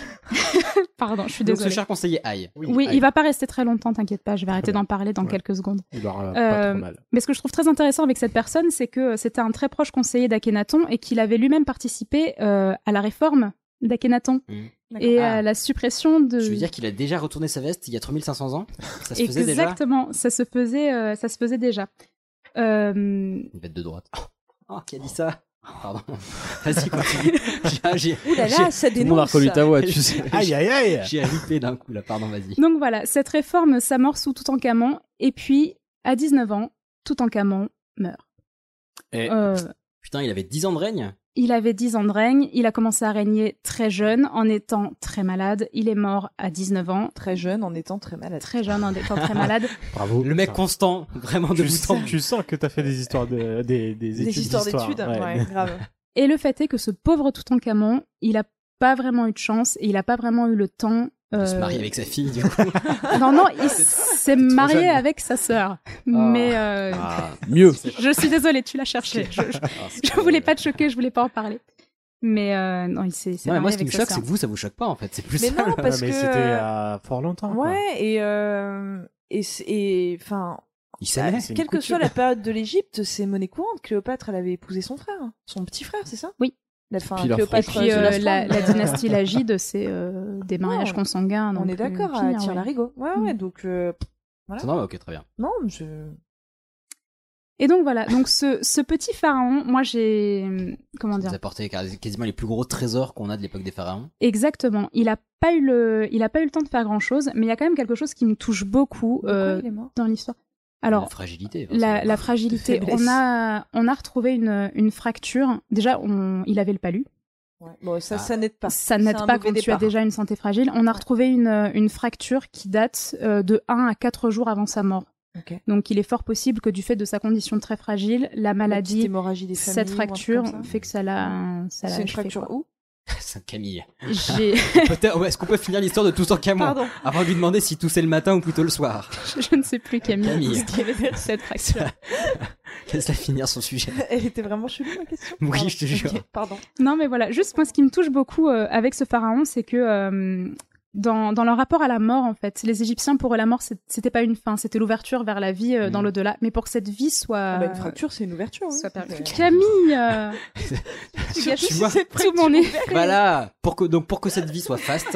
Speaker 9: Pardon, je suis
Speaker 1: Donc,
Speaker 9: désolée.
Speaker 1: ce cher conseiller Aïe.
Speaker 9: Oui, il va pas rester très longtemps, t'inquiète pas, je vais arrêter d'en parler dans quelques secondes.
Speaker 1: Il aura
Speaker 9: Euh, mais ce que je trouve très intéressant avec cette personne, c'est que euh, c'était un très proche conseiller d'Akhenaton et qu'il avait lui-même participé euh, à la réforme d'Akhenaton et à la suppression de.
Speaker 1: Ah. Je veux dire qu'il a déjà retourné sa veste il y a 3500 ans Ça se faisait déjà
Speaker 9: Exactement, ça se faisait, euh, ça se faisait déjà. Euh,
Speaker 1: Une bête de droite. Oh, qui a dit ça Pardon. Vas-y, continue. J'ai- j'ai-
Speaker 9: Ouh là là,
Speaker 1: j'ai-
Speaker 9: ça
Speaker 1: Tout le monde a
Speaker 9: dénonce,
Speaker 1: reconnu
Speaker 9: ça.
Speaker 2: euh,
Speaker 1: ta voix, tu sais.
Speaker 10: Aïe, aïe, aïe.
Speaker 1: J'ai ripé d'un coup, là. Pardon, vas-y.
Speaker 9: Donc voilà, cette réforme s'amorce sous Toutankhamon et puis à 19 ans, Toutankhamon meurt.
Speaker 1: Et-
Speaker 9: Euh,
Speaker 1: Putain, il avait 10 ans de règne
Speaker 9: Il avait 10 ans de règne, il a commencé à régner très jeune en étant très malade, il est mort à 19 ans.
Speaker 2: Très jeune en étant très malade.
Speaker 9: Très jeune en étant très malade.
Speaker 10: Bravo.
Speaker 1: Le mec constant, vraiment de
Speaker 10: tu
Speaker 1: bout en
Speaker 10: sens,
Speaker 1: bout.
Speaker 10: tu sens que t'as fait des histoires de, des, des, études
Speaker 9: histoires
Speaker 10: d'histoire.
Speaker 9: d'études,
Speaker 2: ouais, grave.
Speaker 9: Et le fait est que ce pauvre Toutankhamon, il a pas vraiment eu de chance et il a pas vraiment eu le temps
Speaker 1: Il se
Speaker 9: euh,
Speaker 1: marie avec sa fille, du coup.
Speaker 9: Non, non, il s'est marié avec sa sœur.
Speaker 2: Ah.
Speaker 9: Mais euh,
Speaker 1: mieux.
Speaker 9: je suis désolée, tu l'as cherché. Je, je,
Speaker 1: ah,
Speaker 9: je voulais pas te choquer, je voulais pas en parler. Mais euh, non, il s'est s'est
Speaker 1: Non, mais
Speaker 9: marié
Speaker 1: moi, ce qui me
Speaker 9: avec hein. sa
Speaker 1: choque, c'est
Speaker 9: sœur.
Speaker 1: que vous, ça vous choque pas, en fait. C'est plus
Speaker 2: Mais
Speaker 1: ça, le-
Speaker 2: non, parce que
Speaker 10: euh, fort longtemps.
Speaker 2: Ouais, et euh, et c'est- et enfin.
Speaker 1: Il s'aimait,
Speaker 2: bah,
Speaker 1: c'est une
Speaker 2: Quelle que
Speaker 1: coutume.
Speaker 2: soit la période de l'Égypte, c'est monnaie courante. Cléopâtre, elle avait épousé son frère, hein. son petit frère, c'est ça
Speaker 9: Oui.
Speaker 2: La, fin,
Speaker 9: Puis la
Speaker 2: Cléopâtre,
Speaker 9: Puis, euh,
Speaker 2: Sélastron,
Speaker 9: la, la
Speaker 2: mais-
Speaker 9: dynastie hein, Lagide, c'est euh, des mariages
Speaker 2: Non,
Speaker 9: consanguins. euh, non
Speaker 2: On
Speaker 9: plus
Speaker 2: est d'accord, à
Speaker 9: finir,
Speaker 2: tire
Speaker 9: ouais. Mm.
Speaker 2: l'arigot. Ouais, ouais, donc euh, pff, voilà.
Speaker 1: Non, mais ok, très bien.
Speaker 2: Non,
Speaker 9: Euh,
Speaker 2: je-
Speaker 9: Et donc voilà, donc ce, ce petit pharaon, moi j'ai. Comment dire
Speaker 1: Vous apportez quasi- quasiment les plus gros trésors qu'on a de l'époque des pharaons.
Speaker 9: Exactement. Il a pas eu le, il a pas eu le temps de faire grand chose, mais il y a quand même quelque chose qui me touche beaucoup euh, dans l'histoire. Alors,
Speaker 1: Fragilité. enfin,
Speaker 9: la, la fragilité.
Speaker 1: faiblesse.
Speaker 9: On a, on a retrouvé une, une fracture. Déjà, on- il avait le palu.
Speaker 2: ouais. Bon, ça,
Speaker 9: Ah.
Speaker 2: ça n'aide pas.
Speaker 9: Ça
Speaker 2: C'est
Speaker 9: n'aide
Speaker 2: un
Speaker 9: pas
Speaker 2: mauvais
Speaker 9: quand tu as
Speaker 2: départ.
Speaker 9: déjà une santé fragile. On a retrouvé une, une fracture qui date euh, de 1 à 4 jours avant sa mort.
Speaker 2: Ok.
Speaker 9: Donc, il est fort possible que du fait de sa condition très fragile, la maladie,
Speaker 2: hémorragie des
Speaker 9: cette
Speaker 2: familles ou un truc
Speaker 9: fracture
Speaker 2: comme ça.
Speaker 9: fait que ça l'a. ça l'a
Speaker 2: C'est une
Speaker 9: achevé,
Speaker 2: fracture
Speaker 9: quoi.
Speaker 2: où
Speaker 1: Saint-Camille.
Speaker 9: J'ai-
Speaker 1: Peut-être- ouais, Est-ce qu'on peut finir l'histoire de tous en Camon
Speaker 9: Pardon.
Speaker 1: Avant de lui demander si tout c'est le matin ou plutôt le soir.
Speaker 9: Je ne sais plus, Camille,
Speaker 1: Camille.
Speaker 9: ce qu'il y avait derrière cette fracture.
Speaker 1: Laisse-la finir son sujet.
Speaker 2: Elle était vraiment chelou, ma question.
Speaker 1: Oui,
Speaker 2: Pardon.
Speaker 1: je te jure.
Speaker 2: Ok, pardon.
Speaker 9: Non, mais voilà, juste moi, ce qui me touche beaucoup euh, avec ce pharaon, c'est que euh, dans, dans leur rapport à la mort, en fait, les Égyptiens, pour eux, la mort, c'est- c'était pas une fin, c'était l'ouverture vers la vie euh, dans
Speaker 2: Mm.
Speaker 9: l'au-delà. Mais pour que cette vie soit.
Speaker 2: Ah bah, une fracture, c'est une ouverture. oui.
Speaker 9: Euh, Camille euh, Tu gâches
Speaker 1: Tu vois Bah
Speaker 9: tout mon effet.
Speaker 1: Voilà. Pour que, donc, pour que cette vie soit faste,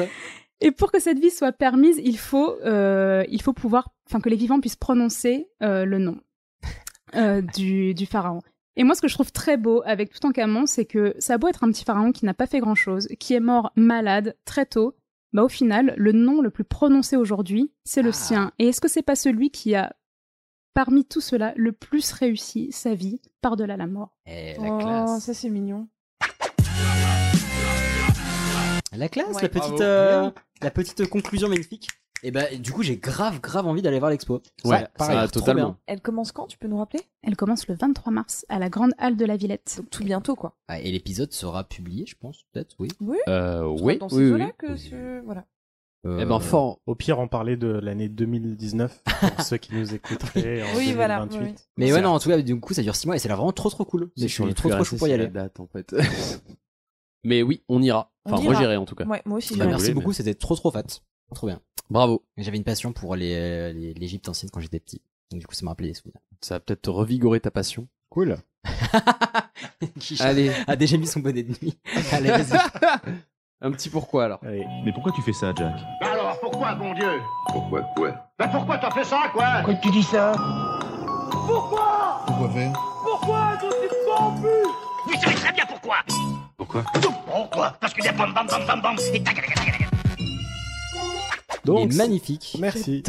Speaker 9: Et pour que cette vie soit permise, il faut, euh, il faut pouvoir, enfin, que les vivants puissent prononcer euh, le nom euh, du, du pharaon. Et moi, ce que je trouve très beau avec Toutankhamon, c'est que ça a beau être un petit pharaon qui n'a pas fait grand-chose, qui est mort malade très tôt, bah au final, le nom le plus prononcé aujourd'hui, c'est
Speaker 10: Ah.
Speaker 9: le sien. Et est-ce que c'est pas celui qui a, parmi tout cela, le plus réussi sa vie par-delà la mort
Speaker 1: Eh,
Speaker 2: oh, ça c'est mignon.
Speaker 1: La classe,
Speaker 2: Ouais.
Speaker 1: la petite,
Speaker 2: Bravo.
Speaker 1: euh,
Speaker 2: Bien.
Speaker 1: la petite conclusion magnifique. Et ben, du coup, j'ai grave, grave envie d'aller voir l'expo. Ça-
Speaker 8: Ouais,
Speaker 1: ça
Speaker 8: pareil,
Speaker 1: a l'air trop
Speaker 8: totalement.
Speaker 1: bien.
Speaker 2: Elle commence quand Tu peux nous rappeler
Speaker 9: Elle commence le 23 mars à la Grande Halle de la Villette.
Speaker 2: tout bientôt, quoi.
Speaker 1: Ah, et l'épisode sera publié, je pense, peut-être, oui.
Speaker 2: Oui.
Speaker 8: Euh,
Speaker 2: Ce sera
Speaker 8: oui,
Speaker 2: Dans ces
Speaker 8: oui, oui.
Speaker 2: eaux-là que ce- voilà.
Speaker 1: Euh,
Speaker 8: Eh ben, fort.
Speaker 10: Au pire, on parlait de l'année 2019 pour ceux qui nous écouteraient en
Speaker 2: Oui, voilà,
Speaker 10: 2028.
Speaker 2: oui, oui.
Speaker 1: Mais
Speaker 10: C'est
Speaker 1: ouais, non, en tout cas, du coup, ça dure 6 mois et c'est là vraiment trop, trop cool. Mais je
Speaker 8: sur
Speaker 1: suis
Speaker 8: le
Speaker 1: trop, trop
Speaker 8: QR,
Speaker 1: chaud pour y
Speaker 8: c'est
Speaker 1: aller.
Speaker 8: la date, en fait. Mais oui, on ira. Enfin,
Speaker 1: On
Speaker 8: moi
Speaker 1: ira.
Speaker 8: j'irai en tout cas.
Speaker 2: Ouais, moi aussi,
Speaker 1: Bah,
Speaker 2: j'irai.
Speaker 1: merci
Speaker 2: Oui, mais-
Speaker 1: beaucoup, c'était trop, trop fat. Trop bien.
Speaker 8: Bravo.
Speaker 1: J'avais une passion pour les- les- l'Égypte ancienne quand j'étais petit. Donc, du coup, ça m'a rappelé des souvenirs.
Speaker 8: Ça va peut-être te revigorer ta passion. Cool. Allez.
Speaker 1: A Ah, déjà mis son bonnet de nuit. Allez, vas-y.
Speaker 8: Un petit pourquoi alors.
Speaker 15: Mais pourquoi tu fais ça, Jack
Speaker 4: Bah alors, pourquoi, bon Dieu
Speaker 15: Pourquoi quoi
Speaker 4: Bah pourquoi t'as fait ça, quoi Pourquoi tu dis ça Pourquoi
Speaker 15: Pourquoi faire
Speaker 4: Pourquoi tout de suite en plus Vous savez très bien pourquoi
Speaker 15: Pourquoi
Speaker 4: Pourquoi Parce que des bam bam bam bam bam et tac tac tac tac.
Speaker 10: Donc,
Speaker 1: Il est magnifique.
Speaker 10: Merci.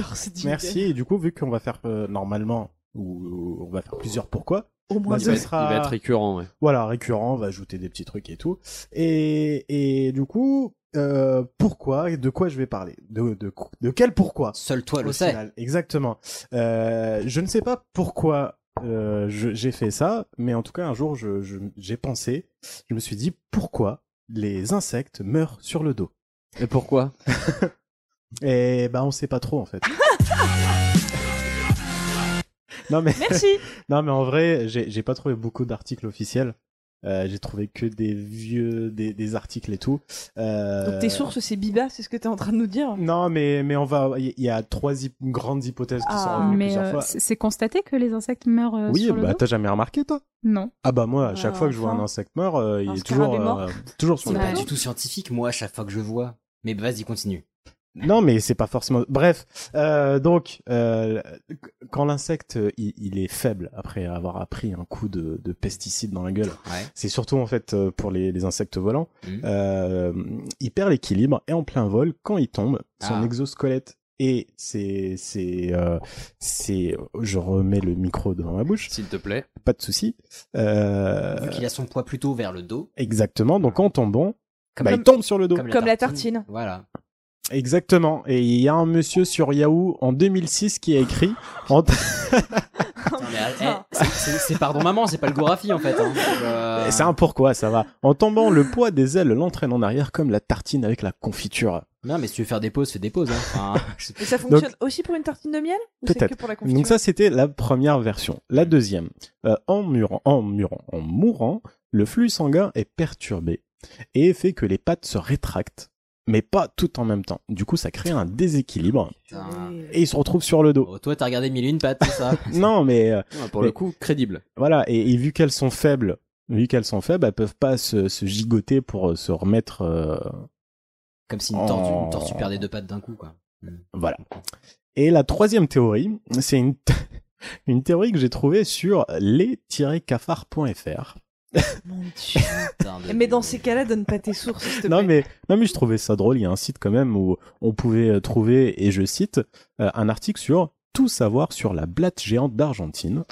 Speaker 10: Merci. Et du coup, vu qu'on va faire euh, normalement, ou, ou on va faire plusieurs pourquoi,
Speaker 8: Au moins
Speaker 10: ça
Speaker 8: deux. Il va être- il va être récurrent, ouais.
Speaker 10: Voilà, récurrent, on va ajouter des petits trucs et tout. Et, et du coup, euh, pourquoi et de quoi je vais parler de, de, de quel pourquoi
Speaker 1: Seul toi
Speaker 10: le
Speaker 1: sais.
Speaker 10: Exactement. Euh, je ne sais pas pourquoi. euh, je- j'ai fait ça, mais en tout cas un jour je- je- j'ai pensé, je me suis dit pourquoi les insectes meurent sur le dos.
Speaker 8: Et pourquoi
Speaker 10: Eh ben, on sait pas trop en fait. Non mais
Speaker 2: Merci.
Speaker 10: non mais en vrai, j'ai j'ai pas trouvé beaucoup d'articles officiels. Euh, j'ai trouvé que des vieux, des, des articles et tout. Euh,
Speaker 2: Donc tes sources, c'est Biba, c'est ce que t'es en train de nous dire
Speaker 10: Non, mais mais on va. Il y- y a trois hy- grandes hypothèses qui sont revenues
Speaker 9: mais
Speaker 10: Ah, plusieurs
Speaker 9: euh,
Speaker 10: fois.
Speaker 9: c'est c'est constaté que les insectes meurent euh,
Speaker 10: Oui,
Speaker 9: sur le
Speaker 10: bah
Speaker 9: dos
Speaker 10: t'as jamais remarqué toi
Speaker 9: Non.
Speaker 10: Ah bah moi, à chaque fois que je vois un
Speaker 9: enfin.
Speaker 10: insecte mort, euh, il
Speaker 9: Un
Speaker 10: est
Speaker 9: scarabée
Speaker 10: toujours
Speaker 9: mort.
Speaker 10: euh, toujours sur
Speaker 1: C'est
Speaker 10: le
Speaker 2: Bah
Speaker 1: pas
Speaker 10: dos.
Speaker 1: du tout scientifique, moi, à chaque fois que je vois. Mais vas-y, continue.
Speaker 10: Non, mais c'est pas forcément. Bref, euh, donc euh, quand l'insecte euh, il, il est faible après avoir appris un coup de, de pesticide dans la gueule, c'est surtout en fait euh, pour les, les insectes volants,
Speaker 1: Hum.
Speaker 10: euh, il perd l'équilibre et en plein vol, quand il tombe, son
Speaker 1: Ah.
Speaker 10: exosquelette et c'est c'est euh, c'est je remets le micro devant ma bouche.
Speaker 8: S'il te plaît.
Speaker 10: Pas de souci. Euh,
Speaker 1: Vu qu'il a son poids plutôt vers le dos.
Speaker 10: Exactement. Donc en tombant, bah, il tombe sur le dos.
Speaker 2: Comme la tartine.
Speaker 1: Voilà.
Speaker 10: Exactement. Et il y a un monsieur sur Yahoo en 2006 qui a écrit. en-
Speaker 2: Oh,
Speaker 1: Putain, mais, eh, c'est- c'est c'est pardon maman, c'est pas le Gorafi en fait. hein. Euh,
Speaker 10: C'est un pourquoi, ça va. En tombant, le poids des ailes l'entraîne en arrière comme la tartine avec la confiture.
Speaker 1: Non, mais si tu veux faire des pauses, fais des pauses. Hein. Enfin, je sais pas.
Speaker 2: Et ça fonctionne
Speaker 10: Donc-
Speaker 2: aussi pour une tartine de miel Ou c'est que
Speaker 10: Peut-être.
Speaker 2: pour la confiture
Speaker 10: Donc ça, c'était la première version.
Speaker 1: Mm.
Speaker 10: La deuxième, euh, en murant, en murant, en mourant, le flux sanguin est perturbé et fait que les pattes se rétractent, mais pas tout en même temps. Du coup, ça crée un déséquilibre et il se retrouve sur le dos.
Speaker 1: Oh, toi, t'as regardé mille et une pattes, Ah, c'est ça
Speaker 10: non, mais euh,
Speaker 8: Ouais, Ah, pour le
Speaker 10: mais-
Speaker 8: coup, crédible.
Speaker 10: Voilà, et, et vu qu'elles sont faibles, vu qu'elles sont faibles, elles peuvent pas se, se gigoter pour euh, se remettre. euh,
Speaker 1: Comme si une tortue,
Speaker 10: en-
Speaker 1: une tortue perdait deux pattes d'un coup, quoi.
Speaker 10: Voilà. Et la troisième théorie, c'est une, une théorie que j'ai trouvée sur les-cafards.fr.
Speaker 2: Mais dans ces cas-là, donne pas tes sources, s'il te plaît.
Speaker 10: Non mais, non mais je trouvais ça drôle, il y a un site quand même où on pouvait euh, trouver, et je cite, euh, un article sur tout savoir sur la blatte géante d'Argentine,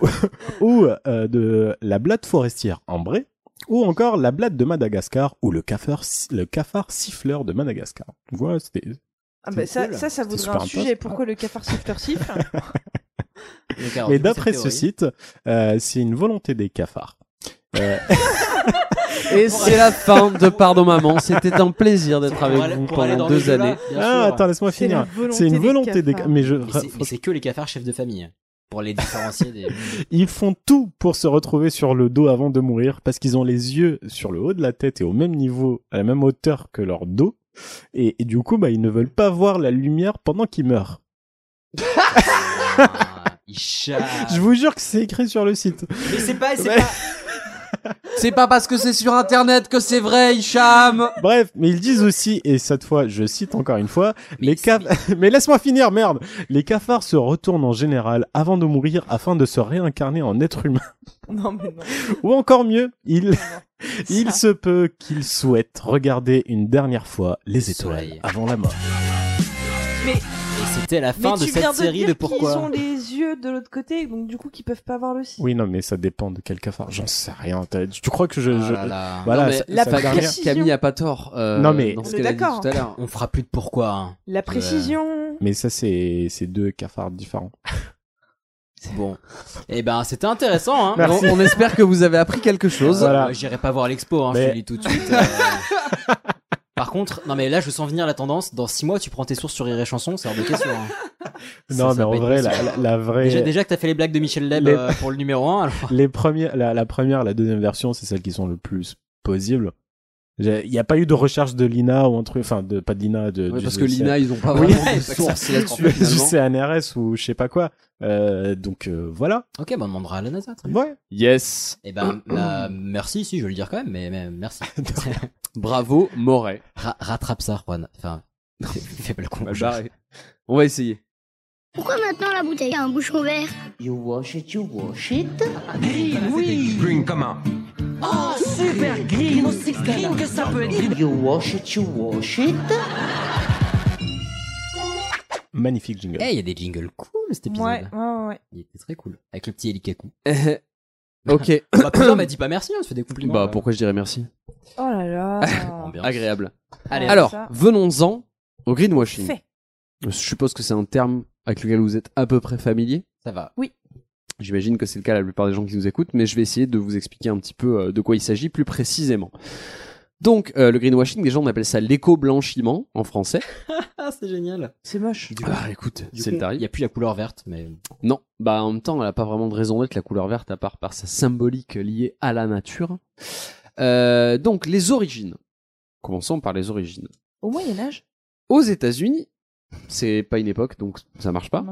Speaker 10: ou euh, de la blatte forestière ambrée, ou encore la blatte de Madagascar, ou le cafard, le cafard siffleur de Madagascar. Voilà, c'était...
Speaker 2: Ah bah, ça, ça, ça
Speaker 10: C'était
Speaker 2: voudrait
Speaker 10: super
Speaker 2: un sujet.
Speaker 10: intense.
Speaker 2: Pourquoi le cafard siffleur siffle
Speaker 1: Donc, alors,
Speaker 10: Mais
Speaker 1: du coup,
Speaker 10: d'après
Speaker 1: cette
Speaker 10: ce
Speaker 1: théorie-
Speaker 10: site, euh, c'est une volonté des cafards. Euh,
Speaker 8: Et c'est la fin de Pardon Maman. C'était un plaisir d'être avec
Speaker 1: aller-
Speaker 8: vous
Speaker 1: pour aller
Speaker 8: pendant
Speaker 1: dans le
Speaker 8: deux
Speaker 1: jeu-là,
Speaker 8: années.
Speaker 1: bien
Speaker 10: Ah,
Speaker 1: sûr.
Speaker 10: attends, laisse-moi C'est finir. la volonté C'est une des volonté des- cafards. mais je-
Speaker 1: Mais c'est- mais c'est que les cafards chefs de famille. hein, Pour les différencier des.
Speaker 10: Ils font tout pour se retrouver sur le dos avant de mourir parce qu'ils ont les yeux sur le haut de la tête et au même niveau, à la même hauteur que leur dos. Et, et du coup, bah, ils ne veulent pas voir la lumière pendant qu'ils meurent.
Speaker 1: Ils chassent.
Speaker 10: Je vous jure que c'est écrit sur le site.
Speaker 1: Mais c'est pas. c'est
Speaker 10: Ouais.
Speaker 1: pas-
Speaker 8: C'est pas parce que c'est sur internet que c'est vrai, Hicham
Speaker 10: Bref, mais ils disent aussi, et cette fois, je cite encore une fois, les caf... mais laisse-moi finir, merde. Les cafards se retournent en général avant de mourir afin de se réincarner en être humain.
Speaker 2: Non, mais non.
Speaker 10: Ou encore mieux, il, il se peut qu'il souhaite regarder une dernière fois les étoiles avant la mort.
Speaker 2: Mais,
Speaker 1: Et c'était la fin
Speaker 2: mais
Speaker 1: de
Speaker 2: tu viens
Speaker 1: cette
Speaker 2: de
Speaker 1: série
Speaker 2: dire
Speaker 1: de
Speaker 2: Ils ont
Speaker 1: pourquoi.
Speaker 2: les yeux de l'autre côté, donc du coup, qu'ils peuvent pas voir le ciel.
Speaker 10: Oui, non, mais ça dépend de quel cafard. J'en sais rien. t'as- Tu crois que je.
Speaker 1: Ah
Speaker 10: je- Voilà,
Speaker 8: Voilà,
Speaker 10: ça-
Speaker 2: La
Speaker 10: ça va dernière-
Speaker 2: précision.
Speaker 8: Camille a pas tort. euh,
Speaker 10: Non, mais-
Speaker 8: dans ce
Speaker 2: On est
Speaker 8: qu'elle a dit
Speaker 2: d'accord.
Speaker 8: tout à l'heure.
Speaker 1: On fera plus de pourquoi. hein.
Speaker 2: La précision.
Speaker 10: Mais ça, c'est c'est deux cafards différents.
Speaker 1: Bon. Eh ben, c'était intéressant, hein.
Speaker 8: On, on espère que vous avez appris quelque chose.
Speaker 1: Euh, J'irai pas voir l'expo, hein, je te le dis tout de suite. euh. Par contre, non mais là je sens venir la tendance. Dans 6 mois, tu prends tes sources sur Rire et Chanson, c'est hors de question. hein.
Speaker 10: Non, mais en
Speaker 1: va être
Speaker 10: vrai, la-
Speaker 1: possible.
Speaker 10: la- la vraie-
Speaker 1: Déjà, déjà que t'as fait les blagues de Michel Leb
Speaker 10: Les-
Speaker 1: euh, pour le numéro 1, alors.
Speaker 10: Les premières, la, la première, la deuxième version, c'est celles qui sont le plus possibles. J'ai- Il n'y a pas eu de recherche de l'INA ou un truc, enfin de, pas de l'INA, de
Speaker 8: Ouais,
Speaker 10: du-
Speaker 8: parce que
Speaker 10: du-
Speaker 8: l'INA, ils ont pas
Speaker 10: Oui.
Speaker 8: vraiment de source là-dessus,
Speaker 10: Du
Speaker 8: finalement.
Speaker 10: CNRS ou je sais pas quoi. Euh, donc euh, voilà.
Speaker 1: Ok, bah, on demandera à la NASA. très bien.
Speaker 10: Ouais. Yes.
Speaker 1: Eh ben, la- merci, si, je vais le dire quand même, mais, mais merci.
Speaker 8: Bravo, Moret.
Speaker 1: Ra- rattrape ça, Juan. Enfin, fais fais pas le con.
Speaker 8: On va essayer.
Speaker 16: Pourquoi maintenant la bouteille a un bouchon vert
Speaker 13: You wash it, you wash it.
Speaker 4: Green, oui. Green comme un.
Speaker 13: Oh, super green, aussi green que ça peut être. You wash it, you wash it.
Speaker 10: Magnifique jingle.
Speaker 1: Eh, il y a des jingles cool cet épisode.
Speaker 2: Ouais, ouais, ouais.
Speaker 1: Il était très cool. Avec le petit Elikaku.
Speaker 8: ok.
Speaker 1: bah, putain, m'a dit pas merci, on se fait des compliments. hein.
Speaker 8: Bah,
Speaker 1: là.
Speaker 8: pourquoi je dirais merci
Speaker 2: Oh là là.
Speaker 1: Ambiance.
Speaker 8: Agréable.
Speaker 1: Allez,
Speaker 8: Alors,
Speaker 2: ça.
Speaker 8: venons-en au greenwashing.
Speaker 2: Fait.
Speaker 8: Je suppose que c'est un terme avec lequel vous êtes à peu près familier.
Speaker 1: Ça va.
Speaker 2: Oui.
Speaker 8: J'imagine que c'est le cas de la plupart des gens qui nous écoutent, mais je vais essayer de vous expliquer un petit peu euh, de quoi il s'agit plus précisément. Donc, euh, le greenwashing, des gens on appelle ça l'éco-blanchiment en français.
Speaker 1: c'est génial.
Speaker 2: C'est moche.
Speaker 8: Ah, écoute,
Speaker 1: Du
Speaker 8: c'est
Speaker 1: coup,
Speaker 8: le tarif.
Speaker 1: Il n'y a plus la couleur verte, mais
Speaker 8: Non, bah en même temps, elle a pas vraiment de raison d'être la couleur verte à part par sa symbolique liée à la nature. Euh, donc les origines. Commençons par les origines.
Speaker 2: Au Moyen Âge.
Speaker 8: Aux États-Unis, c'est pas une époque, donc ça marche pas.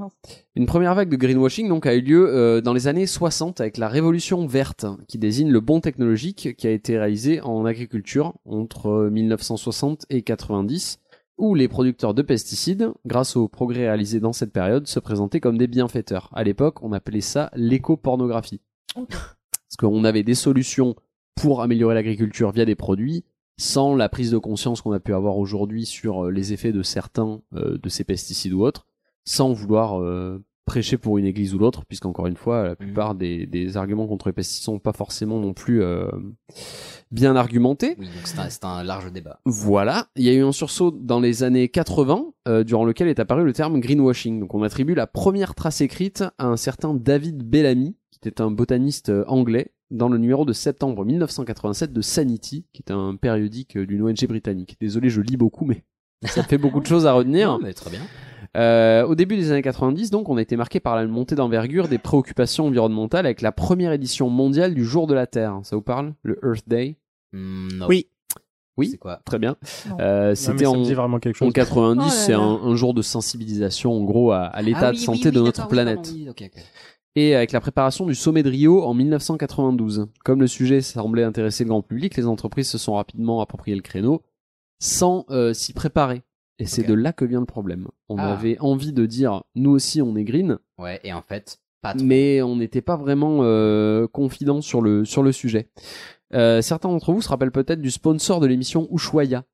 Speaker 8: Une première vague de greenwashing donc a eu lieu euh, dans les années 60 avec la révolution verte, qui désigne le bond technologique qui a été réalisé en agriculture entre euh, 1960 et 90, où les producteurs de pesticides, grâce aux progrès réalisés dans cette période, se présentaient comme des bienfaiteurs. À l'époque, on appelait ça l'éco-pornographie. Parce qu'on avait des solutions pour améliorer l'agriculture via des produits, sans la prise de conscience qu'on a pu avoir aujourd'hui sur euh, les effets de certains euh, de ces pesticides ou autres, sans vouloir euh, prêcher pour une église ou l'autre, puisqu'encore une fois, la plupart des, des arguments contre les pesticides sont pas forcément non plus euh, bien argumentés.
Speaker 1: oui, donc c'est un, c'est un large débat.
Speaker 8: Voilà, il y a eu un sursaut dans les années 80, euh, durant lequel est apparu le terme greenwashing. Donc on attribue la première trace écrite à un certain David Bellamy, qui était un botaniste euh, anglais, dans le numéro de septembre 1987 de Sanity, qui est un périodique euh, d'une ONG britannique. Désolé, je lis beaucoup, mais ça fait beaucoup de choses à retenir.
Speaker 1: Non, mais très bien.
Speaker 8: Euh, au début des années 90, donc, on a été marqué par la montée d'envergure des préoccupations environnementales avec la première édition mondiale du Jour de la Terre. Ça vous parle Le Earth Day
Speaker 1: Hmm, non.
Speaker 8: Oui. Oui, très bien. Euh, C'était
Speaker 10: ça
Speaker 8: en,
Speaker 10: me dit vraiment quelque chose.
Speaker 8: en 90,
Speaker 10: Oh là
Speaker 8: c'est
Speaker 10: là.
Speaker 8: un, un jour de sensibilisation en gros à, à l'état
Speaker 1: Ah
Speaker 8: de
Speaker 1: oui,
Speaker 8: santé
Speaker 1: oui,
Speaker 8: de
Speaker 1: oui,
Speaker 8: notre
Speaker 1: d'accord, oui,
Speaker 8: planète.
Speaker 1: pardon, Ah oui, ok, ok.
Speaker 8: Et avec la préparation du sommet de Rio en 1992. Comme le sujet semblait intéresser le grand public, les entreprises se sont rapidement approprié le créneau sans euh, s'y préparer. Et c'est
Speaker 1: Ok.
Speaker 8: de là que vient le problème. On
Speaker 1: Ah.
Speaker 8: avait envie de dire, nous aussi on est green,
Speaker 1: Ouais, et en fait, pas Ah, trop.
Speaker 8: mais on n'était pas vraiment euh, confident sur le, sur le sujet. Euh, certains d'entre vous se rappellent peut-être du sponsor de l'émission Ushuaïa.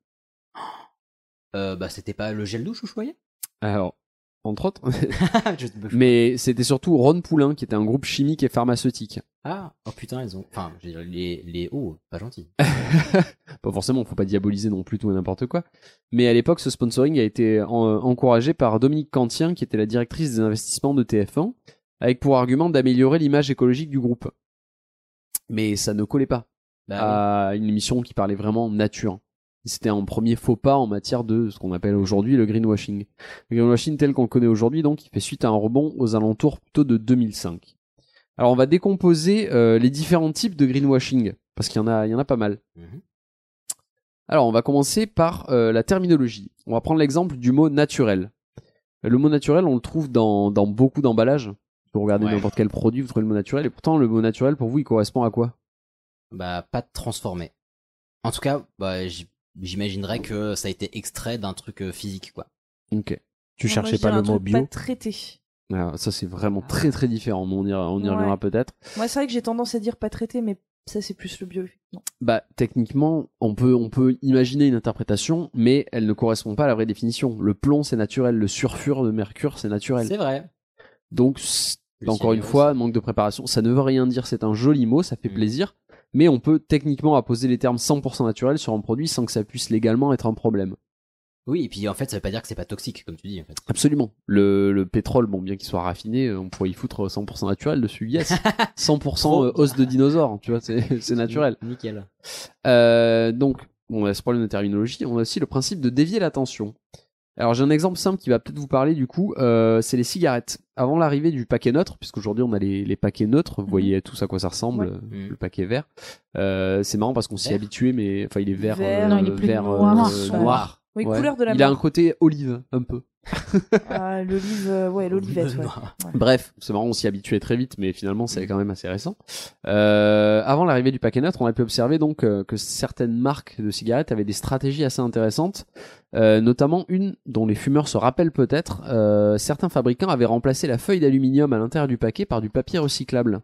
Speaker 1: Euh, bah, c'était pas le gel douche ou choyer
Speaker 8: Alors, entre autres.
Speaker 1: Je te buffe.
Speaker 8: mais c'était surtout Ron Poulain, qui était un groupe chimique et pharmaceutique.
Speaker 1: Ah, oh putain, ils ont. Enfin, je veux dire, les, les hauts, pas gentil.
Speaker 8: Pas forcément, faut pas diaboliser non plus tout et n'importe quoi. Mais à l'époque, ce sponsoring a été en- encouragé par Dominique Cantien, qui était la directrice des investissements de TF1, avec pour argument d'améliorer l'image écologique du groupe. Mais ça ne collait pas
Speaker 1: Bah
Speaker 8: à une émission qui parlait vraiment nature. C'était un premier faux pas en matière de ce qu'on appelle aujourd'hui le greenwashing. Le greenwashing tel qu'on le connaît aujourd'hui, donc, il fait suite à un rebond aux alentours plutôt de 2005. Alors, on va décomposer euh, les différents types de greenwashing, parce qu'il y en a, il y en a pas mal.
Speaker 1: Mhm.
Speaker 8: Alors, on va commencer par euh, la terminologie. On va prendre l'exemple du mot naturel. Le mot naturel, on le trouve dans, dans beaucoup d'emballages. Vous regardez n'importe quel produit, vous trouvez le mot naturel, et pourtant, le mot naturel, pour vous, il correspond à quoi
Speaker 1: Bah, pas transformé. En tout cas, bah, j- j'imaginerais que ça a été extrait d'un truc euh, physique, quoi.
Speaker 8: Ok.
Speaker 10: Tu
Speaker 2: Ah, Moi, je dirais un truc Pas traité.
Speaker 8: Alors, ça, c'est vraiment très très différent, mais on y, on y
Speaker 2: Ouais.
Speaker 8: reviendra peut-être.
Speaker 2: Moi, c'est vrai que j'ai tendance à dire pas traité, mais ça, c'est plus le bio. effectivement.
Speaker 8: Bah, techniquement, on peut, on peut imaginer une interprétation, mais elle ne correspond pas à la vraie définition. Le plomb, c'est naturel. Le sulfure de mercure, c'est naturel.
Speaker 1: C'est vrai.
Speaker 8: Donc, c'est-
Speaker 1: Le
Speaker 8: encore une
Speaker 1: silure
Speaker 8: fois, manque de préparation. Ça Mm. ne veut rien dire. C'est un joli mot, ça fait plaisir. Mais on peut techniquement apposer les termes 100% naturels sur un produit sans que ça puisse légalement être un problème.
Speaker 1: Oui, et puis en fait, ça veut pas dire que c'est pas toxique, comme tu dis, en fait.
Speaker 8: Absolument. Le, le pétrole, bon, bien qu'il soit raffiné, euh, on pourrait y foutre 100% naturel dessus. Yes. 100% euh, os de dinosaure, tu vois, c'est c'est naturel.
Speaker 1: Nickel.
Speaker 8: Euh, donc, on a ce problème de terminologie. On a aussi le principe de dévier l'attention. Alors, j'ai un exemple simple qui va peut-être vous parler du coup. euh, c'est les cigarettes. Avant l'arrivée du paquet neutre, puisqu'aujourd'hui on a les, les paquets neutres, vous
Speaker 2: Mhm.
Speaker 8: voyez tous à quoi ça ressemble, euh, le paquet vert. Euh, c'est marrant parce qu'on s'y est habitué, mais enfin, il est vert,
Speaker 2: Vert,
Speaker 8: euh,
Speaker 2: non, il est plus
Speaker 8: vert,
Speaker 2: noir.
Speaker 8: euh,
Speaker 2: Noir.
Speaker 8: noir.
Speaker 2: Oui, couleur de la
Speaker 8: il a un
Speaker 2: mort.
Speaker 8: côté olive, un peu.
Speaker 2: Ah, l'olive, euh, ouais, l'olivette. ouais. Ouais.
Speaker 8: Bref, c'est marrant, on s'y habituait très vite, mais finalement, c'est quand même assez récent. Euh, avant l'arrivée du paquet neutre, on a pu observer donc euh, que certaines marques de cigarettes avaient des stratégies assez intéressantes, euh, notamment une dont les fumeurs se rappellent peut-être. euh, certains fabricants avaient remplacé la feuille d'aluminium à l'intérieur du paquet par du papier recyclable.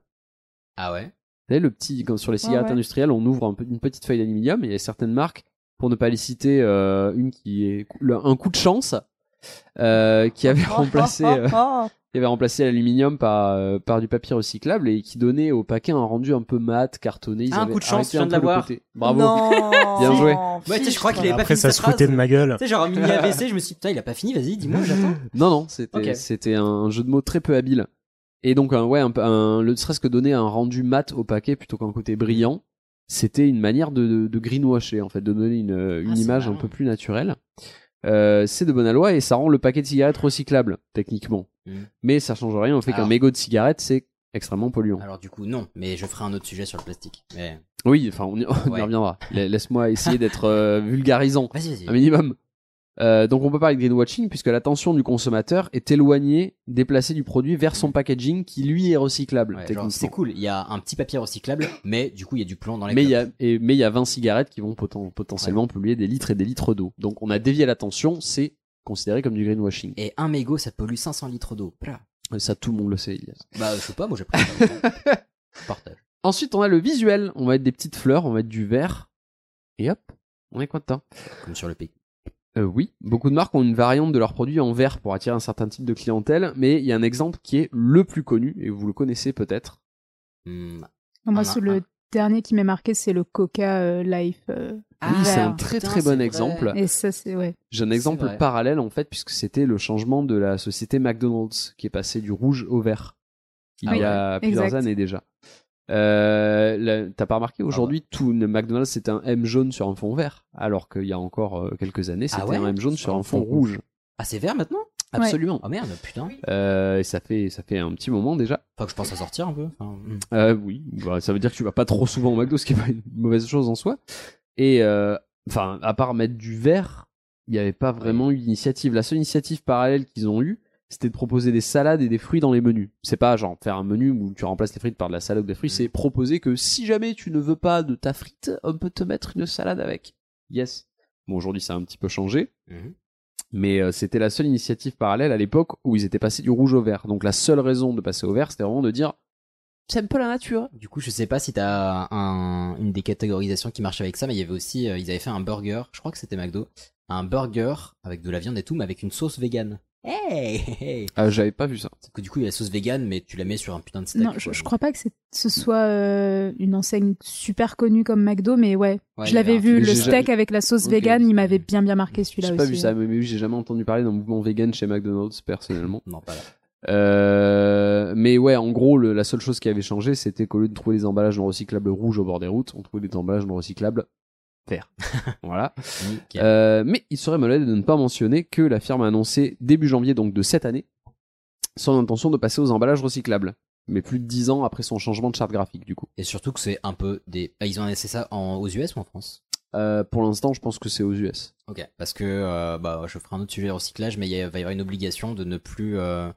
Speaker 1: Ah ouais
Speaker 8: Vous savez, le petit, quand sur les cigarettes
Speaker 1: ouais.
Speaker 8: industrielles, on ouvre un peu- une petite feuille d'aluminium et il y a certaines marques, pour ne pas les citer, euh, une qui est le- un coup de chance, euh, qui avait remplacé, euh, qui avait remplacé l'aluminium par, euh, par du papier recyclable et qui donnait au paquet un rendu un peu mat, cartonné. Ils
Speaker 1: Ah, un
Speaker 8: avaient
Speaker 1: coup de chance,
Speaker 8: arrêté
Speaker 1: je viens
Speaker 8: un
Speaker 1: de
Speaker 8: peu le
Speaker 1: l'avoir.
Speaker 8: côté. Bravo.
Speaker 1: Non.
Speaker 8: Bien joué.
Speaker 1: Ouais, tu sais, je crois qu'il avait pas
Speaker 10: Après,
Speaker 1: fini
Speaker 10: ça
Speaker 1: sa
Speaker 10: se foutait
Speaker 1: phrase.
Speaker 10: de ma gueule.
Speaker 1: Tu sais, genre, mini AVC, je me suis dit, putain, il a pas fini, vas-y, dis-moi, j'attends.
Speaker 8: Non, non, c'était
Speaker 1: Ok.
Speaker 8: c'était un jeu de mots très peu habile. euh, Et donc, un- ouais, un, un- le stress que donnait un rendu mat au paquet plutôt qu'un côté brillant, c'était une manière de, de, de greenwasher, en fait, de donner une,
Speaker 1: Ah,
Speaker 8: une
Speaker 17: c'est
Speaker 8: image un peu plus naturelle. Euh, c'est de bonne loi et ça rend le paquet de cigarettes recyclable, techniquement. Mais ça change rien au fait qu'un
Speaker 1: Mmh. Ah, Alors-
Speaker 8: mégot de cigarette, c'est extrêmement polluant.
Speaker 1: Alors du coup, non, mais je ferai un autre sujet sur le plastique. Mais...
Speaker 8: Oui, enfin, on y, on y
Speaker 1: Ouais.
Speaker 8: reviendra. La- Laisse-moi essayer d'être euh, vulgarisant,
Speaker 1: Vas-y, vas-y.
Speaker 8: un minimum. Euh, donc, on peut parler de greenwashing puisque l'attention du consommateur est éloignée, déplacée du produit vers son packaging qui lui est recyclable.
Speaker 1: Mmh. genre,
Speaker 8: techniquement.
Speaker 1: c'est cool, il y a un petit papier recyclable, mais du coup, il y a du plan dans les
Speaker 8: mais il y a et- mais il y a 20 cigarettes qui vont poten- potentiellement polluer des litres et des litres d'eau. Donc, on a dévié l'attention, c'est considéré comme du greenwashing.
Speaker 1: Et un mégot, ça pollue 500 litres d'eau. Voilà.
Speaker 8: Ça, tout le monde le sait, Ilias.
Speaker 1: Bah, je sais pas, moi j'ai pris
Speaker 8: Ensuite, on a le visuel. On va être des petites fleurs, on va être du vert. Et hop, on est content.
Speaker 1: Comme sur le pays.
Speaker 8: Euh, oui, beaucoup de marques ont une variante de leurs produits en vert pour attirer un certain type de clientèle, mais il y a un exemple qui est le plus connu, et vous le connaissez peut-être.
Speaker 1: Hmm,
Speaker 9: Non, moi,
Speaker 8: Ah,
Speaker 9: c'est
Speaker 8: ah.
Speaker 9: le dernier qui m'est marqué, c'est le Coca euh, Life. euh,
Speaker 8: Oui, c'est
Speaker 9: vert.
Speaker 8: un très, très bon exemple.
Speaker 9: Et ça, c'est ouais.
Speaker 8: J'ai un exemple
Speaker 9: vrai.
Speaker 8: parallèle en fait, puisque c'était le changement de la société McDonald's qui est passée du rouge au vert il
Speaker 9: Ah
Speaker 8: y a
Speaker 9: oui,
Speaker 8: plusieurs
Speaker 9: exact.
Speaker 8: années déjà. Euh, là, T'as pas remarqué aujourd'hui tout le McDonald's c'était un M jaune sur un fond vert, alors qu'il y a encore euh, quelques années c'était
Speaker 1: Ah ouais
Speaker 8: un M jaune sur un fond rouge.
Speaker 1: Ah, c'est vert maintenant
Speaker 8: Absolument.
Speaker 1: Ah merde, putain.
Speaker 8: Euh, et ça fait ça fait un petit moment déjà.
Speaker 1: Faut que je pense à sortir un peu. enfin, mm.
Speaker 8: Euh, oui, bah, ça veut dire que tu vas pas trop souvent au McDo, ce qui est pas une mauvaise chose en soi. Et euh, enfin, à part mettre du verre, il n'y avait pas vraiment eu d'initiative. La seule initiative parallèle qu'ils ont eue, c'était de proposer des salades et des fruits dans les menus. C'est pas genre faire un menu où tu remplaces les frites par de la salade ou des fruits, c'est proposer que si jamais tu ne veux pas de ta frite, on peut te mettre une salade avec. Yes. Bon, aujourd'hui, ça a un petit peu changé.
Speaker 1: Mhm.
Speaker 8: Mais euh, c'était la seule initiative parallèle à l'époque où ils étaient passés du rouge au vert. Donc la seule raison de passer au vert, c'était vraiment de dire C'est un peu la nature.
Speaker 1: Du coup, je sais pas si t'as un- une des catégorisations qui marche avec ça, mais il y avait aussi, euh, ils avaient fait un burger, je crois que c'était McDo, un burger avec de la viande et tout, mais avec une sauce végane. Hey, hey.
Speaker 8: Ah, j'avais pas vu ça.
Speaker 1: Que du coup, il y a la sauce végane, mais tu la mets sur un putain de steak.
Speaker 9: Non, je, je crois pas que c'est- ce soit euh, une enseigne super connue comme McDo, mais ouais,
Speaker 8: Ouais, il y
Speaker 9: je
Speaker 8: avait
Speaker 9: l'avais
Speaker 8: un
Speaker 9: vu,
Speaker 8: truc.
Speaker 9: le
Speaker 8: J'ai
Speaker 9: steak
Speaker 8: jamais-
Speaker 9: avec la sauce
Speaker 8: Ok.
Speaker 9: vegan, il m'avait bien bien marqué celui-là
Speaker 8: J'ai
Speaker 9: aussi. hein.
Speaker 8: pas vu ça, mais oui, j'ai jamais entendu parler d'un mouvement vegan chez McDonald's personnellement.
Speaker 1: Non, pas là.
Speaker 8: Euh, mais ouais, en gros, le- la seule chose qui avait changé, c'était qu'au lieu de trouver des emballages non recyclables rouges au bord des routes, on trouvait des emballages non recyclables verts. voilà.
Speaker 1: Nickel.
Speaker 8: Euh, mais il serait malade de ne pas mentionner que la firme a annoncé début janvier donc de cette année son intention de passer aux emballages recyclables, mais plus de 10 ans après son changement de charte graphique du coup.
Speaker 1: Et surtout que c'est un peu des. Ah, ils ont laissé ça en- aux US ou en France
Speaker 8: Euh, pour l'instant, je pense que c'est aux US.
Speaker 1: Ok, parce que euh, bah, je ferai un autre sujet de recyclage, mais il y a- va y avoir une obligation de ne plus, euh,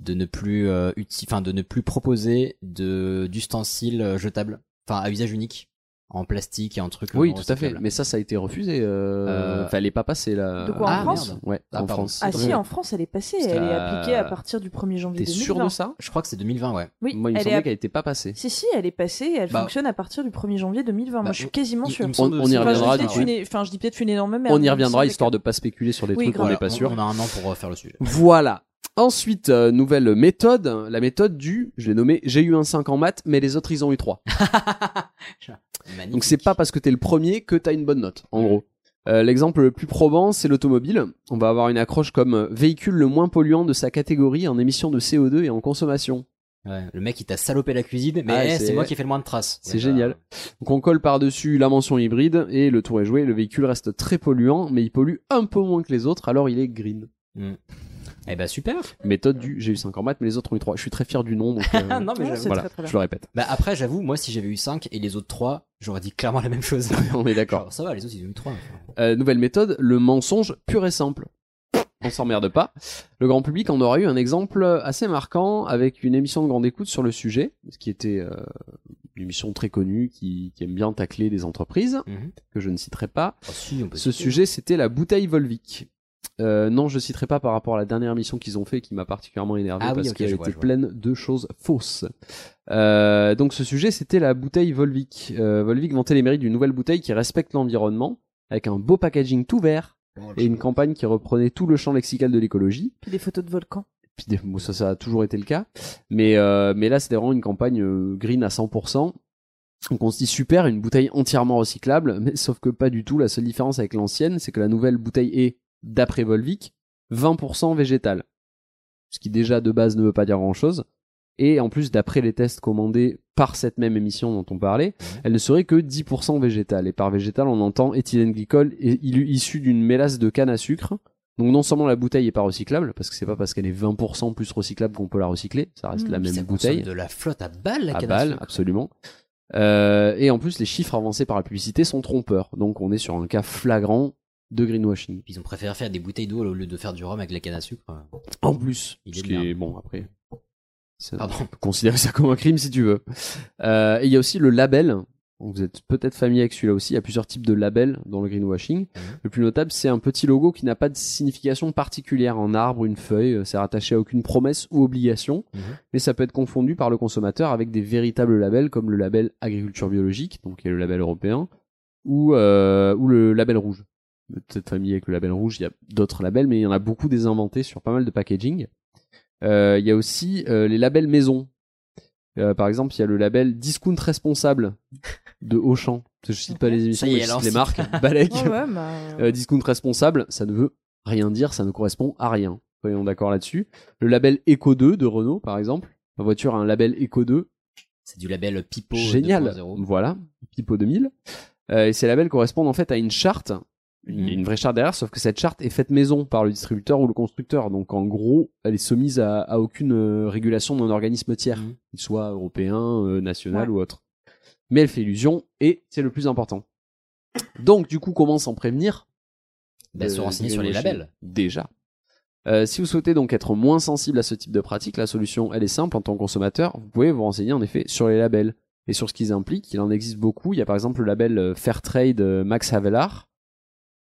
Speaker 1: de ne plus, euh, uti- enfin, de ne plus proposer de d'ustensiles euh, jetables, enfin à usage unique, en plastique et en truc. euh,
Speaker 8: Oui,
Speaker 1: non
Speaker 8: tout à fait.
Speaker 1: recyclable.
Speaker 8: Mais ça, ça a été refusé. Euh...
Speaker 1: Euh,
Speaker 8: Fallait pas passer la.
Speaker 1: De quoi, en Ah, France merde.
Speaker 8: Ouais,
Speaker 1: Ah,
Speaker 8: en
Speaker 1: pardon.
Speaker 8: France.
Speaker 2: Ah si, en France, elle est passée.
Speaker 8: C'est
Speaker 2: Elle est
Speaker 8: la-
Speaker 2: appliquée à partir du 1er janvier 2020.
Speaker 8: T'es sûr de ça
Speaker 1: Je crois que c'est 2020, ouais.
Speaker 2: Oui,
Speaker 8: Moi, il me
Speaker 2: elle est
Speaker 8: semblait
Speaker 2: app-
Speaker 8: qu'elle était pas passée.
Speaker 2: Si, si, elle est passée et elle
Speaker 8: Bah,
Speaker 2: fonctionne à partir du 1er janvier 2020. Moi,
Speaker 8: bah,
Speaker 2: je
Speaker 8: il-
Speaker 2: suis quasiment
Speaker 8: il-
Speaker 2: sûr.
Speaker 8: il me semble On- on y aussi. reviendra,
Speaker 2: Enfin, je dis peut-être
Speaker 8: du coup.
Speaker 2: une- enfin, je dis peut-être une énorme merde.
Speaker 8: On
Speaker 2: mais il
Speaker 8: y
Speaker 2: me
Speaker 8: reviendra
Speaker 2: semble
Speaker 8: histoire
Speaker 2: que-
Speaker 8: de pas spéculer sur des
Speaker 2: Oui,
Speaker 8: trucs qu'on
Speaker 2: grave.
Speaker 8: n'est pas
Speaker 2: Voilà,
Speaker 8: sûr.
Speaker 1: On a un an pour refaire le sujet.
Speaker 8: Voilà. Ensuite, euh, nouvelle méthode, la méthode du, je l'ai nommé, j'ai eu un 5 en maths, mais les autres ils ont eu 3. Donc c'est pas parce que t'es le premier que t'as une bonne note, en gros. Euh, L'exemple le plus probant, c'est l'automobile. On va avoir une accroche comme euh, véhicule le moins polluant de sa catégorie en émission de CO2 et en consommation.
Speaker 1: Ouais, le mec il t'a salopé la cuisine, mais
Speaker 8: Ah,
Speaker 1: hey,
Speaker 8: c'est-
Speaker 1: c'est moi qui ai fait le moins de traces. Euh,
Speaker 8: C'est génial. Donc on colle par-dessus la mention hybride et le tour est joué. Le véhicule reste très polluant, mais il pollue un peu moins que les autres, alors il est green.
Speaker 1: Mm. Eh ben super.
Speaker 8: Méthode du j'ai eu 5 en maths, mais les autres ont eu 3. Je suis très fier du nom. Donc, euh,
Speaker 1: non, mais j'avoue.
Speaker 8: voilà, je le répète.
Speaker 1: Bah après, j'avoue, moi si j'avais eu 5 et les autres 3, j'aurais dit clairement la même chose.
Speaker 8: on est d'accord.
Speaker 1: Genre, ça va, les autres ils ont eu 3.
Speaker 8: Euh, nouvelle méthode, le mensonge pur et simple. On s'emmerde pas. Le grand public en aura eu un exemple assez marquant avec une émission de grande écoute sur le sujet, ce qui était euh, une émission très connue qui, qui aime bien tacler des entreprises,
Speaker 1: Mhm.
Speaker 8: que je ne citerai pas.
Speaker 1: Oh, si, on peut
Speaker 8: Ce
Speaker 1: citer.
Speaker 8: sujet, c'était la bouteille Volvic. Euh, non, je citerai pas par rapport à la dernière émission qu'ils ont fait qui m'a particulièrement énervé
Speaker 1: Ah oui,
Speaker 8: parce
Speaker 1: ok,
Speaker 8: qu'elle
Speaker 1: je
Speaker 8: était
Speaker 1: vois, je vois.
Speaker 8: pleine de choses fausses. Euh, donc ce sujet, c'était la bouteille Volvic. Euh, Volvic vantait les mérites d'une nouvelle bouteille qui respecte l'environnement avec un beau packaging tout vert
Speaker 1: Oh,
Speaker 8: et une campagne qui reprenait tout le champ lexical de l'écologie.
Speaker 2: Puis des photos de volcans.
Speaker 8: Puis des- bon, ça, ça a toujours été le cas. Mais, euh, mais là, c'était vraiment une campagne euh, green à 100%. Donc on se dit super, une bouteille entièrement recyclable, mais sauf que pas du tout. La seule différence avec l'ancienne, c'est que la nouvelle bouteille est, d'après Volvic, 20% végétale. Ce qui déjà de base ne veut pas dire grand chose. Et en plus, d'après les tests commandés par cette même émission dont on parlait, elle ne serait que 10% végétale. Et par végétale, on entend éthylène glycol et- il- issu d'une mélasse de canne à sucre. Donc non seulement la bouteille est pas recyclable, parce que c'est pas parce qu'elle est 20% plus recyclable qu'on peut la recycler, ça reste
Speaker 1: Mmh.
Speaker 8: la
Speaker 1: Puis
Speaker 8: même
Speaker 1: ça consomme
Speaker 8: bouteille.
Speaker 1: de la flotte à balles, la
Speaker 8: À
Speaker 1: canne à
Speaker 8: balles,
Speaker 1: sucre.
Speaker 8: absolument. Euh, et en plus, les chiffres avancés par la publicité sont trompeurs. Donc on est sur un cas flagrant de greenwashing.
Speaker 1: Ils ont préféré faire des bouteilles d'eau au lieu de faire du rhum avec la canne à sucre. Euh,
Speaker 8: En plus,
Speaker 1: Il
Speaker 8: ce
Speaker 1: est de
Speaker 8: qui
Speaker 1: merde.
Speaker 8: est bon après. c'est- On peut considérer ça comme un crime si tu veux. Euh, et il y a aussi le label. Vous êtes peut-être familier avec celui-là aussi. Il y a plusieurs types de labels dans le greenwashing. Le plus notable, c'est un petit logo qui n'a pas de signification particulière, un arbre, une feuille. euh, C'est rattaché à aucune promesse ou obligation.
Speaker 1: Mhm.
Speaker 8: Mais ça peut être confondu par le consommateur avec des véritables labels comme le label agriculture biologique, donc qui est le label européen, ou, euh, ou le label rouge. Vous êtes Peut-être familier avec le label rouge, il y a d'autres labels, mais il y en a beaucoup désinventés sur pas mal de packaging. Euh, il y a aussi euh, les labels maison. Euh, par exemple, il y a le label Discount Responsable de Auchan. Je cite pas les émissions,
Speaker 1: y est,
Speaker 8: mais je
Speaker 1: elle en
Speaker 8: cite les
Speaker 1: cite.
Speaker 8: marques. Balek.
Speaker 1: Ouais, ouais, bah,
Speaker 8: Euh, discount Responsable, ça ne veut rien dire, ça ne correspond à rien. Soyons d'accord là-dessus. Le label Eco 2 de Renault, par exemple. Ma voiture a un label Eco 2.
Speaker 1: C'est du label Pipo.
Speaker 8: Génial.
Speaker 1: 2.0.
Speaker 8: Voilà, Pipo 2000. Euh, et ces labels correspondent en fait à une charte, une, une vraie charte derrière, sauf que cette charte est faite maison par le distributeur ou le constructeur. Donc en gros, elle est soumise à, à aucune euh, régulation d'un organisme tiers, qu'il soit européen, euh, national ou autre. Mais elle fait illusion et c'est le plus important. Donc du coup, comment s'en prévenir
Speaker 1: Bah, se
Speaker 8: Euh,
Speaker 1: renseigner sur les
Speaker 8: greenwashing.
Speaker 1: labels.
Speaker 8: Déjà. Euh, si vous souhaitez donc être moins sensible à ce type de pratique, la solution, elle est simple en tant que consommateur. Vous pouvez vous renseigner en effet sur les labels et sur ce qu'ils impliquent. Il en existe beaucoup. Il y a par exemple le label euh, Fairtrade euh, Max Havelaar.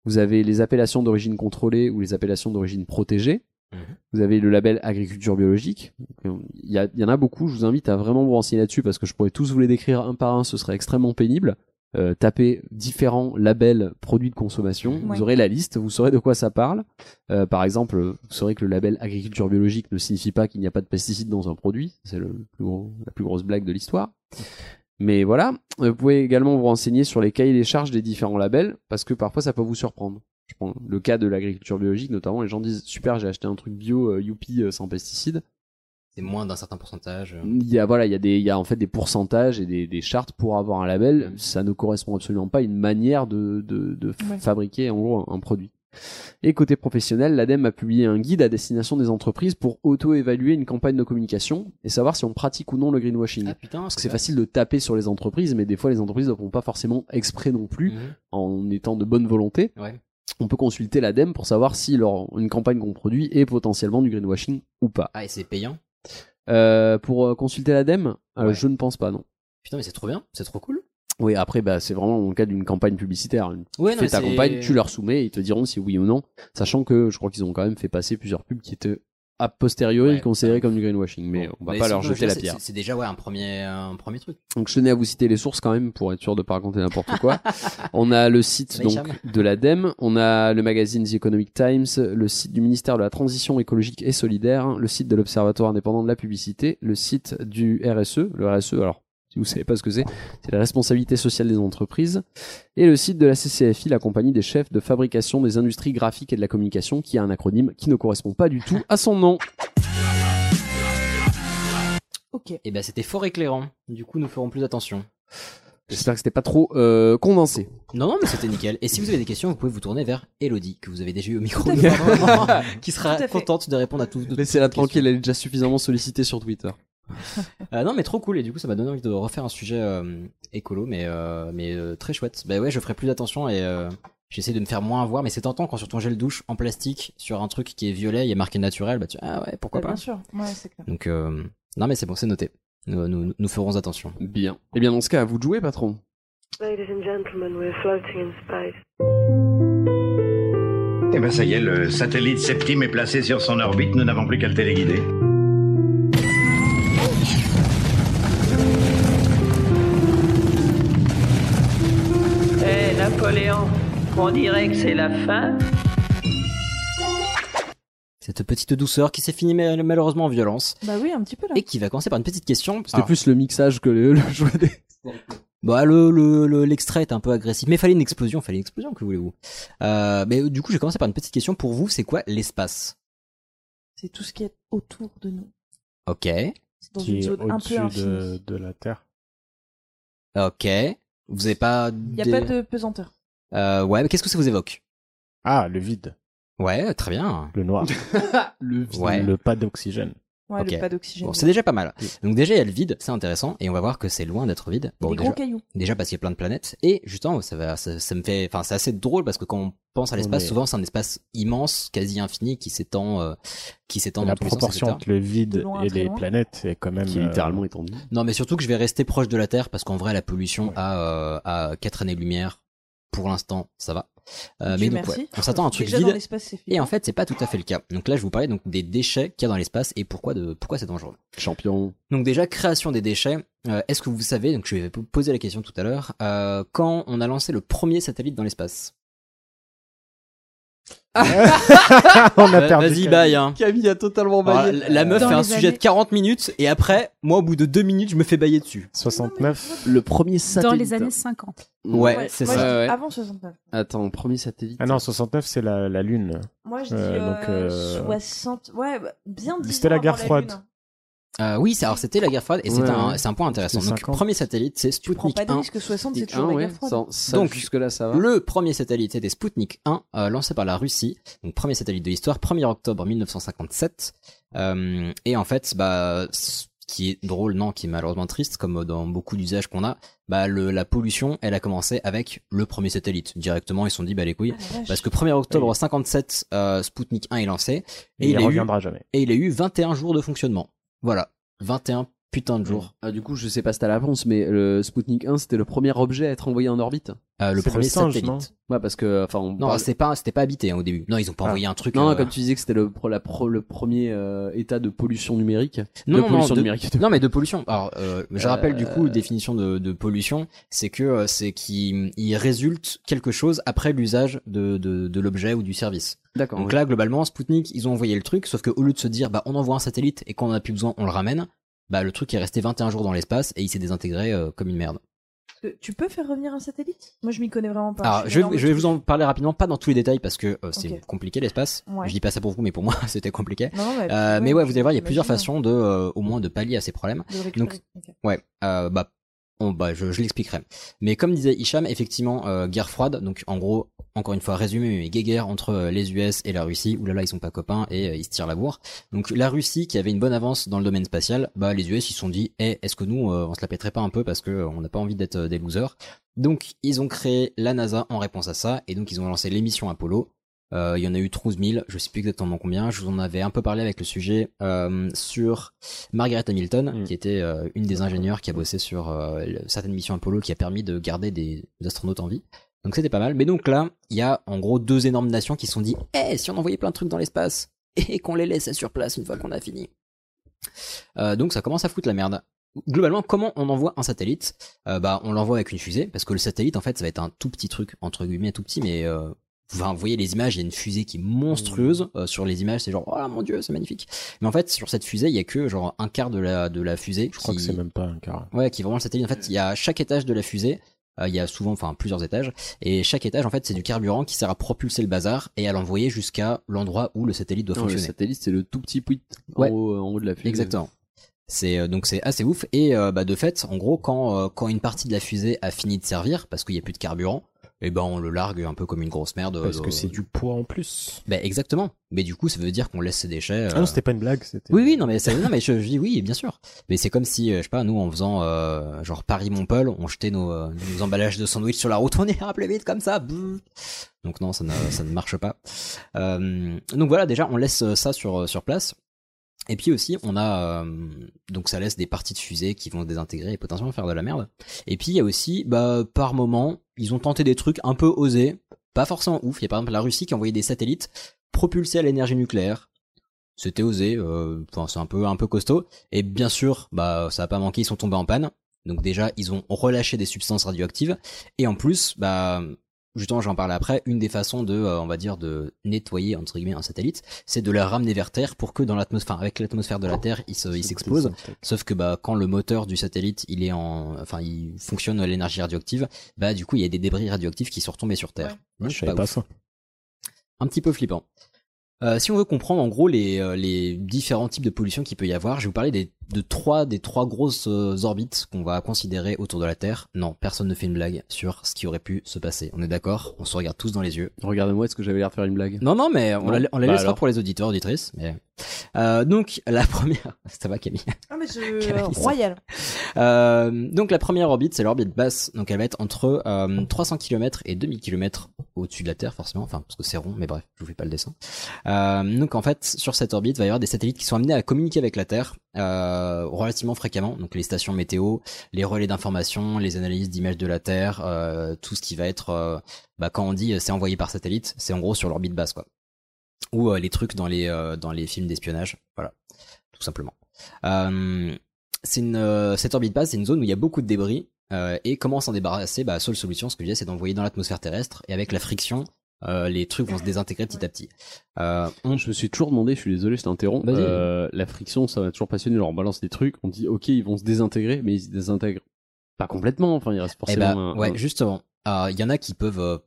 Speaker 8: Vous avez les appellations d'origine contrôlée ou les appellations d'origine protégée.
Speaker 1: Mhm.
Speaker 8: Vous avez le label agriculture biologique. Donc, euh, Il y, a- il y en a beaucoup. Je vous invite à vraiment vous renseigner là-dessus parce que je pourrais tous vous les décrire un par un. Ce serait extrêmement pénible. Euh, tapez différents labels produits de consommation.
Speaker 17: Ouais.
Speaker 8: Vous aurez la liste. Vous saurez de quoi ça parle. Euh, par exemple, vous saurez que le label agriculture biologique ne signifie pas qu'il n'y a pas de pesticides dans un produit. C'est le plus gros- la plus grosse blague de l'histoire. Mais voilà, euh, vous pouvez également vous renseigner sur les cahiers des charges des différents labels, parce que parfois ça peut vous surprendre. Je prends le cas de l'agriculture biologique, notamment, les gens disent super, j'ai acheté un truc bio, euh, youpi, euh, sans pesticides.
Speaker 1: C'est moins d'un certain pourcentage. euh.
Speaker 8: Il y a voilà, il y a des, il y a en fait des pourcentages et des, des chartes pour avoir un label. Ça ne correspond absolument pas à une manière de, de, de f-
Speaker 17: Ouais.
Speaker 8: fabriquer en gros un, un produit. Et côté professionnel, l'ADEME a publié un guide à destination des entreprises pour auto-évaluer une campagne de communication et savoir si on pratique ou non le greenwashing.
Speaker 1: Ah,
Speaker 8: Parce que c'est facile de taper sur les entreprises, mais des fois les entreprises ne le font pas forcément exprès non plus, en étant de bonne volonté
Speaker 1: Mm. Ouais.
Speaker 8: on peut consulter l'ADEME pour savoir si leur, une campagne qu'on produit est potentiellement du greenwashing ou pas.
Speaker 1: Ah, et c'est payant
Speaker 8: Euh, pour euh, consulter l'ADEME, euh,
Speaker 1: Ouais.
Speaker 8: je ne pense pas, non.
Speaker 1: Putain, mais c'est trop bien, c'est trop cool.
Speaker 8: Oui, après, bah, c'est vraiment dans le cadre d'une campagne publicitaire.
Speaker 1: Ouais,
Speaker 8: tu
Speaker 1: non,
Speaker 8: fais
Speaker 1: mais
Speaker 8: ta
Speaker 1: c'est-
Speaker 8: campagne, tu leur soumets, ils te diront si oui ou non, sachant que je crois qu'ils ont quand même fait passer plusieurs pubs qui étaient a posteriori considérées comme du greenwashing, mais on va
Speaker 1: Mais
Speaker 8: pas
Speaker 1: c'est-
Speaker 8: leur
Speaker 1: je veux
Speaker 8: jeter
Speaker 1: dire,
Speaker 8: la
Speaker 1: c'est-
Speaker 8: pierre.
Speaker 1: C'est c'est déjà ouais, un, premier, un premier truc.
Speaker 8: Donc je tenais à vous citer les sources quand même pour être sûr de pas raconter n'importe quoi. on a le site
Speaker 1: Ça
Speaker 8: donc
Speaker 1: m'échappe.
Speaker 8: de l'ADEME, on a le magazine The Economic Times, le site du ministère de la Transition écologique et solidaire, le site de l'Observatoire indépendant de la publicité, le site du RSE, le RSE alors si vous savez pas ce que c'est, c'est la responsabilité sociale des entreprises, et le site de la CCFI, la compagnie des chefs de fabrication des industries graphiques et de la communication, qui a un acronyme qui ne correspond pas du tout à son nom.
Speaker 2: Ok.
Speaker 1: Et ben c'était fort éclairant. Du coup, nous ferons plus attention.
Speaker 8: J'espère que c'était pas trop euh, condensé.
Speaker 1: Non, non, mais c'était nickel. Et si vous avez des questions, vous pouvez vous tourner vers Elodie, que vous avez déjà eu au micro,
Speaker 8: Tout à fait.
Speaker 1: normalement, qui sera
Speaker 8: Tout à fait.
Speaker 1: contente de répondre à tout. de-
Speaker 8: Laissez-la tranquille, elle est déjà suffisamment sollicitée sur Twitter.
Speaker 1: Euh, non, mais trop cool. Et du coup, ça m'a donné envie de refaire un sujet euh, écolo, mais, euh, mais euh, très chouette. Bah ouais, je ferai plus attention et euh, j'essaie de me faire moins avoir. Mais c'est tentant quand sur ton gel douche en plastique, sur un truc qui est violet, il est marqué naturel, bah tu ah ouais, pourquoi
Speaker 2: Bah,
Speaker 1: pas.
Speaker 2: Bien sûr, ouais, c'est clair.
Speaker 1: Donc, euh, non, mais c'est bon, c'est noté. Nous, nous, nous ferons attention.
Speaker 8: Bien. Eh bien, dans ce cas, à vous de jouer, patron.
Speaker 18: Ladies and gentlemen, we're floating in space.
Speaker 3: Eh ben ça y est, le satellite Septime est placé sur son orbite, nous n'avons plus qu'à le téléguider.
Speaker 13: Hé, Eh, Napoléon, on dirait que c'est la fin.
Speaker 1: Cette petite douceur qui s'est finie mal- malheureusement en violence.
Speaker 2: Bah oui, un petit peu là.
Speaker 1: Et qui va commencer par une petite question. Ah.
Speaker 8: C'était plus le mixage que le, le jouet des...
Speaker 1: Bah le le- le- l'extrait est un peu agressif, mais fallait une explosion, fallait une explosion, que voulez-vous euh, Mais euh, du coup, je vais commencer par une petite question pour vous. C'est quoi l'espace
Speaker 2: C'est tout ce qui est autour de nous.
Speaker 1: Ok.
Speaker 2: C'est dans
Speaker 10: qui
Speaker 2: une
Speaker 10: est
Speaker 2: zone un peu
Speaker 10: au-dessus
Speaker 2: infinie.
Speaker 10: de, de la Terre.
Speaker 1: Ok. Vous n'avez pas.
Speaker 2: Il n'y a
Speaker 1: des-
Speaker 2: pas de pesanteur.
Speaker 1: Euh, ouais, mais qu'est-ce que ça vous évoque
Speaker 10: Ah, le vide.
Speaker 1: Ouais, très bien.
Speaker 10: Le noir.
Speaker 8: le
Speaker 10: vide. Le pas d'oxygène.
Speaker 2: Ouais, le pas d'oxygène.
Speaker 1: Bon, c'est déjà pas mal. Donc déjà, il y a le vide, c'est intéressant, et on va voir que c'est loin d'être vide. Bon,
Speaker 2: des
Speaker 1: déjà,
Speaker 2: gros cailloux.
Speaker 1: Déjà parce qu'il y a plein de planètes, et justement, ça va, ça, ça me fait, enfin, c'est assez drôle parce que quand on pense à l'espace,
Speaker 10: est-
Speaker 1: souvent c'est un espace immense, quasi infini, qui s'étend, euh, qui s'étend dans
Speaker 10: La
Speaker 1: tous les sens,
Speaker 10: proportion
Speaker 1: etc.
Speaker 10: entre le vide
Speaker 1: Loin,
Speaker 10: et
Speaker 1: très
Speaker 10: les
Speaker 1: loin.
Speaker 10: planètes est quand même. euh,
Speaker 1: Qui est littéralement
Speaker 8: étendue.
Speaker 1: Non, mais surtout que je vais rester proche de la Terre parce qu'en vrai, la pollution a, euh, a 4 années-lumière. Pour l'instant, ça va. Euh,
Speaker 2: Dieu
Speaker 1: mais donc,
Speaker 2: merci.
Speaker 1: ouais, on s'attend à un truc
Speaker 2: Déjà,
Speaker 1: vide.
Speaker 2: dans l'espace, c'est
Speaker 1: et en fait, c'est pas tout à fait le cas. Donc là, je vous parlais donc des déchets qu'il y a dans l'espace et pourquoi, de, pourquoi c'est dangereux.
Speaker 8: Champion.
Speaker 1: Donc déjà, création des déchets. Euh, Est-ce que vous savez, donc je vais vous poser la question tout à l'heure, euh, quand on a lancé le premier satellite dans l'espace
Speaker 10: Ah, On a
Speaker 1: Bah,
Speaker 10: perdu
Speaker 1: Vas-y,
Speaker 10: Camille.
Speaker 1: bye. hein.
Speaker 8: Camille a totalement
Speaker 1: Alors,
Speaker 8: baillé.
Speaker 1: la, la meuf
Speaker 8: Dans
Speaker 1: fait un
Speaker 8: les
Speaker 1: sujet
Speaker 8: années-
Speaker 1: de 40 minutes et après, moi, au bout de 2 minutes, je me fais bailler dessus.
Speaker 10: 69.
Speaker 8: Le premier satellite.
Speaker 9: Dans les années 50.
Speaker 1: Ouais,
Speaker 2: Ouais,
Speaker 1: c'est
Speaker 2: moi,
Speaker 1: ça.
Speaker 2: je dis
Speaker 1: Ouais, ouais.
Speaker 2: Avant 69.
Speaker 8: Attends, premier satellite.
Speaker 10: Ah non, 69, c'est la, la Lune.
Speaker 2: Moi, je dis
Speaker 10: Euh, donc,
Speaker 2: euh,
Speaker 10: euh,
Speaker 2: 60. Ouais, bah, bien dix
Speaker 10: C'était la
Speaker 2: ans avant
Speaker 10: guerre froide.
Speaker 2: Lune, hein.
Speaker 1: Euh, oui, c'est- alors c'était la guerre froide et c'est
Speaker 8: Ouais,
Speaker 1: un,
Speaker 8: ouais.
Speaker 1: c'est un point intéressant.
Speaker 8: C'était
Speaker 1: Donc,
Speaker 8: 50.
Speaker 1: premier satellite, c'est Sputnik
Speaker 2: pas de
Speaker 1: 1.
Speaker 2: risque, 60, c'est
Speaker 1: Sputnik
Speaker 2: toujours
Speaker 1: 1,
Speaker 2: la guerre froide.
Speaker 8: Ça- ça,
Speaker 1: Donc,
Speaker 8: jusque-là, ça va.
Speaker 1: le premier satellite était Sputnik 1, euh, lancé par la Russie. Donc, premier satellite de l'histoire, 1er octobre 1957. Euh, et en fait, bah, ce qui est drôle, non, qui est malheureusement triste, comme dans beaucoup d'usages qu'on a, bah, le- la pollution, elle a commencé avec le premier satellite. Directement, ils se sont dit, bah, les couilles.
Speaker 10: Ah, la vache.
Speaker 1: parce que 1er octobre 57, euh, Sputnik 1 est lancé.
Speaker 10: Il
Speaker 1: a eu-
Speaker 10: reviendra jamais.
Speaker 1: Et il a eu 21 jours de fonctionnement. Voilà. 21 putains de jours.
Speaker 8: Ah, du coup, je sais pas si t'as la réponse, mais le Sputnik 1, c'était le premier objet à être envoyé en orbite.
Speaker 1: Euh, le C'est premier le singe, satellite. non
Speaker 8: Ouais, parce que, enfin, on
Speaker 1: Non,
Speaker 8: parle-
Speaker 1: c'est pas, c'était pas habité hein, au début. Non, ils ont pas
Speaker 8: Ah.
Speaker 1: envoyé un truc.
Speaker 8: Non,
Speaker 1: euh,
Speaker 8: comme tu disais que c'était le, pro- la pro- le premier euh, état de pollution numérique.
Speaker 1: Non,
Speaker 8: de
Speaker 1: non,
Speaker 8: pollution
Speaker 1: non, de-
Speaker 8: numérique.
Speaker 1: non, mais de pollution. Alors, euh, je rappelle du coup,
Speaker 8: Euh,
Speaker 1: définition de, de pollution, c'est que euh, c'est qu'il il résulte quelque chose après l'usage de, de, de l'objet ou du service.
Speaker 8: D'accord,
Speaker 1: Donc
Speaker 8: ouais.
Speaker 1: là, globalement, Sputnik, ils ont envoyé le truc, sauf qu'au lieu de se dire, bah, on envoie un satellite et quand on en a plus besoin, on le ramène, bah, le truc est resté 21 jours dans l'espace et il s'est désintégré euh, comme une merde.
Speaker 2: Euh, Tu peux faire revenir un satellite Moi, je m'y connais vraiment pas.
Speaker 1: Alors,
Speaker 2: suis
Speaker 1: Ah, je,
Speaker 2: dans
Speaker 1: vais- je vais
Speaker 2: le
Speaker 1: vous en parler rapidement, pas dans tous les détails parce que euh, c'est
Speaker 2: Ok.
Speaker 1: compliqué l'espace.
Speaker 2: Ouais.
Speaker 1: Je dis pas ça pour vous, mais pour moi c'était compliqué.
Speaker 2: Non, mais-
Speaker 1: Euh, mais
Speaker 2: ouais,
Speaker 1: ouais, vous allez voir, il y a plusieurs
Speaker 2: j'imagine.
Speaker 1: façons
Speaker 2: hein.
Speaker 1: de, euh, au moins, de pallier à ces problèmes.
Speaker 2: De le récupérer,
Speaker 1: Donc,
Speaker 2: ok.
Speaker 1: ouais, euh, bah, on, bah, je, je l'expliquerai. Mais comme disait Hicham, effectivement, euh, guerre froide. Donc, en gros, encore une fois, résumé, mais guéguerre entre euh, les US et la Russie. Ouh là là, ils sont pas copains et euh, ils se tirent la bourre. Donc, la Russie, qui avait une bonne avance dans le domaine spatial, bah, les US, ils se sont dit, Eh, est-ce que nous, euh, on se la pèterait pas un peu parce que euh, on n'a pas envie d'être euh, des losers. Donc, ils ont créé la NASA en réponse à ça et donc ils ont lancé l'émission Apollo. Euh, il y en a eu 12 000, je sais plus exactement combien. Je vous en avais un peu parlé avec le sujet euh, sur Margaret Hamilton, qui était euh, une des ingénieurs qui a bossé sur euh, le- certaines missions Apollo, qui a permis de garder des astronautes en vie. Donc c'était pas mal. Mais donc là, il y a en gros deux énormes nations qui se sont dit Eh, si on envoyait plein de trucs dans l'espace et qu'on les laissait sur place une fois qu'on a fini. Euh, donc ça commence à foutre la merde. Globalement, comment on envoie un satellite Euh, Bah, on l'envoie avec une fusée parce que le satellite, en fait, ça va être un tout petit truc entre guillemets, tout petit, mais euh, enfin, vous voyez les images, il y a une fusée qui est monstrueuse. Euh, sur les images, c'est genre oh là, mon dieu, c'est magnifique. Mais en fait, sur cette fusée, il y a que genre un quart de la de la fusée. Je
Speaker 10: crois que c'est même pas un quart.
Speaker 1: Ouais, qui est vraiment le satellite. En fait, il y a chaque étage de la fusée. euh, Il y a souvent, enfin, plusieurs étages, et chaque étage, en fait, c'est du carburant qui sert à propulser le bazar et à l'envoyer jusqu'à l'endroit où le satellite doit
Speaker 8: Non, le
Speaker 1: fonctionner.
Speaker 8: satellite, c'est le tout petit puit
Speaker 1: Ouais.
Speaker 8: en, haut, euh, en haut de la fusée.
Speaker 1: Exactement. C'est euh, donc c'est assez ouf et euh, bah, de fait en gros quand euh, quand une partie de la fusée a fini de servir parce qu'il n'y a plus de carburant et ben on le largue un peu comme une grosse merde.
Speaker 10: Parce que c'est
Speaker 1: du
Speaker 10: poids en plus.
Speaker 1: Ben exactement. Mais du coup ça veut dire qu'on laisse ses déchets.
Speaker 10: Ah non,
Speaker 1: euh,
Speaker 10: c'était pas une blague, c'était.
Speaker 1: oui, oui, non, mais, ça, non, mais je, je dis oui, bien sûr. Mais c'est comme si, euh, je sais pas, nous, en faisant euh, genre Paris-Montpel, on jetait nos, euh, nos emballages de sandwich sur la route, on est rappelé vite comme ça. bouh. Donc non, ça ne, ça ne marche pas. Euh, donc voilà, déjà, on laisse euh, ça sur, euh, sur place. Et puis aussi, on a euh, donc ça laisse des parties de fusée qui vont se désintégrer et potentiellement faire de la merde. Et puis il y a aussi, bah, par moment, ils ont tenté des trucs un peu osés, pas forcément ouf. Il y a par exemple la Russie qui a envoyé des satellites propulsés à l'énergie nucléaire c'était osé, euh, enfin, c'est un peu un peu costaud. Et bien sûr, bah ça a pas manqué, ils sont tombés en panne. Donc déjà, ils ont relâché des substances radioactives. Et en plus, bah justement, j'en parle après. Une des façons de, euh, on va dire, de nettoyer entre guillemets un satellite, c'est de le ramener vers Terre pour que dans l'atmosphère, enfin, avec l'atmosphère de la Terre, il se- il s'explose. Sauf que bah quand le moteur du satellite, il est en, enfin, il fonctionne à l'énergie radioactive, bah du coup, il y a des débris radioactifs qui sont retombés sur Terre. Donc,
Speaker 10: Je savais pas
Speaker 1: ouf
Speaker 10: ça.
Speaker 1: un petit peu flippant. Euh, si on veut comprendre en gros les, euh, les différents types de pollution qu'il peut y avoir, je vais vous parler des de trois des trois grosses euh, orbites qu'on va considérer autour de la Terre, non, personne ne fait une blague sur ce qui aurait pu se passer. On est d'accord On se regarde tous dans les yeux.
Speaker 8: Regardez-moi, est-ce que j'avais l'air de faire une blague
Speaker 1: Non, non, mais on
Speaker 8: Non.
Speaker 1: la, on la
Speaker 8: Bah
Speaker 1: laissera
Speaker 8: alors.
Speaker 1: pour les auditeurs, auditrices. mais- Euh, donc, la première... Ça va, Camille
Speaker 2: Ah, mais
Speaker 1: Quelle
Speaker 2: je...
Speaker 1: raison.
Speaker 2: Royal.
Speaker 1: Euh, donc la première orbite, c'est l'orbite basse, donc elle va être entre euh, 300 km et 2000 km au-dessus de la Terre forcément, enfin parce que c'est rond, mais bref, je vous fais pas le dessin. Euh, donc en fait, sur cette orbite, il va y avoir des satellites qui sont amenés à communiquer avec la Terre euh, relativement fréquemment, donc les stations météo, les relais d'information, les analyses d'images de la Terre, euh, tout ce qui va être, euh, bah, quand on dit euh, c'est envoyé par satellite, c'est en gros sur l'orbite basse quoi ou euh, les trucs dans les euh, dans les films d'espionnage, voilà, tout simplement. Euh, c'est une euh, cette orbite basse, c'est une zone où il y a beaucoup de débris euh, et comment s'en débarrasser Bah seule solution, ce que je disais, c'est d'envoyer dans l'atmosphère terrestre et avec la friction, euh, les trucs vont se désintégrer petit à petit. Euh, eh
Speaker 8: Je me suis toujours demandé, je suis désolé, je t'interromps.
Speaker 1: Vas-y.
Speaker 8: euh, la friction, ça m'a toujours passionné. Genre, on balance des trucs, on dit, ok, ils vont se désintégrer, mais ils se désintègrent pas complètement. Enfin, il reste
Speaker 1: Eh
Speaker 8: forcément
Speaker 1: bah,
Speaker 8: un-
Speaker 1: ouais,
Speaker 8: un-
Speaker 1: justement. Euh, Il y en a qui peuvent euh,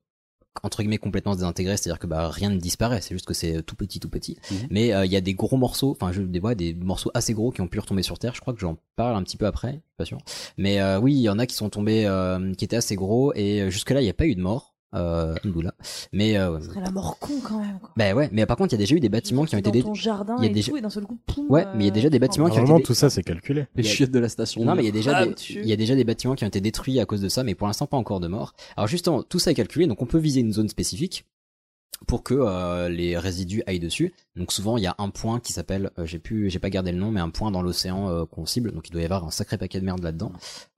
Speaker 1: entre guillemets complètement se désintégrer, c'est-à-dire que bah rien ne disparaît, c'est juste que c'est euh, tout petit, tout petit.
Speaker 8: Mhm.
Speaker 1: Mais euh, il y a des gros morceaux, enfin je des vois des morceaux assez gros qui ont pu retomber sur Terre. Je crois que j'en parle un petit peu après, je suis pas sûr. Mais euh, oui, il y en a qui sont tombés, euh, qui étaient assez gros et euh, jusque là il n'y a pas eu de mort. Euh, Alhamdoulilah. mais euh, ouais.
Speaker 2: Ce serait la mort con quand même. quoi.
Speaker 1: bah ouais, mais par contre il y a déjà eu des bâtiments qui ont été
Speaker 2: Dans
Speaker 1: dé-
Speaker 2: ton jardin
Speaker 1: il y a
Speaker 2: et
Speaker 1: déjà-
Speaker 2: tout, et d'un seul coup, poum, euh,
Speaker 1: Ouais, mais il y a déjà des bâtiments qui ont été
Speaker 10: Normalement,
Speaker 1: dé-
Speaker 10: tout ça, c'est calculé.
Speaker 1: Il y a- Non, mais il y, a déjà des, il y a déjà des bâtiments qui ont été détruits à cause de ça, mais pour l'instant pas encore de morts. Alors justement, tout ça est calculé, donc on peut viser une zone spécifique pour que euh, les résidus aillent dessus. Donc souvent il y a un point qui s'appelle, euh, j'ai pu, j'ai pas gardé le nom, mais un point dans l'océan euh, qu'on cible, donc il doit y avoir un sacré paquet de merde là-dedans,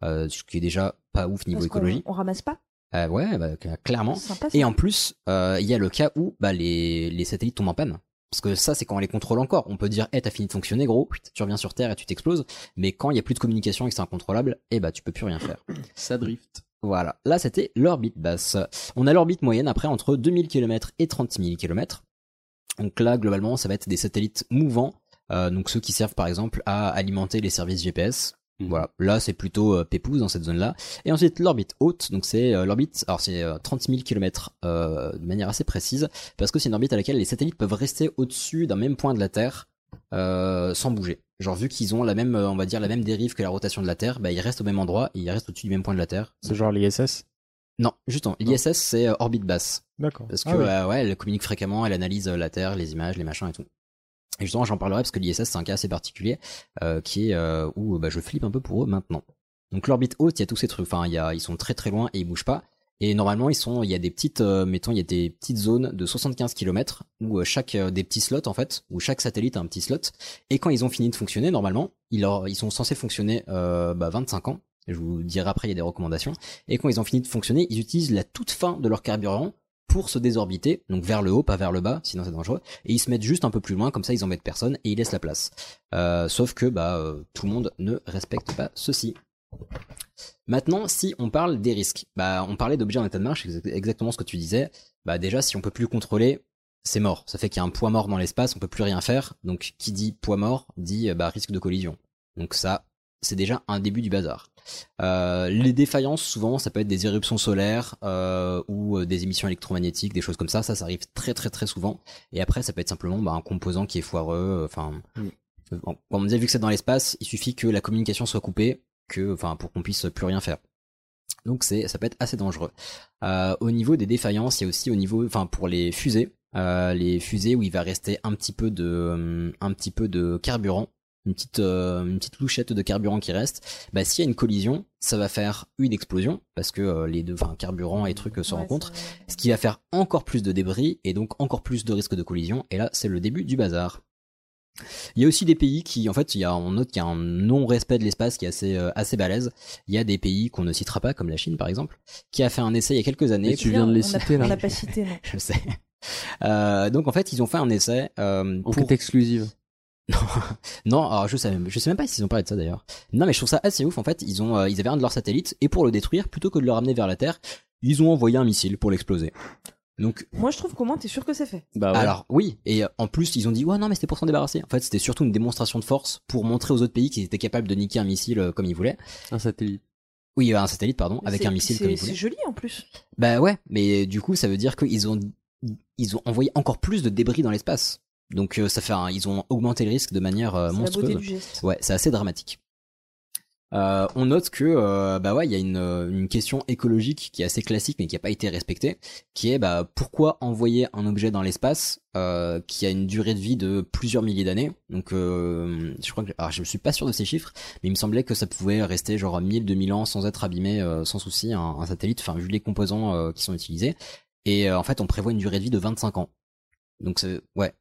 Speaker 1: euh, ce qui est déjà pas ouf niveau
Speaker 2: Parce qu'on-
Speaker 1: écologie.
Speaker 2: On ramasse pas.
Speaker 1: Euh, ouais, bah, cl- clairement.
Speaker 2: C'est sympa, ça.
Speaker 1: et en plus, euh, il y a le cas où bah, les, les satellites tombent en panne. Parce que ça, c'est quand on les contrôle encore. On peut dire, eh, t'as fini de fonctionner, gros, tu reviens sur Terre et tu t'exploses. Mais quand il y a plus de communication et que c'est incontrôlable, eh bah, tu peux plus rien faire.
Speaker 8: Ça drift.
Speaker 1: Voilà. Là, c'était l'orbite basse. On a l'orbite moyenne après entre 2000 km et 30 000 km. Donc là, globalement, ça va être des satellites mouvants, euh, donc ceux qui servent par exemple à alimenter les services GPS. Voilà, là c'est plutôt euh, pépouze dans cette zone-là. Et ensuite l'orbite haute, donc c'est euh, l'orbite, alors c'est euh, 30 000 km euh, de manière assez précise, parce que c'est une orbite à laquelle les satellites peuvent rester au-dessus d'un même point de la Terre euh, sans bouger. Genre vu qu'ils ont la même, euh, on va dire la même dérive que la rotation de la Terre, bah, ils restent au même endroit, et ils restent au-dessus du même point de la Terre.
Speaker 10: C'est genre l'ISS
Speaker 1: Non, justement, l'ISS c'est euh, orbite basse.
Speaker 10: D'accord.
Speaker 1: Parce que
Speaker 10: Ah ouais.
Speaker 1: euh, ouais, elle communique fréquemment, elle analyse euh, la Terre, les images, les machins et tout. Et justement, j'en parlerai parce que l'ISS c'est un cas assez particulier euh, qui est euh, où bah, je flippe un peu pour eux maintenant. Donc l'orbite haute, il y a tous ces trucs. Enfin, il y a, ils sont très très loin et ils bougent pas. Et normalement, ils sont, il y a des petites, euh, mettons, il y a des petites zones de 75 km où euh, chaque euh, des petits slots en fait, où chaque satellite a un petit slot. Et quand ils ont fini de fonctionner, normalement, ils, leur- ils sont censés fonctionner euh, bah, 25 ans. Je vous dirai après, il y a des recommandations. Et quand ils ont fini de fonctionner, ils utilisent la toute fin de leur carburant pour se désorbiter, donc vers le haut, pas vers le bas, sinon c'est dangereux, et ils se mettent juste un peu plus loin, comme ça ils embêtent personne et ils laissent la place. Euh, sauf que bah euh, tout le monde ne respecte pas ceci. Maintenant, si on parle des risques, bah on parlait d'objets en état de marche, c'est exa- exactement ce que tu disais. Bah déjà, si on peut plus le contrôler, c'est mort. Ça fait qu'il y a un poids mort dans l'espace, on peut plus rien faire. Donc qui dit poids mort dit euh, bah, risque de collision. Donc ça, c'est déjà un début du bazar. Euh, les défaillances, souvent, ça peut être des éruptions solaires euh, ou euh, des émissions électromagnétiques, des choses comme ça. Ça, ça arrive très très très souvent. Et après, ça peut être simplement bah, un composant qui est foireux. euh, Enfin, euh, comme on disait, vu que c'est dans l'espace, il suffit que la communication soit coupée, que, enfin, pour qu'on puisse plus rien faire. Donc c'est, ça peut être assez dangereux. Euh, au niveau des défaillances, il y a aussi au niveau, enfin pour les fusées, euh, les fusées où il va rester un petit peu de, hum, un petit peu de carburant, une petite, euh, une petite louchette de carburant qui reste. Bah s'il y a une collision, ça va faire une explosion parce que euh, les deux, enfin carburant et trucs euh, se rencontrent, ce qui va faire encore plus de débris et donc encore plus de risque de collision. Et là c'est le début du bazar. Il y a aussi des pays qui, en fait, il y a, on note qu'il y a un non-respect de l'espace qui est assez, euh, assez balèze. Il y a des pays qu'on ne citera pas, comme la Chine par exemple, qui a fait un essai il y a quelques années.
Speaker 8: Mais tu viens de les
Speaker 2: On a-
Speaker 8: citer, là.
Speaker 2: On n'a pas cité, non.
Speaker 1: Je sais. Euh, donc en fait, ils ont fait un essai. Euh,
Speaker 8: Enquête exclusive.
Speaker 1: Non, alors je sais, même- je sais même pas s'ils ont parlé de ça d'ailleurs. Non, mais je trouve ça assez ouf. En fait, ils ont, euh, ils avaient un de leurs satellites et pour le détruire, plutôt que de le ramener vers la Terre, ils ont envoyé un missile pour l'exploser. Donc
Speaker 2: Moi, je trouve qu'au moins, t'es sûr que c'est fait.
Speaker 8: Bah Ah
Speaker 1: alors oui, et euh, en plus ils ont dit ouais non mais c'était pour s'en débarrasser. En fait c'était surtout une démonstration de force pour montrer aux autres pays qu'ils étaient capables de niquer un missile euh, comme ils voulaient.
Speaker 8: Un satellite.
Speaker 1: Oui euh, un satellite pardon
Speaker 2: Mais
Speaker 1: avec
Speaker 2: c'est-
Speaker 1: un missile
Speaker 2: c'est-
Speaker 1: comme ils
Speaker 2: C'est
Speaker 1: voulaient.
Speaker 2: joli en plus.
Speaker 1: Bah ouais, mais du coup ça veut dire qu'ils ont ils ont envoyé encore plus de débris dans l'espace. Donc euh, ça fait un- ils ont augmenté le risque de manière euh,
Speaker 17: C'est la
Speaker 1: monstrueuse.
Speaker 17: beauté du geste.
Speaker 1: Ouais, c'est assez dramatique. Euh, on note que euh, bah ouais, il y a une, euh, une question écologique qui est assez classique mais qui n'a pas été respectée, qui est bah, pourquoi envoyer un objet dans l'espace euh, qui a une durée de vie de plusieurs milliers d'années. Donc euh, je crois que alors, je ne suis pas sûr de ces chiffres, mais il me semblait que ça pouvait rester genre 1000 2000 ans sans être abîmé euh, sans souci un, un satellite enfin vu les composants euh, qui sont utilisés et euh, en fait on prévoit une durée de vie de 25 ans. Donc c'est ouais.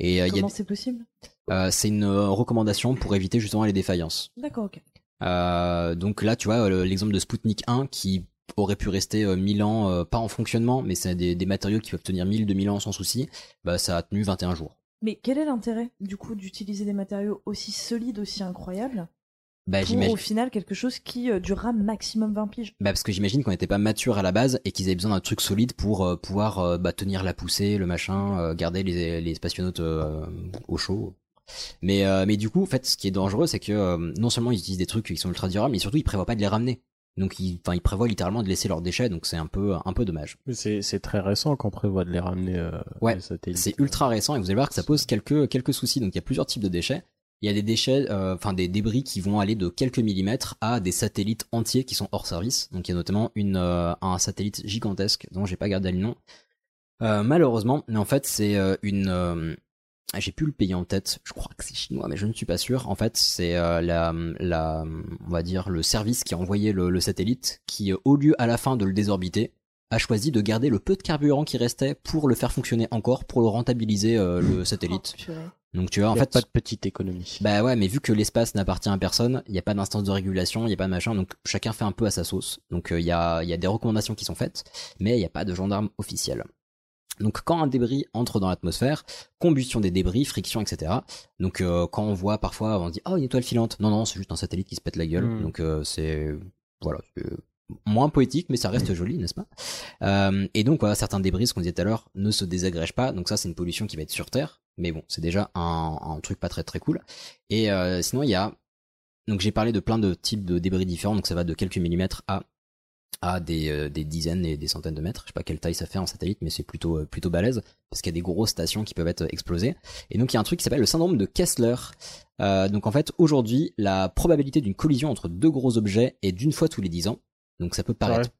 Speaker 1: Et euh, il y a
Speaker 17: Comment c'est possible
Speaker 1: euh, c'est une euh, recommandation pour éviter justement les défaillances.
Speaker 17: D'accord, ok.
Speaker 1: Euh, donc là, tu vois, euh, le- l'exemple de Sputnik 1 qui aurait pu rester euh, 1000 ans, euh, pas en fonctionnement, mais c'est des, des matériaux qui peuvent tenir 1000, 2000 ans sans souci, bah ça a tenu 21 jours.
Speaker 17: Mais quel est l'intérêt, du coup, d'utiliser des matériaux aussi solides, aussi incroyables
Speaker 1: Bah,
Speaker 17: pour
Speaker 1: j'imagine.
Speaker 17: au final quelque chose qui euh, durera maximum 20 piges
Speaker 1: Bah parce que j'imagine qu'on n'était pas mature à la base et qu'ils avaient besoin d'un truc solide pour euh, pouvoir euh, bah, tenir la poussée, le machin, euh, garder les, les spationautes euh, au chaud. Mais, euh, mais du coup, en fait, ce qui est dangereux, c'est que euh, non seulement ils utilisent des trucs qui sont ultra durables, mais surtout ils prévoient pas de les ramener. Donc ils, enfin, ils prévoient littéralement de laisser leurs déchets, donc c'est un peu, un peu dommage.
Speaker 10: Mais c'est c'est très récent qu'on prévoit de les ramener. euh,
Speaker 1: Ouais, c'est ultra récent et vous allez voir que ça pose quelques, quelques soucis. Donc il y a plusieurs types de déchets. Il y a des déchets, euh, enfin des débris qui vont aller de quelques millimètres à des satellites entiers qui sont hors service. Donc il y a notamment une, euh, un satellite gigantesque dont j'ai pas gardé le nom. Euh, malheureusement, mais en fait c'est euh, une... euh, ah, j'ai plus le pays en tête, je crois que c'est chinois, mais je ne suis pas sûr. En fait, c'est euh, la, la, on va dire, le service qui a envoyé le, le satellite, qui, euh, au lieu à la fin de le désorbiter, a choisi de garder le peu de carburant qui restait pour le faire fonctionner encore, pour le rentabiliser euh, le satellite.
Speaker 17: Oh,
Speaker 1: Donc tu vois, en
Speaker 19: Y a
Speaker 1: fait,
Speaker 19: pas de petite économie.
Speaker 1: Bah ouais, mais vu que l'espace n'appartient à personne, il n'y a pas d'instance de régulation, il n'y a pas de machin, donc chacun fait un peu à sa sauce. Donc euh, il y, a, il y a des recommandations qui sont faites, mais il n'y a pas de gendarme officiel. Donc quand un débris entre dans l'atmosphère, combustion des débris, friction, etc. Donc euh, quand on voit parfois, on dit oh une étoile filante. Non non, c'est juste un satellite qui se pète la gueule.
Speaker 19: Mm.
Speaker 1: Donc euh, c'est voilà. c'est euh, Moins poétique, mais ça reste joli, n'est-ce pas Euh, Et donc, voilà, certains débris, ce qu'on disait tout à l'heure, ne se désagrègent pas. Donc ça, c'est une pollution qui va être sur Terre. Mais bon, c'est déjà un, un truc pas très très cool. Et euh, sinon, il y a... Donc j'ai parlé de plein de types de débris différents. Donc ça va de quelques millimètres à à des, euh, des dizaines et des centaines de mètres. Je sais pas quelle taille ça fait en satellite, mais c'est plutôt, euh, plutôt balèze, parce qu'il y a des grosses stations qui peuvent être euh, explosées. Et donc il y a un truc qui s'appelle le syndrome de Kessler. Euh, donc en fait, aujourd'hui, la probabilité d'une collision entre deux gros objets est d'une fois tous les dix ans. Donc ça peut paraître...
Speaker 10: Ouais.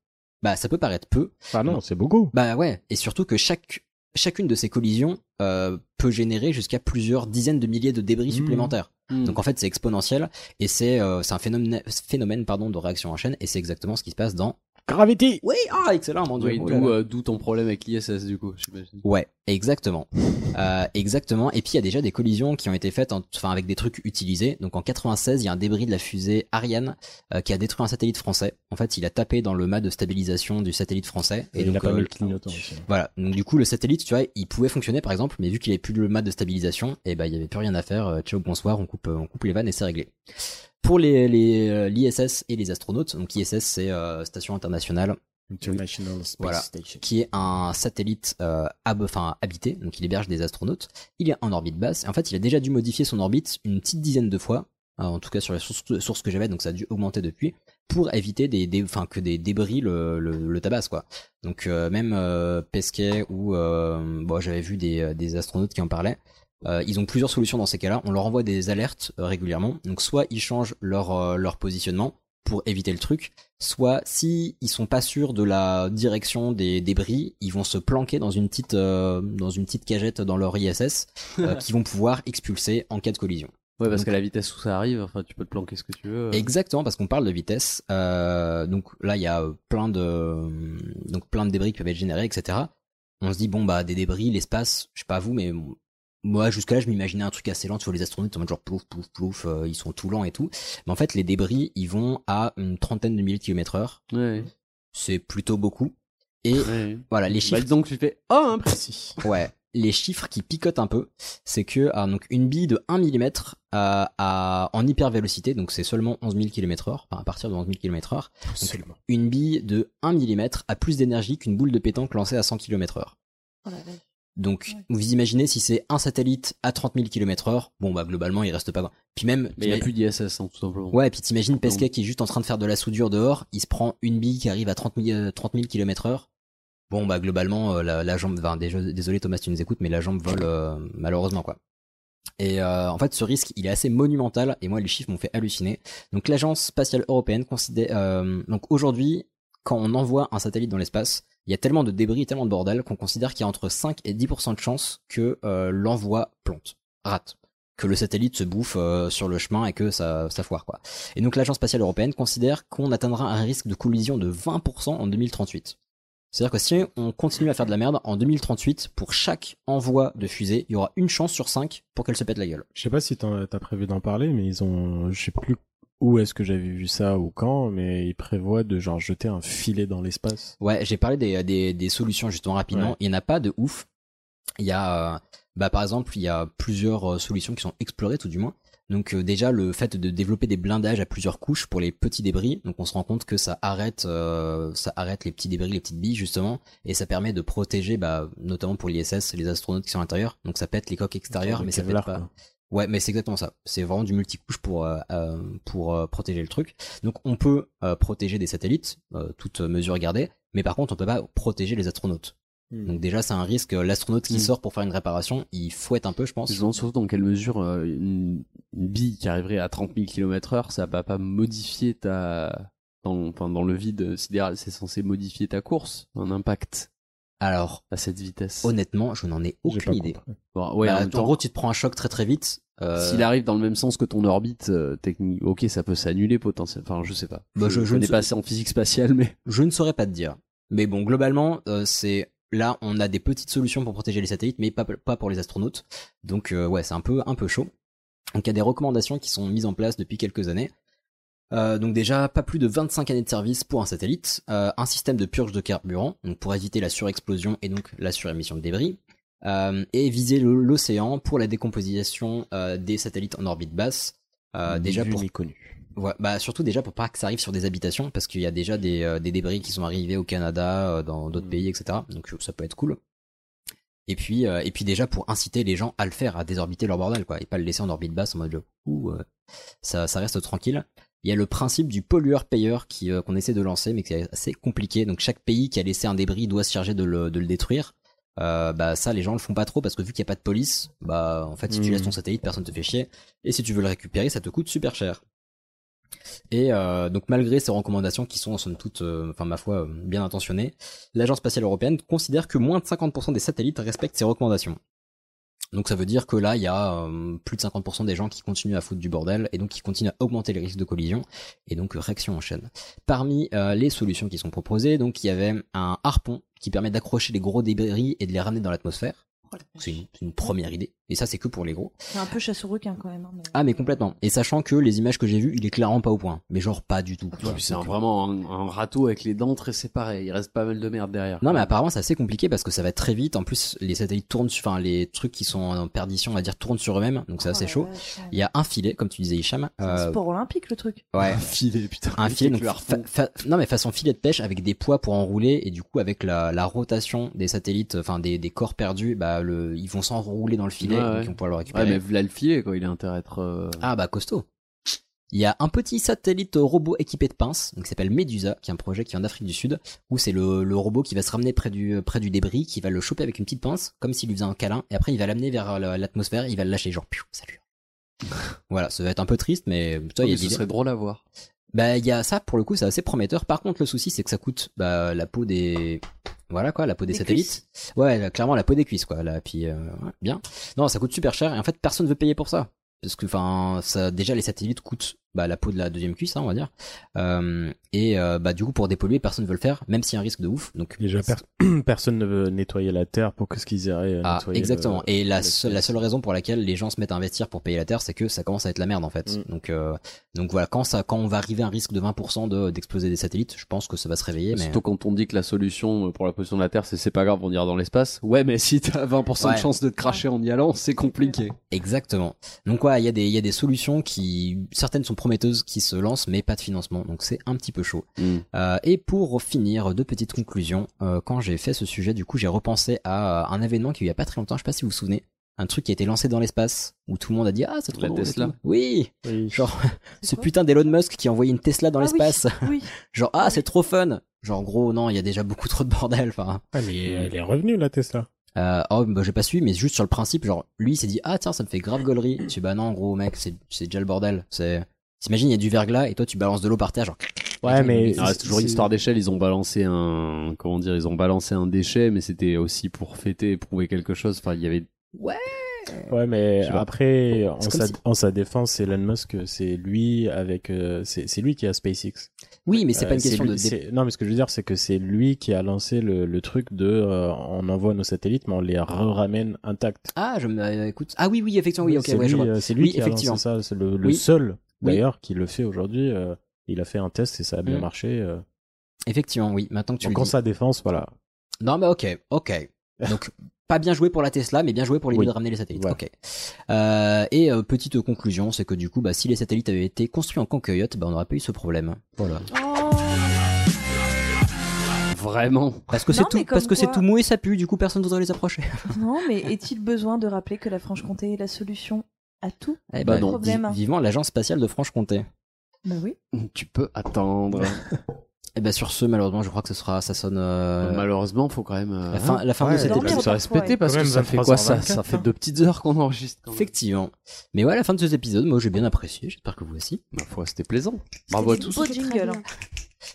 Speaker 1: Bah ça peut paraître peu.
Speaker 10: Ah non, c'est beaucoup.
Speaker 1: Bah ouais, et surtout que chaque, chacune de ces collisions euh, peut générer jusqu'à plusieurs dizaines de milliers de débris supplémentaires.
Speaker 19: Mmh.
Speaker 8: Hmm.
Speaker 1: Donc en fait, c'est exponentiel et c'est euh, c'est un phénomène, phénomène pardon, de réaction en chaîne et c'est exactement ce qui se passe dans
Speaker 10: Gravity.
Speaker 1: Oui, ah excellent, mon dieu.
Speaker 8: Oui,
Speaker 1: Oh là
Speaker 8: d'où
Speaker 1: là.
Speaker 8: euh, d'où ton problème avec l'ISS du coup, j'imagine.
Speaker 1: Ouais, exactement. Euh, exactement. Et puis il y a déjà des collisions qui ont été faites en- enfin, avec des trucs utilisés. Donc en 96, il y a un débris de la fusée Ariane euh, qui a détruit un satellite français. En fait, il a tapé dans le mât de stabilisation du satellite français. euh,
Speaker 10: Et euh, il a pas mis le clignotant
Speaker 1: Voilà. Donc du coup, le satellite, tu vois, il pouvait fonctionner par exemple, mais vu qu'il avait plus le mât de stabilisation, et ben il y avait plus rien à faire. Euh, Ciao, bonsoir, on coupe, euh, on coupe les vannes et c'est réglé. Pour les les, euh, l'ISS et les astronautes, donc ISS c'est euh, Station internationale
Speaker 10: International Space
Speaker 1: voilà,
Speaker 10: Station.
Speaker 1: qui est un satellite euh, hab- enfin, habité, donc il héberge des astronautes. Il est en orbite basse. Et en fait, il a déjà dû modifier son orbite une petite dizaine de fois, euh, en tout cas sur la source, source que j'avais, donc ça a dû augmenter depuis, pour éviter des, dé- enfin, que des débris le, le, le tabassent, quoi. Donc euh, même euh, Pesquet ou euh, bon, j'avais vu des, euh, des astronautes qui en parlaient. euh, ils ont plusieurs solutions dans ces cas-là. On leur envoie des alertes euh, régulièrement. Donc soit ils changent leur, euh, leur positionnement pour éviter le truc, soit si ils sont pas sûrs de la direction des débris, ils vont se planquer dans une petite euh, dans une petite cagette dans leur ISS euh, qui vont pouvoir expulser en cas de collision.
Speaker 8: Ouais, parce
Speaker 1: Donc,
Speaker 8: qu'à la vitesse où ça arrive, enfin, tu peux te planquer ce que tu veux.
Speaker 1: Exactement, parce qu'on parle de vitesse. Euh, donc là, il y a euh, plein de euh, donc plein de débris qui peuvent être générés, etc. On se dit bon bah des débris, l'espace, je sais pas vous, mais m- moi jusque là je m'imaginais un truc assez lent sur les astronautes, en mode genre plouf plouf plouf, euh, ils sont tout lents et tout. Mais en fait les débris, ils vont à une trentaine de milliers de kilomètres heure. C'est plutôt beaucoup. Et voilà les chiffres.
Speaker 8: Bah, donc tu fais oh imprécis.
Speaker 1: Ouais. Les chiffres qui picotent un peu, c'est que ah, donc une bille de 1 mm à, à- en hypervélocité, donc c'est seulement 11 000 km/h, enfin à partir de 11 000 km/h, donc
Speaker 10: Seulement.
Speaker 1: une bille de 1 mm a plus d'énergie qu'une boule de pétanque lancée à 100 km/h.
Speaker 17: Oh
Speaker 1: Donc vous imaginez si c'est un satellite à 30 000 km/h, bon bah globalement il reste pas grand. Puis même.
Speaker 8: Mais il y a
Speaker 1: t'imagines-
Speaker 8: plus d'ISS, hein, tout simplement.
Speaker 1: Ouais, et puis t'imagines Pesquet
Speaker 8: Donc-
Speaker 1: qui est juste en train de faire de la soudure dehors, il se prend une bille qui arrive à 30 000, euh, 30 000 km/h. Bon, bah globalement, euh, la, la jambe, enfin, dé- désolé Thomas, si tu nous écoutes, mais la jambe vole euh, malheureusement quoi. Et euh, en fait, ce risque, il est assez monumental, et moi, les chiffres m'ont fait halluciner. Donc, l'agence spatiale européenne considère, euh, donc aujourd'hui, quand on envoie un satellite dans l'espace, il y a tellement de débris, tellement de bordel qu'on considère qu'il y a entre 5 et 10% de chances que euh, l'envoi plante, rate, que le satellite se bouffe euh, sur le chemin et que ça, ça foire quoi. Et donc, l'agence spatiale européenne considère qu'on atteindra un risque de collision de 20% en 2038. C'est-à-dire que si on continue à faire de la merde, en 2038, pour chaque envoi de fusée, il y aura une chance sur cinq pour qu'elle se pète la gueule.
Speaker 10: Je sais pas si t'en- t'as prévu d'en parler, mais ils ont, je sais plus où est-ce que j'avais vu ça ou quand, mais ils prévoient de genre jeter un filet dans l'espace.
Speaker 1: Ouais, j'ai parlé des, des, des solutions justement rapidement.
Speaker 10: Ouais.
Speaker 1: Il n'y en a pas de ouf. Il y a, euh, bah, par exemple, il y a plusieurs euh, solutions qui sont explorées tout du moins. Donc euh, déjà le fait de développer des blindages à plusieurs couches pour les petits débris, donc on se rend compte que ça arrête, euh, ça arrête les petits débris, les petites billes justement, et ça permet de protéger, bah, notamment pour l'ISS, les astronautes qui sont à l'intérieur. Donc ça pète les coques extérieures,
Speaker 10: de
Speaker 1: mais ça pète
Speaker 10: Kevlar,
Speaker 1: pas.
Speaker 10: quoi.
Speaker 1: Ouais, mais c'est exactement ça. C'est vraiment du multicouche pour euh, euh, pour euh, protéger le truc. Donc on peut euh, protéger des satellites, euh, toute mesure gardée, mais par contre on peut pas protéger les astronautes.
Speaker 8: Hmm.
Speaker 1: Donc déjà c'est un risque. euh, L'astronaute qui
Speaker 8: Hmm.
Speaker 1: sort pour faire une réparation, il fouette un peu, je pense.
Speaker 8: Je me demande surtout dans quelle mesure euh, une, une bille qui arriverait à 30 000 km/h, ça va pas modifier ta. Dans, enfin, dans le vide euh, sidéral, c'est censé modifier ta course, un impact.
Speaker 1: Alors.
Speaker 8: À cette vitesse.
Speaker 1: Honnêtement, je n'en ai aucune idée.
Speaker 8: Bon, ouais,
Speaker 1: Bah,
Speaker 8: en même temps,
Speaker 1: gros, tu te prends un choc très très vite. Euh,
Speaker 8: S'il arrive dans le même sens que ton orbite, euh, technique, ok, ça peut s'annuler potentiellement. Enfin, je sais pas.
Speaker 1: Bah, je- je ne
Speaker 8: connais
Speaker 1: sais-
Speaker 8: pas assez en physique spatiale, mais.
Speaker 1: Je ne saurais pas te dire. Mais bon, globalement, euh, c'est là on a des petites solutions pour protéger les satellites, mais pas, pas pour les astronautes. Donc euh, ouais, c'est un peu un peu chaud. Donc il y a des recommandations qui sont mises en place depuis quelques années. Euh, donc déjà, pas plus de 25 années de service pour un satellite, euh, un système de purge de carburant, donc pour éviter la surexplosion et donc la surémission de débris, euh, et viser le- l'océan pour la décomposition euh, des satellites en orbite basse. euh, déjà pour Ouais, bah surtout déjà pour pas que ça arrive sur des habitations parce qu'il y a déjà des, euh, des débris qui sont arrivés au Canada, euh, dans d'autres pays, etc. Donc euh, ça peut être cool. Et puis, euh, et puis déjà pour inciter les gens à le faire, à désorbiter leur bordel, quoi, et pas le laisser en orbite basse en mode ou ça, ça reste tranquille. Il y a le principe du pollueur-payeur qui euh, qu'on essaie de lancer, mais qui est assez compliqué. Donc chaque pays qui a laissé un débris doit se charger de le, de le détruire. Euh, bah ça, les gens le font pas trop parce que vu qu'il n'y a pas de police, bah en fait si tu
Speaker 8: Mm.
Speaker 1: laisses ton satellite, personne te fait chier. Et si tu veux le récupérer, ça te coûte super cher. Et euh, donc malgré ces recommandations qui sont en somme toute, euh, enfin ma foi, euh, bien intentionnées, l'Agence spatiale européenne considère que moins de 50% des satellites respectent ces recommandations. Donc ça veut dire que là, il y a euh, plus de 50% des gens qui continuent à foutre du bordel et donc qui continuent à augmenter les risques de collision et donc euh, réaction en chaîne. Parmi euh, les solutions qui sont proposées, donc il y avait un harpon qui permet d'accrocher les gros débris et de les ramener dans l'atmosphère. C'est une, c'est une première idée. Et ça, c'est que pour les gros.
Speaker 17: oh C'est un peu chasse au requin quand même. hein, mais-
Speaker 1: Ah mais complètement. Et sachant que les images que j'ai vues, il est clairement pas au point. Mais genre pas du tout.
Speaker 8: Ouais, Ah, puis c'est un- vraiment un, un râteau avec les dents très séparées. Il reste pas mal de merde derrière.
Speaker 1: Non mais apparemment c'est assez compliqué parce que ça va très vite. En plus les satellites tournent, sur- enfin les trucs qui sont en perdition on va dire tournent sur eux-mêmes, donc
Speaker 17: oh
Speaker 1: c'est assez chaud. Il y a un filet comme tu disais Hicham. euh,
Speaker 17: Sport olympique le truc.
Speaker 1: Ouais.
Speaker 8: Un filet, putain.
Speaker 1: Un filet,
Speaker 8: Avec
Speaker 1: donc,
Speaker 8: le harpon.
Speaker 1: fa- fa- non mais façon filet de pêche avec des poids pour enrouler et du coup avec la, la rotation des satellites, enfin des, des corps perdus, bah le, ils vont s'enrouler dans le filet
Speaker 8: Ouais, ouais.
Speaker 1: donc on pourra le récupérer.
Speaker 8: Ouais, mais v'là le filet, quoi. Il a intérêt à être. euh,
Speaker 1: Ah bah costaud. Il y a un petit satellite robot équipé de pinces, donc qui s'appelle Medusa, qui est un projet qui est en Afrique du Sud, où c'est le, le robot qui va se ramener près du, près du débris, qui va le choper avec une petite pince, comme s'il lui faisait un câlin, et après il va l'amener vers la- l'atmosphère, et il va le lâcher, genre piou, salut. voilà, ça va être un peu triste, mais putain, il y
Speaker 8: mais
Speaker 1: a
Speaker 8: ce
Speaker 1: de l'idée.
Speaker 8: serait drôle à voir.
Speaker 1: Bah il y a ça pour le coup, c'est assez prometteur. Par contre le souci c'est que ça coûte bah, la peau des voilà quoi, la peau des,
Speaker 8: Des
Speaker 1: satellites. Ouais, là, clairement la peau des cuisses quoi. Là, puis euh, ouais, bien. Non, ça coûte super cher et en fait personne veut payer pour ça. Parce que enfin ça déjà les satellites coûtent bah, la peau de la deuxième cuisse hein, on va dire. Euh, et euh, bah du coup pour dépolluer personne veut le faire même s'il y a un risque de ouf. Donc
Speaker 10: Déjà, per- personne ne veut nettoyer la Terre pour que ce qu'ils aient euh,
Speaker 1: ah,
Speaker 10: nettoyer
Speaker 1: exactement.
Speaker 10: le-
Speaker 1: Et la,
Speaker 10: le-
Speaker 1: seule- la seule raison pour laquelle les gens se mettent à investir pour payer la terre, c'est que ça commence à être la merde en fait. Donc, euh, donc voilà, quand ça, quand on va arriver à un risque de 20% de- d'exploser des satellites, je pense que ça va se réveiller. Mais... euh,
Speaker 8: Surtout quand on dit que la solution euh, pour la position de la Terre, c'est c'est pas grave, on ira dans l'espace. Ouais, mais si t'as 20%
Speaker 1: Ouais.
Speaker 8: de chance de te cracher en y allant, c'est compliqué.
Speaker 1: Exactement. Donc ouais, il y, a des- il y a des solutions qui, certaines sont prometteuses, qui se lancent, mais pas de financement. Donc c'est un petit peu chaud. Euh, et pour finir, deux petites conclusions. Euh, quand j'ai fait ce sujet, du coup, j'ai repensé à un événement qui il y a pas très longtemps. Je sais pas si vous vous souvenez. un truc qui a été lancé dans l'espace où tout le monde a dit ah c'est trop
Speaker 8: La
Speaker 1: drôle et
Speaker 8: Tesla.
Speaker 1: tout. Oui.
Speaker 10: euh,
Speaker 1: Genre ce putain d'Elon Musk qui a envoyé une Tesla dans
Speaker 2: Ah oui,
Speaker 1: l'espace.
Speaker 2: oui.
Speaker 1: Genre ah c'est trop fun. Genre en gros non il y a déjà beaucoup trop de bordel. Enfin.
Speaker 19: Ah, mais elle est revenue, la Tesla.
Speaker 1: Euh, oh, bah, j'ai pas suivi, mais juste sur le principe, genre, lui, il s'est dit, ah, tiens, ça me fait grave gaulerie. Je dis, bah non, gros, mec, c'est c'est déjà le bordel. C'est, t'imagines, il y a du verglas et toi, tu balances de l'eau par terre, genre.
Speaker 10: Ouais, mais-
Speaker 8: Ah, c'est toujours l'histoire d'échelle. Ils ont balancé un, comment dire, ils ont balancé un déchet, mais c'était aussi pour fêter, prouver quelque chose. Enfin, il y avait.
Speaker 1: Ouais.
Speaker 10: Ouais, mais
Speaker 8: Je sais pas.
Speaker 10: après, en
Speaker 8: C'est comme
Speaker 10: sa,
Speaker 8: si-
Speaker 10: en sa défense, Elon Musk, c'est lui avec, euh, c'est c'est lui qui a SpaceX.
Speaker 1: Oui, mais c'est pas une question
Speaker 10: lui-
Speaker 1: de dé-
Speaker 10: Euh, c'est- Non, mais ce que je veux dire, c'est que c'est lui qui a lancé le, le truc de, euh, on envoie nos satellites, mais on les ramène intacts.
Speaker 1: Ah, je me, euh, écoute. Ah oui, oui, effectivement, oui, ok,
Speaker 10: c'est
Speaker 1: ouais, je
Speaker 10: lui,
Speaker 1: vois.
Speaker 10: euh, c'est lui
Speaker 1: Oui,
Speaker 10: qui a lancé
Speaker 1: effectivement.
Speaker 10: ça. C'est le, le
Speaker 1: Oui.
Speaker 10: seul,
Speaker 1: Oui.
Speaker 10: d'ailleurs, qui le fait aujourd'hui. euh, il a fait un test et ça a bien
Speaker 1: Mm.
Speaker 10: marché. euh.
Speaker 1: Effectivement, oui. Maintenant que tu
Speaker 10: Donc,
Speaker 1: le
Speaker 10: en
Speaker 1: dis.
Speaker 10: sa défense, voilà.
Speaker 1: Non, mais ok, ok. Donc, pas bien joué pour la Tesla, mais bien joué pour l'idée de ramener les satellites. Ok. Euh, et euh, petite conclusion, c'est que du coup, bah, si les satellites avaient été construits en concueillotte, bah, on n'aurait pas eu ce problème. Voilà.
Speaker 17: Oh.
Speaker 8: Vraiment.
Speaker 1: Parce que
Speaker 2: Non,
Speaker 1: c'est tout,
Speaker 2: mais
Speaker 1: parce
Speaker 2: comme
Speaker 1: que c'est
Speaker 2: quoi-
Speaker 1: tout mou et ça pue, du coup, personne voudrait les approcher.
Speaker 2: Non, mais est-il besoin de rappeler que la Franche-Comté est la solution à tout
Speaker 1: Eh
Speaker 2: bah
Speaker 1: ben non.
Speaker 2: problème
Speaker 1: Vi- vivement l'agence spatiale de Franche-Comté.
Speaker 2: Bah oui.
Speaker 8: Tu peux attendre.
Speaker 1: Et ben sur ce, malheureusement, je crois que ce sera, ça sonne. euh,
Speaker 8: Malheureusement, faut quand même. euh,
Speaker 1: La fin- la fin de
Speaker 8: ouais,
Speaker 1: cet
Speaker 8: faut
Speaker 1: épisode.
Speaker 8: se respecter parce
Speaker 1: Quand
Speaker 8: que
Speaker 1: même
Speaker 8: ça fait quoi ça
Speaker 1: 23h24,
Speaker 8: Ça fait
Speaker 1: hein.
Speaker 8: deux petites heures qu'on enregistre. quand même.
Speaker 1: Effectivement. Mais ouais, la fin de cet épisode, moi j'ai bien apprécié, j'espère que vous aussi.
Speaker 8: Ma foi, c'était plaisant. Bravo à tous.
Speaker 2: Beau jingle. hein.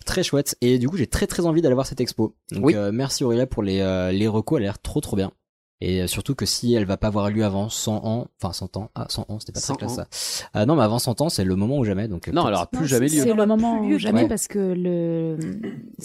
Speaker 1: Très chouette. Et du coup, j'ai très très envie d'aller voir cette expo. Donc euh, merci Aurélia pour les, euh, les recos, elle a l'air trop trop bien. Et euh, surtout que si elle va pas avoir lieu avant 100 ans, enfin 100 ans, ah 100 ans, c'était pas
Speaker 8: 100
Speaker 1: très classe
Speaker 8: ans.
Speaker 1: ça. Ah non, mais avant 100 ans, c'est le moment ou jamais. Donc, euh,
Speaker 8: Non, alors, plus jamais lieu.
Speaker 9: C'est le moment
Speaker 1: plus lieu
Speaker 9: où jamais
Speaker 1: jamais.
Speaker 9: parce que le,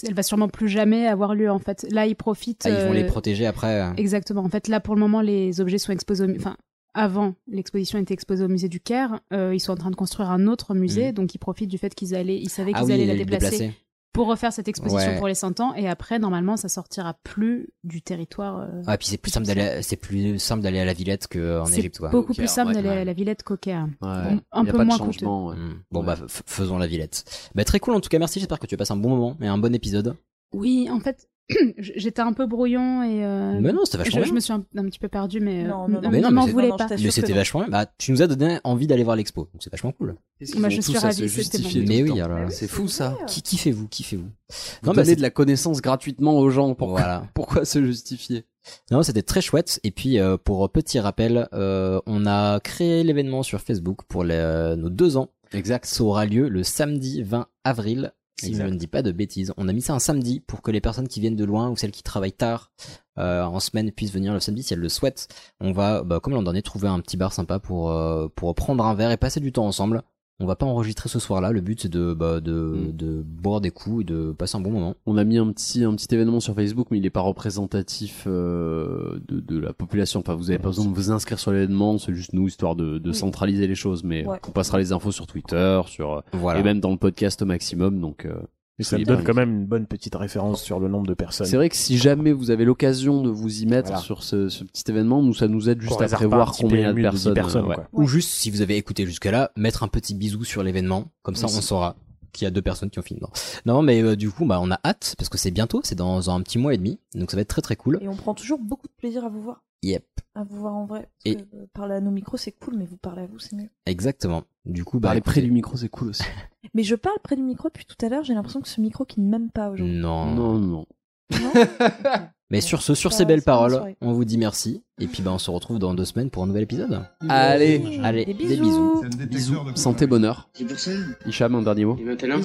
Speaker 9: elle va sûrement plus jamais avoir lieu en fait. Là, ils profitent.
Speaker 1: Ah, ils vont les
Speaker 9: euh,
Speaker 1: protéger après. euh.
Speaker 9: Exactement. En fait, là, pour le moment, les objets sont exposés au... mu- Enfin, avant, l'exposition était exposée au musée du Caire. Euh, ils sont en train de construire un autre musée,
Speaker 1: Mhm.
Speaker 9: donc ils profitent du fait qu'ils allaient... ils savaient
Speaker 1: Ah
Speaker 9: qu'ils
Speaker 1: oui,
Speaker 9: allaient la
Speaker 1: le
Speaker 9: déplacer,
Speaker 1: déplacer.
Speaker 9: pour refaire cette exposition
Speaker 1: Ouais.
Speaker 9: pour les 100 ans. Et après, normalement, ça sortira plus du territoire. euh,
Speaker 1: Ah, puis c'est plus simple d'aller, à- c'est plus simple d'aller à la Villette qu'en
Speaker 9: c'est
Speaker 1: Égypte, quoi.
Speaker 9: beaucoup plus simple d'aller à la Villette qu'au Caire.
Speaker 1: Ouais.
Speaker 9: Bon, un peu moins coûteux.
Speaker 1: Mm. Bon bah f- faisons la Villette. Bah très cool en tout cas, merci. J'espère que tu as passé un bon moment et un bon épisode.
Speaker 9: Oui, en fait, j'étais un peu brouillon et. euh,
Speaker 1: Mais non, c'était vachement
Speaker 9: je, je
Speaker 1: bien.
Speaker 9: me suis un, un petit peu perdu, mais. euh,
Speaker 2: Non, non,
Speaker 9: ne
Speaker 1: non,
Speaker 9: m'en
Speaker 1: c'est-
Speaker 9: voulais pas.
Speaker 1: mais c'était vachement bien. Bah tu nous as donné envie d'aller voir l'expo, donc c'est vachement cool.
Speaker 8: Qu'est-ce qu'ils Bah, ont je tous suis à se ravie, c'était justifier bon. tout
Speaker 1: Mais
Speaker 8: le
Speaker 1: oui,
Speaker 8: temps
Speaker 1: alors
Speaker 8: Bah oui,
Speaker 1: c'est
Speaker 8: fou ça.
Speaker 1: Qui kiffez-vous, kiffez-vous.
Speaker 8: Vous donnez de la connaissance gratuitement aux gens. Pourquoi,
Speaker 1: Voilà.
Speaker 8: pourquoi se justifier
Speaker 1: Non, c'était très chouette. Et puis, euh, pour petit rappel, euh, on a créé l'événement sur Facebook pour les, euh, nos deux ans.
Speaker 8: Exact.
Speaker 1: Ça aura lieu le samedi 20 avril. Si
Speaker 8: Exact.
Speaker 1: je ne dis pas de bêtises, on a mis ça un samedi pour que les personnes qui viennent de loin ou celles qui travaillent tard euh, en semaine puissent venir le samedi si elles le souhaitent. On va, bah, comme l'an dernier, trouver un petit bar sympa pour euh, pour prendre un verre et passer du temps ensemble. On va pas enregistrer ce soir-là. Le but c'est de bah, de,
Speaker 8: Hmm.
Speaker 1: de boire des coups et de passer un bon moment.
Speaker 8: On a mis un petit, un petit événement sur Facebook, mais il n'est pas représentatif euh, de, de la population. Enfin, vous n'avez pas besoin de vous inscrire sur l'événement, c'est juste nous, histoire de, de
Speaker 1: Oui.
Speaker 8: centraliser les choses. Mais
Speaker 1: Ouais.
Speaker 8: on passera les infos sur Twitter, sur euh,
Speaker 1: Voilà.
Speaker 8: et même dans le podcast au maximum. Donc, euh,
Speaker 10: Et ça me
Speaker 8: soyez
Speaker 10: donne
Speaker 8: pas-
Speaker 10: quand même une bonne petite référence sur le nombre de personnes.
Speaker 8: C'est vrai que si jamais vous avez l'occasion de vous y mettre
Speaker 10: Voilà.
Speaker 8: sur ce, ce petit événement, nous, ça nous aide juste
Speaker 10: Qu'on
Speaker 8: à
Speaker 10: réserve pas
Speaker 8: prévoir
Speaker 10: un petit
Speaker 8: combien il y a de
Speaker 10: PMU de dix
Speaker 8: personnes. euh,
Speaker 10: personnes,
Speaker 8: ouais.
Speaker 1: Ou juste, si vous avez écouté jusqu'à là, mettre un petit bisou sur l'événement. Comme ça,
Speaker 8: Oui,
Speaker 1: on
Speaker 8: c'est-
Speaker 1: saura qu'il y a deux personnes qui ont fini. Non, non mais euh, du coup, bah, on a hâte parce que c'est bientôt, c'est dans, dans un petit mois et demi. Donc ça va être très très cool.
Speaker 2: Et on prend toujours beaucoup de plaisir à vous voir.
Speaker 1: Yep,
Speaker 2: À vous voir en vrai.
Speaker 1: Et-
Speaker 2: Parce que, euh, parler à nos micros, c'est cool, mais vous parlez à vous, c'est mieux.
Speaker 1: exactement. Du coup, bah.
Speaker 8: Parler près
Speaker 1: écoutez-
Speaker 8: du micro, c'est cool aussi.
Speaker 2: Mais je parle près du micro depuis tout à l'heure, j'ai l'impression que ce micro qui ne m'aime pas aujourd'hui.
Speaker 1: Non.
Speaker 8: Non, non.
Speaker 1: Mm. Mais sur ce, sur
Speaker 2: Ça-
Speaker 1: ces belles
Speaker 2: ça va,
Speaker 1: paroles,
Speaker 2: soirée.
Speaker 1: on vous dit merci. Et puis, bah, on se retrouve dans deux semaines pour un nouvel épisode.
Speaker 8: Allez.
Speaker 1: Allez,
Speaker 8: Des
Speaker 1: des bisous.
Speaker 8: Bisous. Santé, bonheur.
Speaker 6: C'est pour ça.
Speaker 8: Hicham, un dernier mot.
Speaker 6: Et maintenant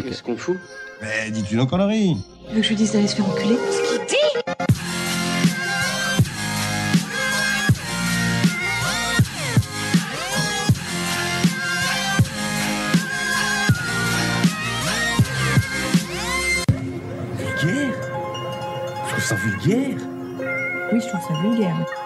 Speaker 6: Qu'est-ce qu'on fout
Speaker 15: Mais dis-tu nos conneries
Speaker 11: que je lui dise d'aller se faire enculer Ce qu'il dit
Speaker 13: Vulgaire Je trouve ça vulgaire
Speaker 12: Oui, je trouve ça vulgaire.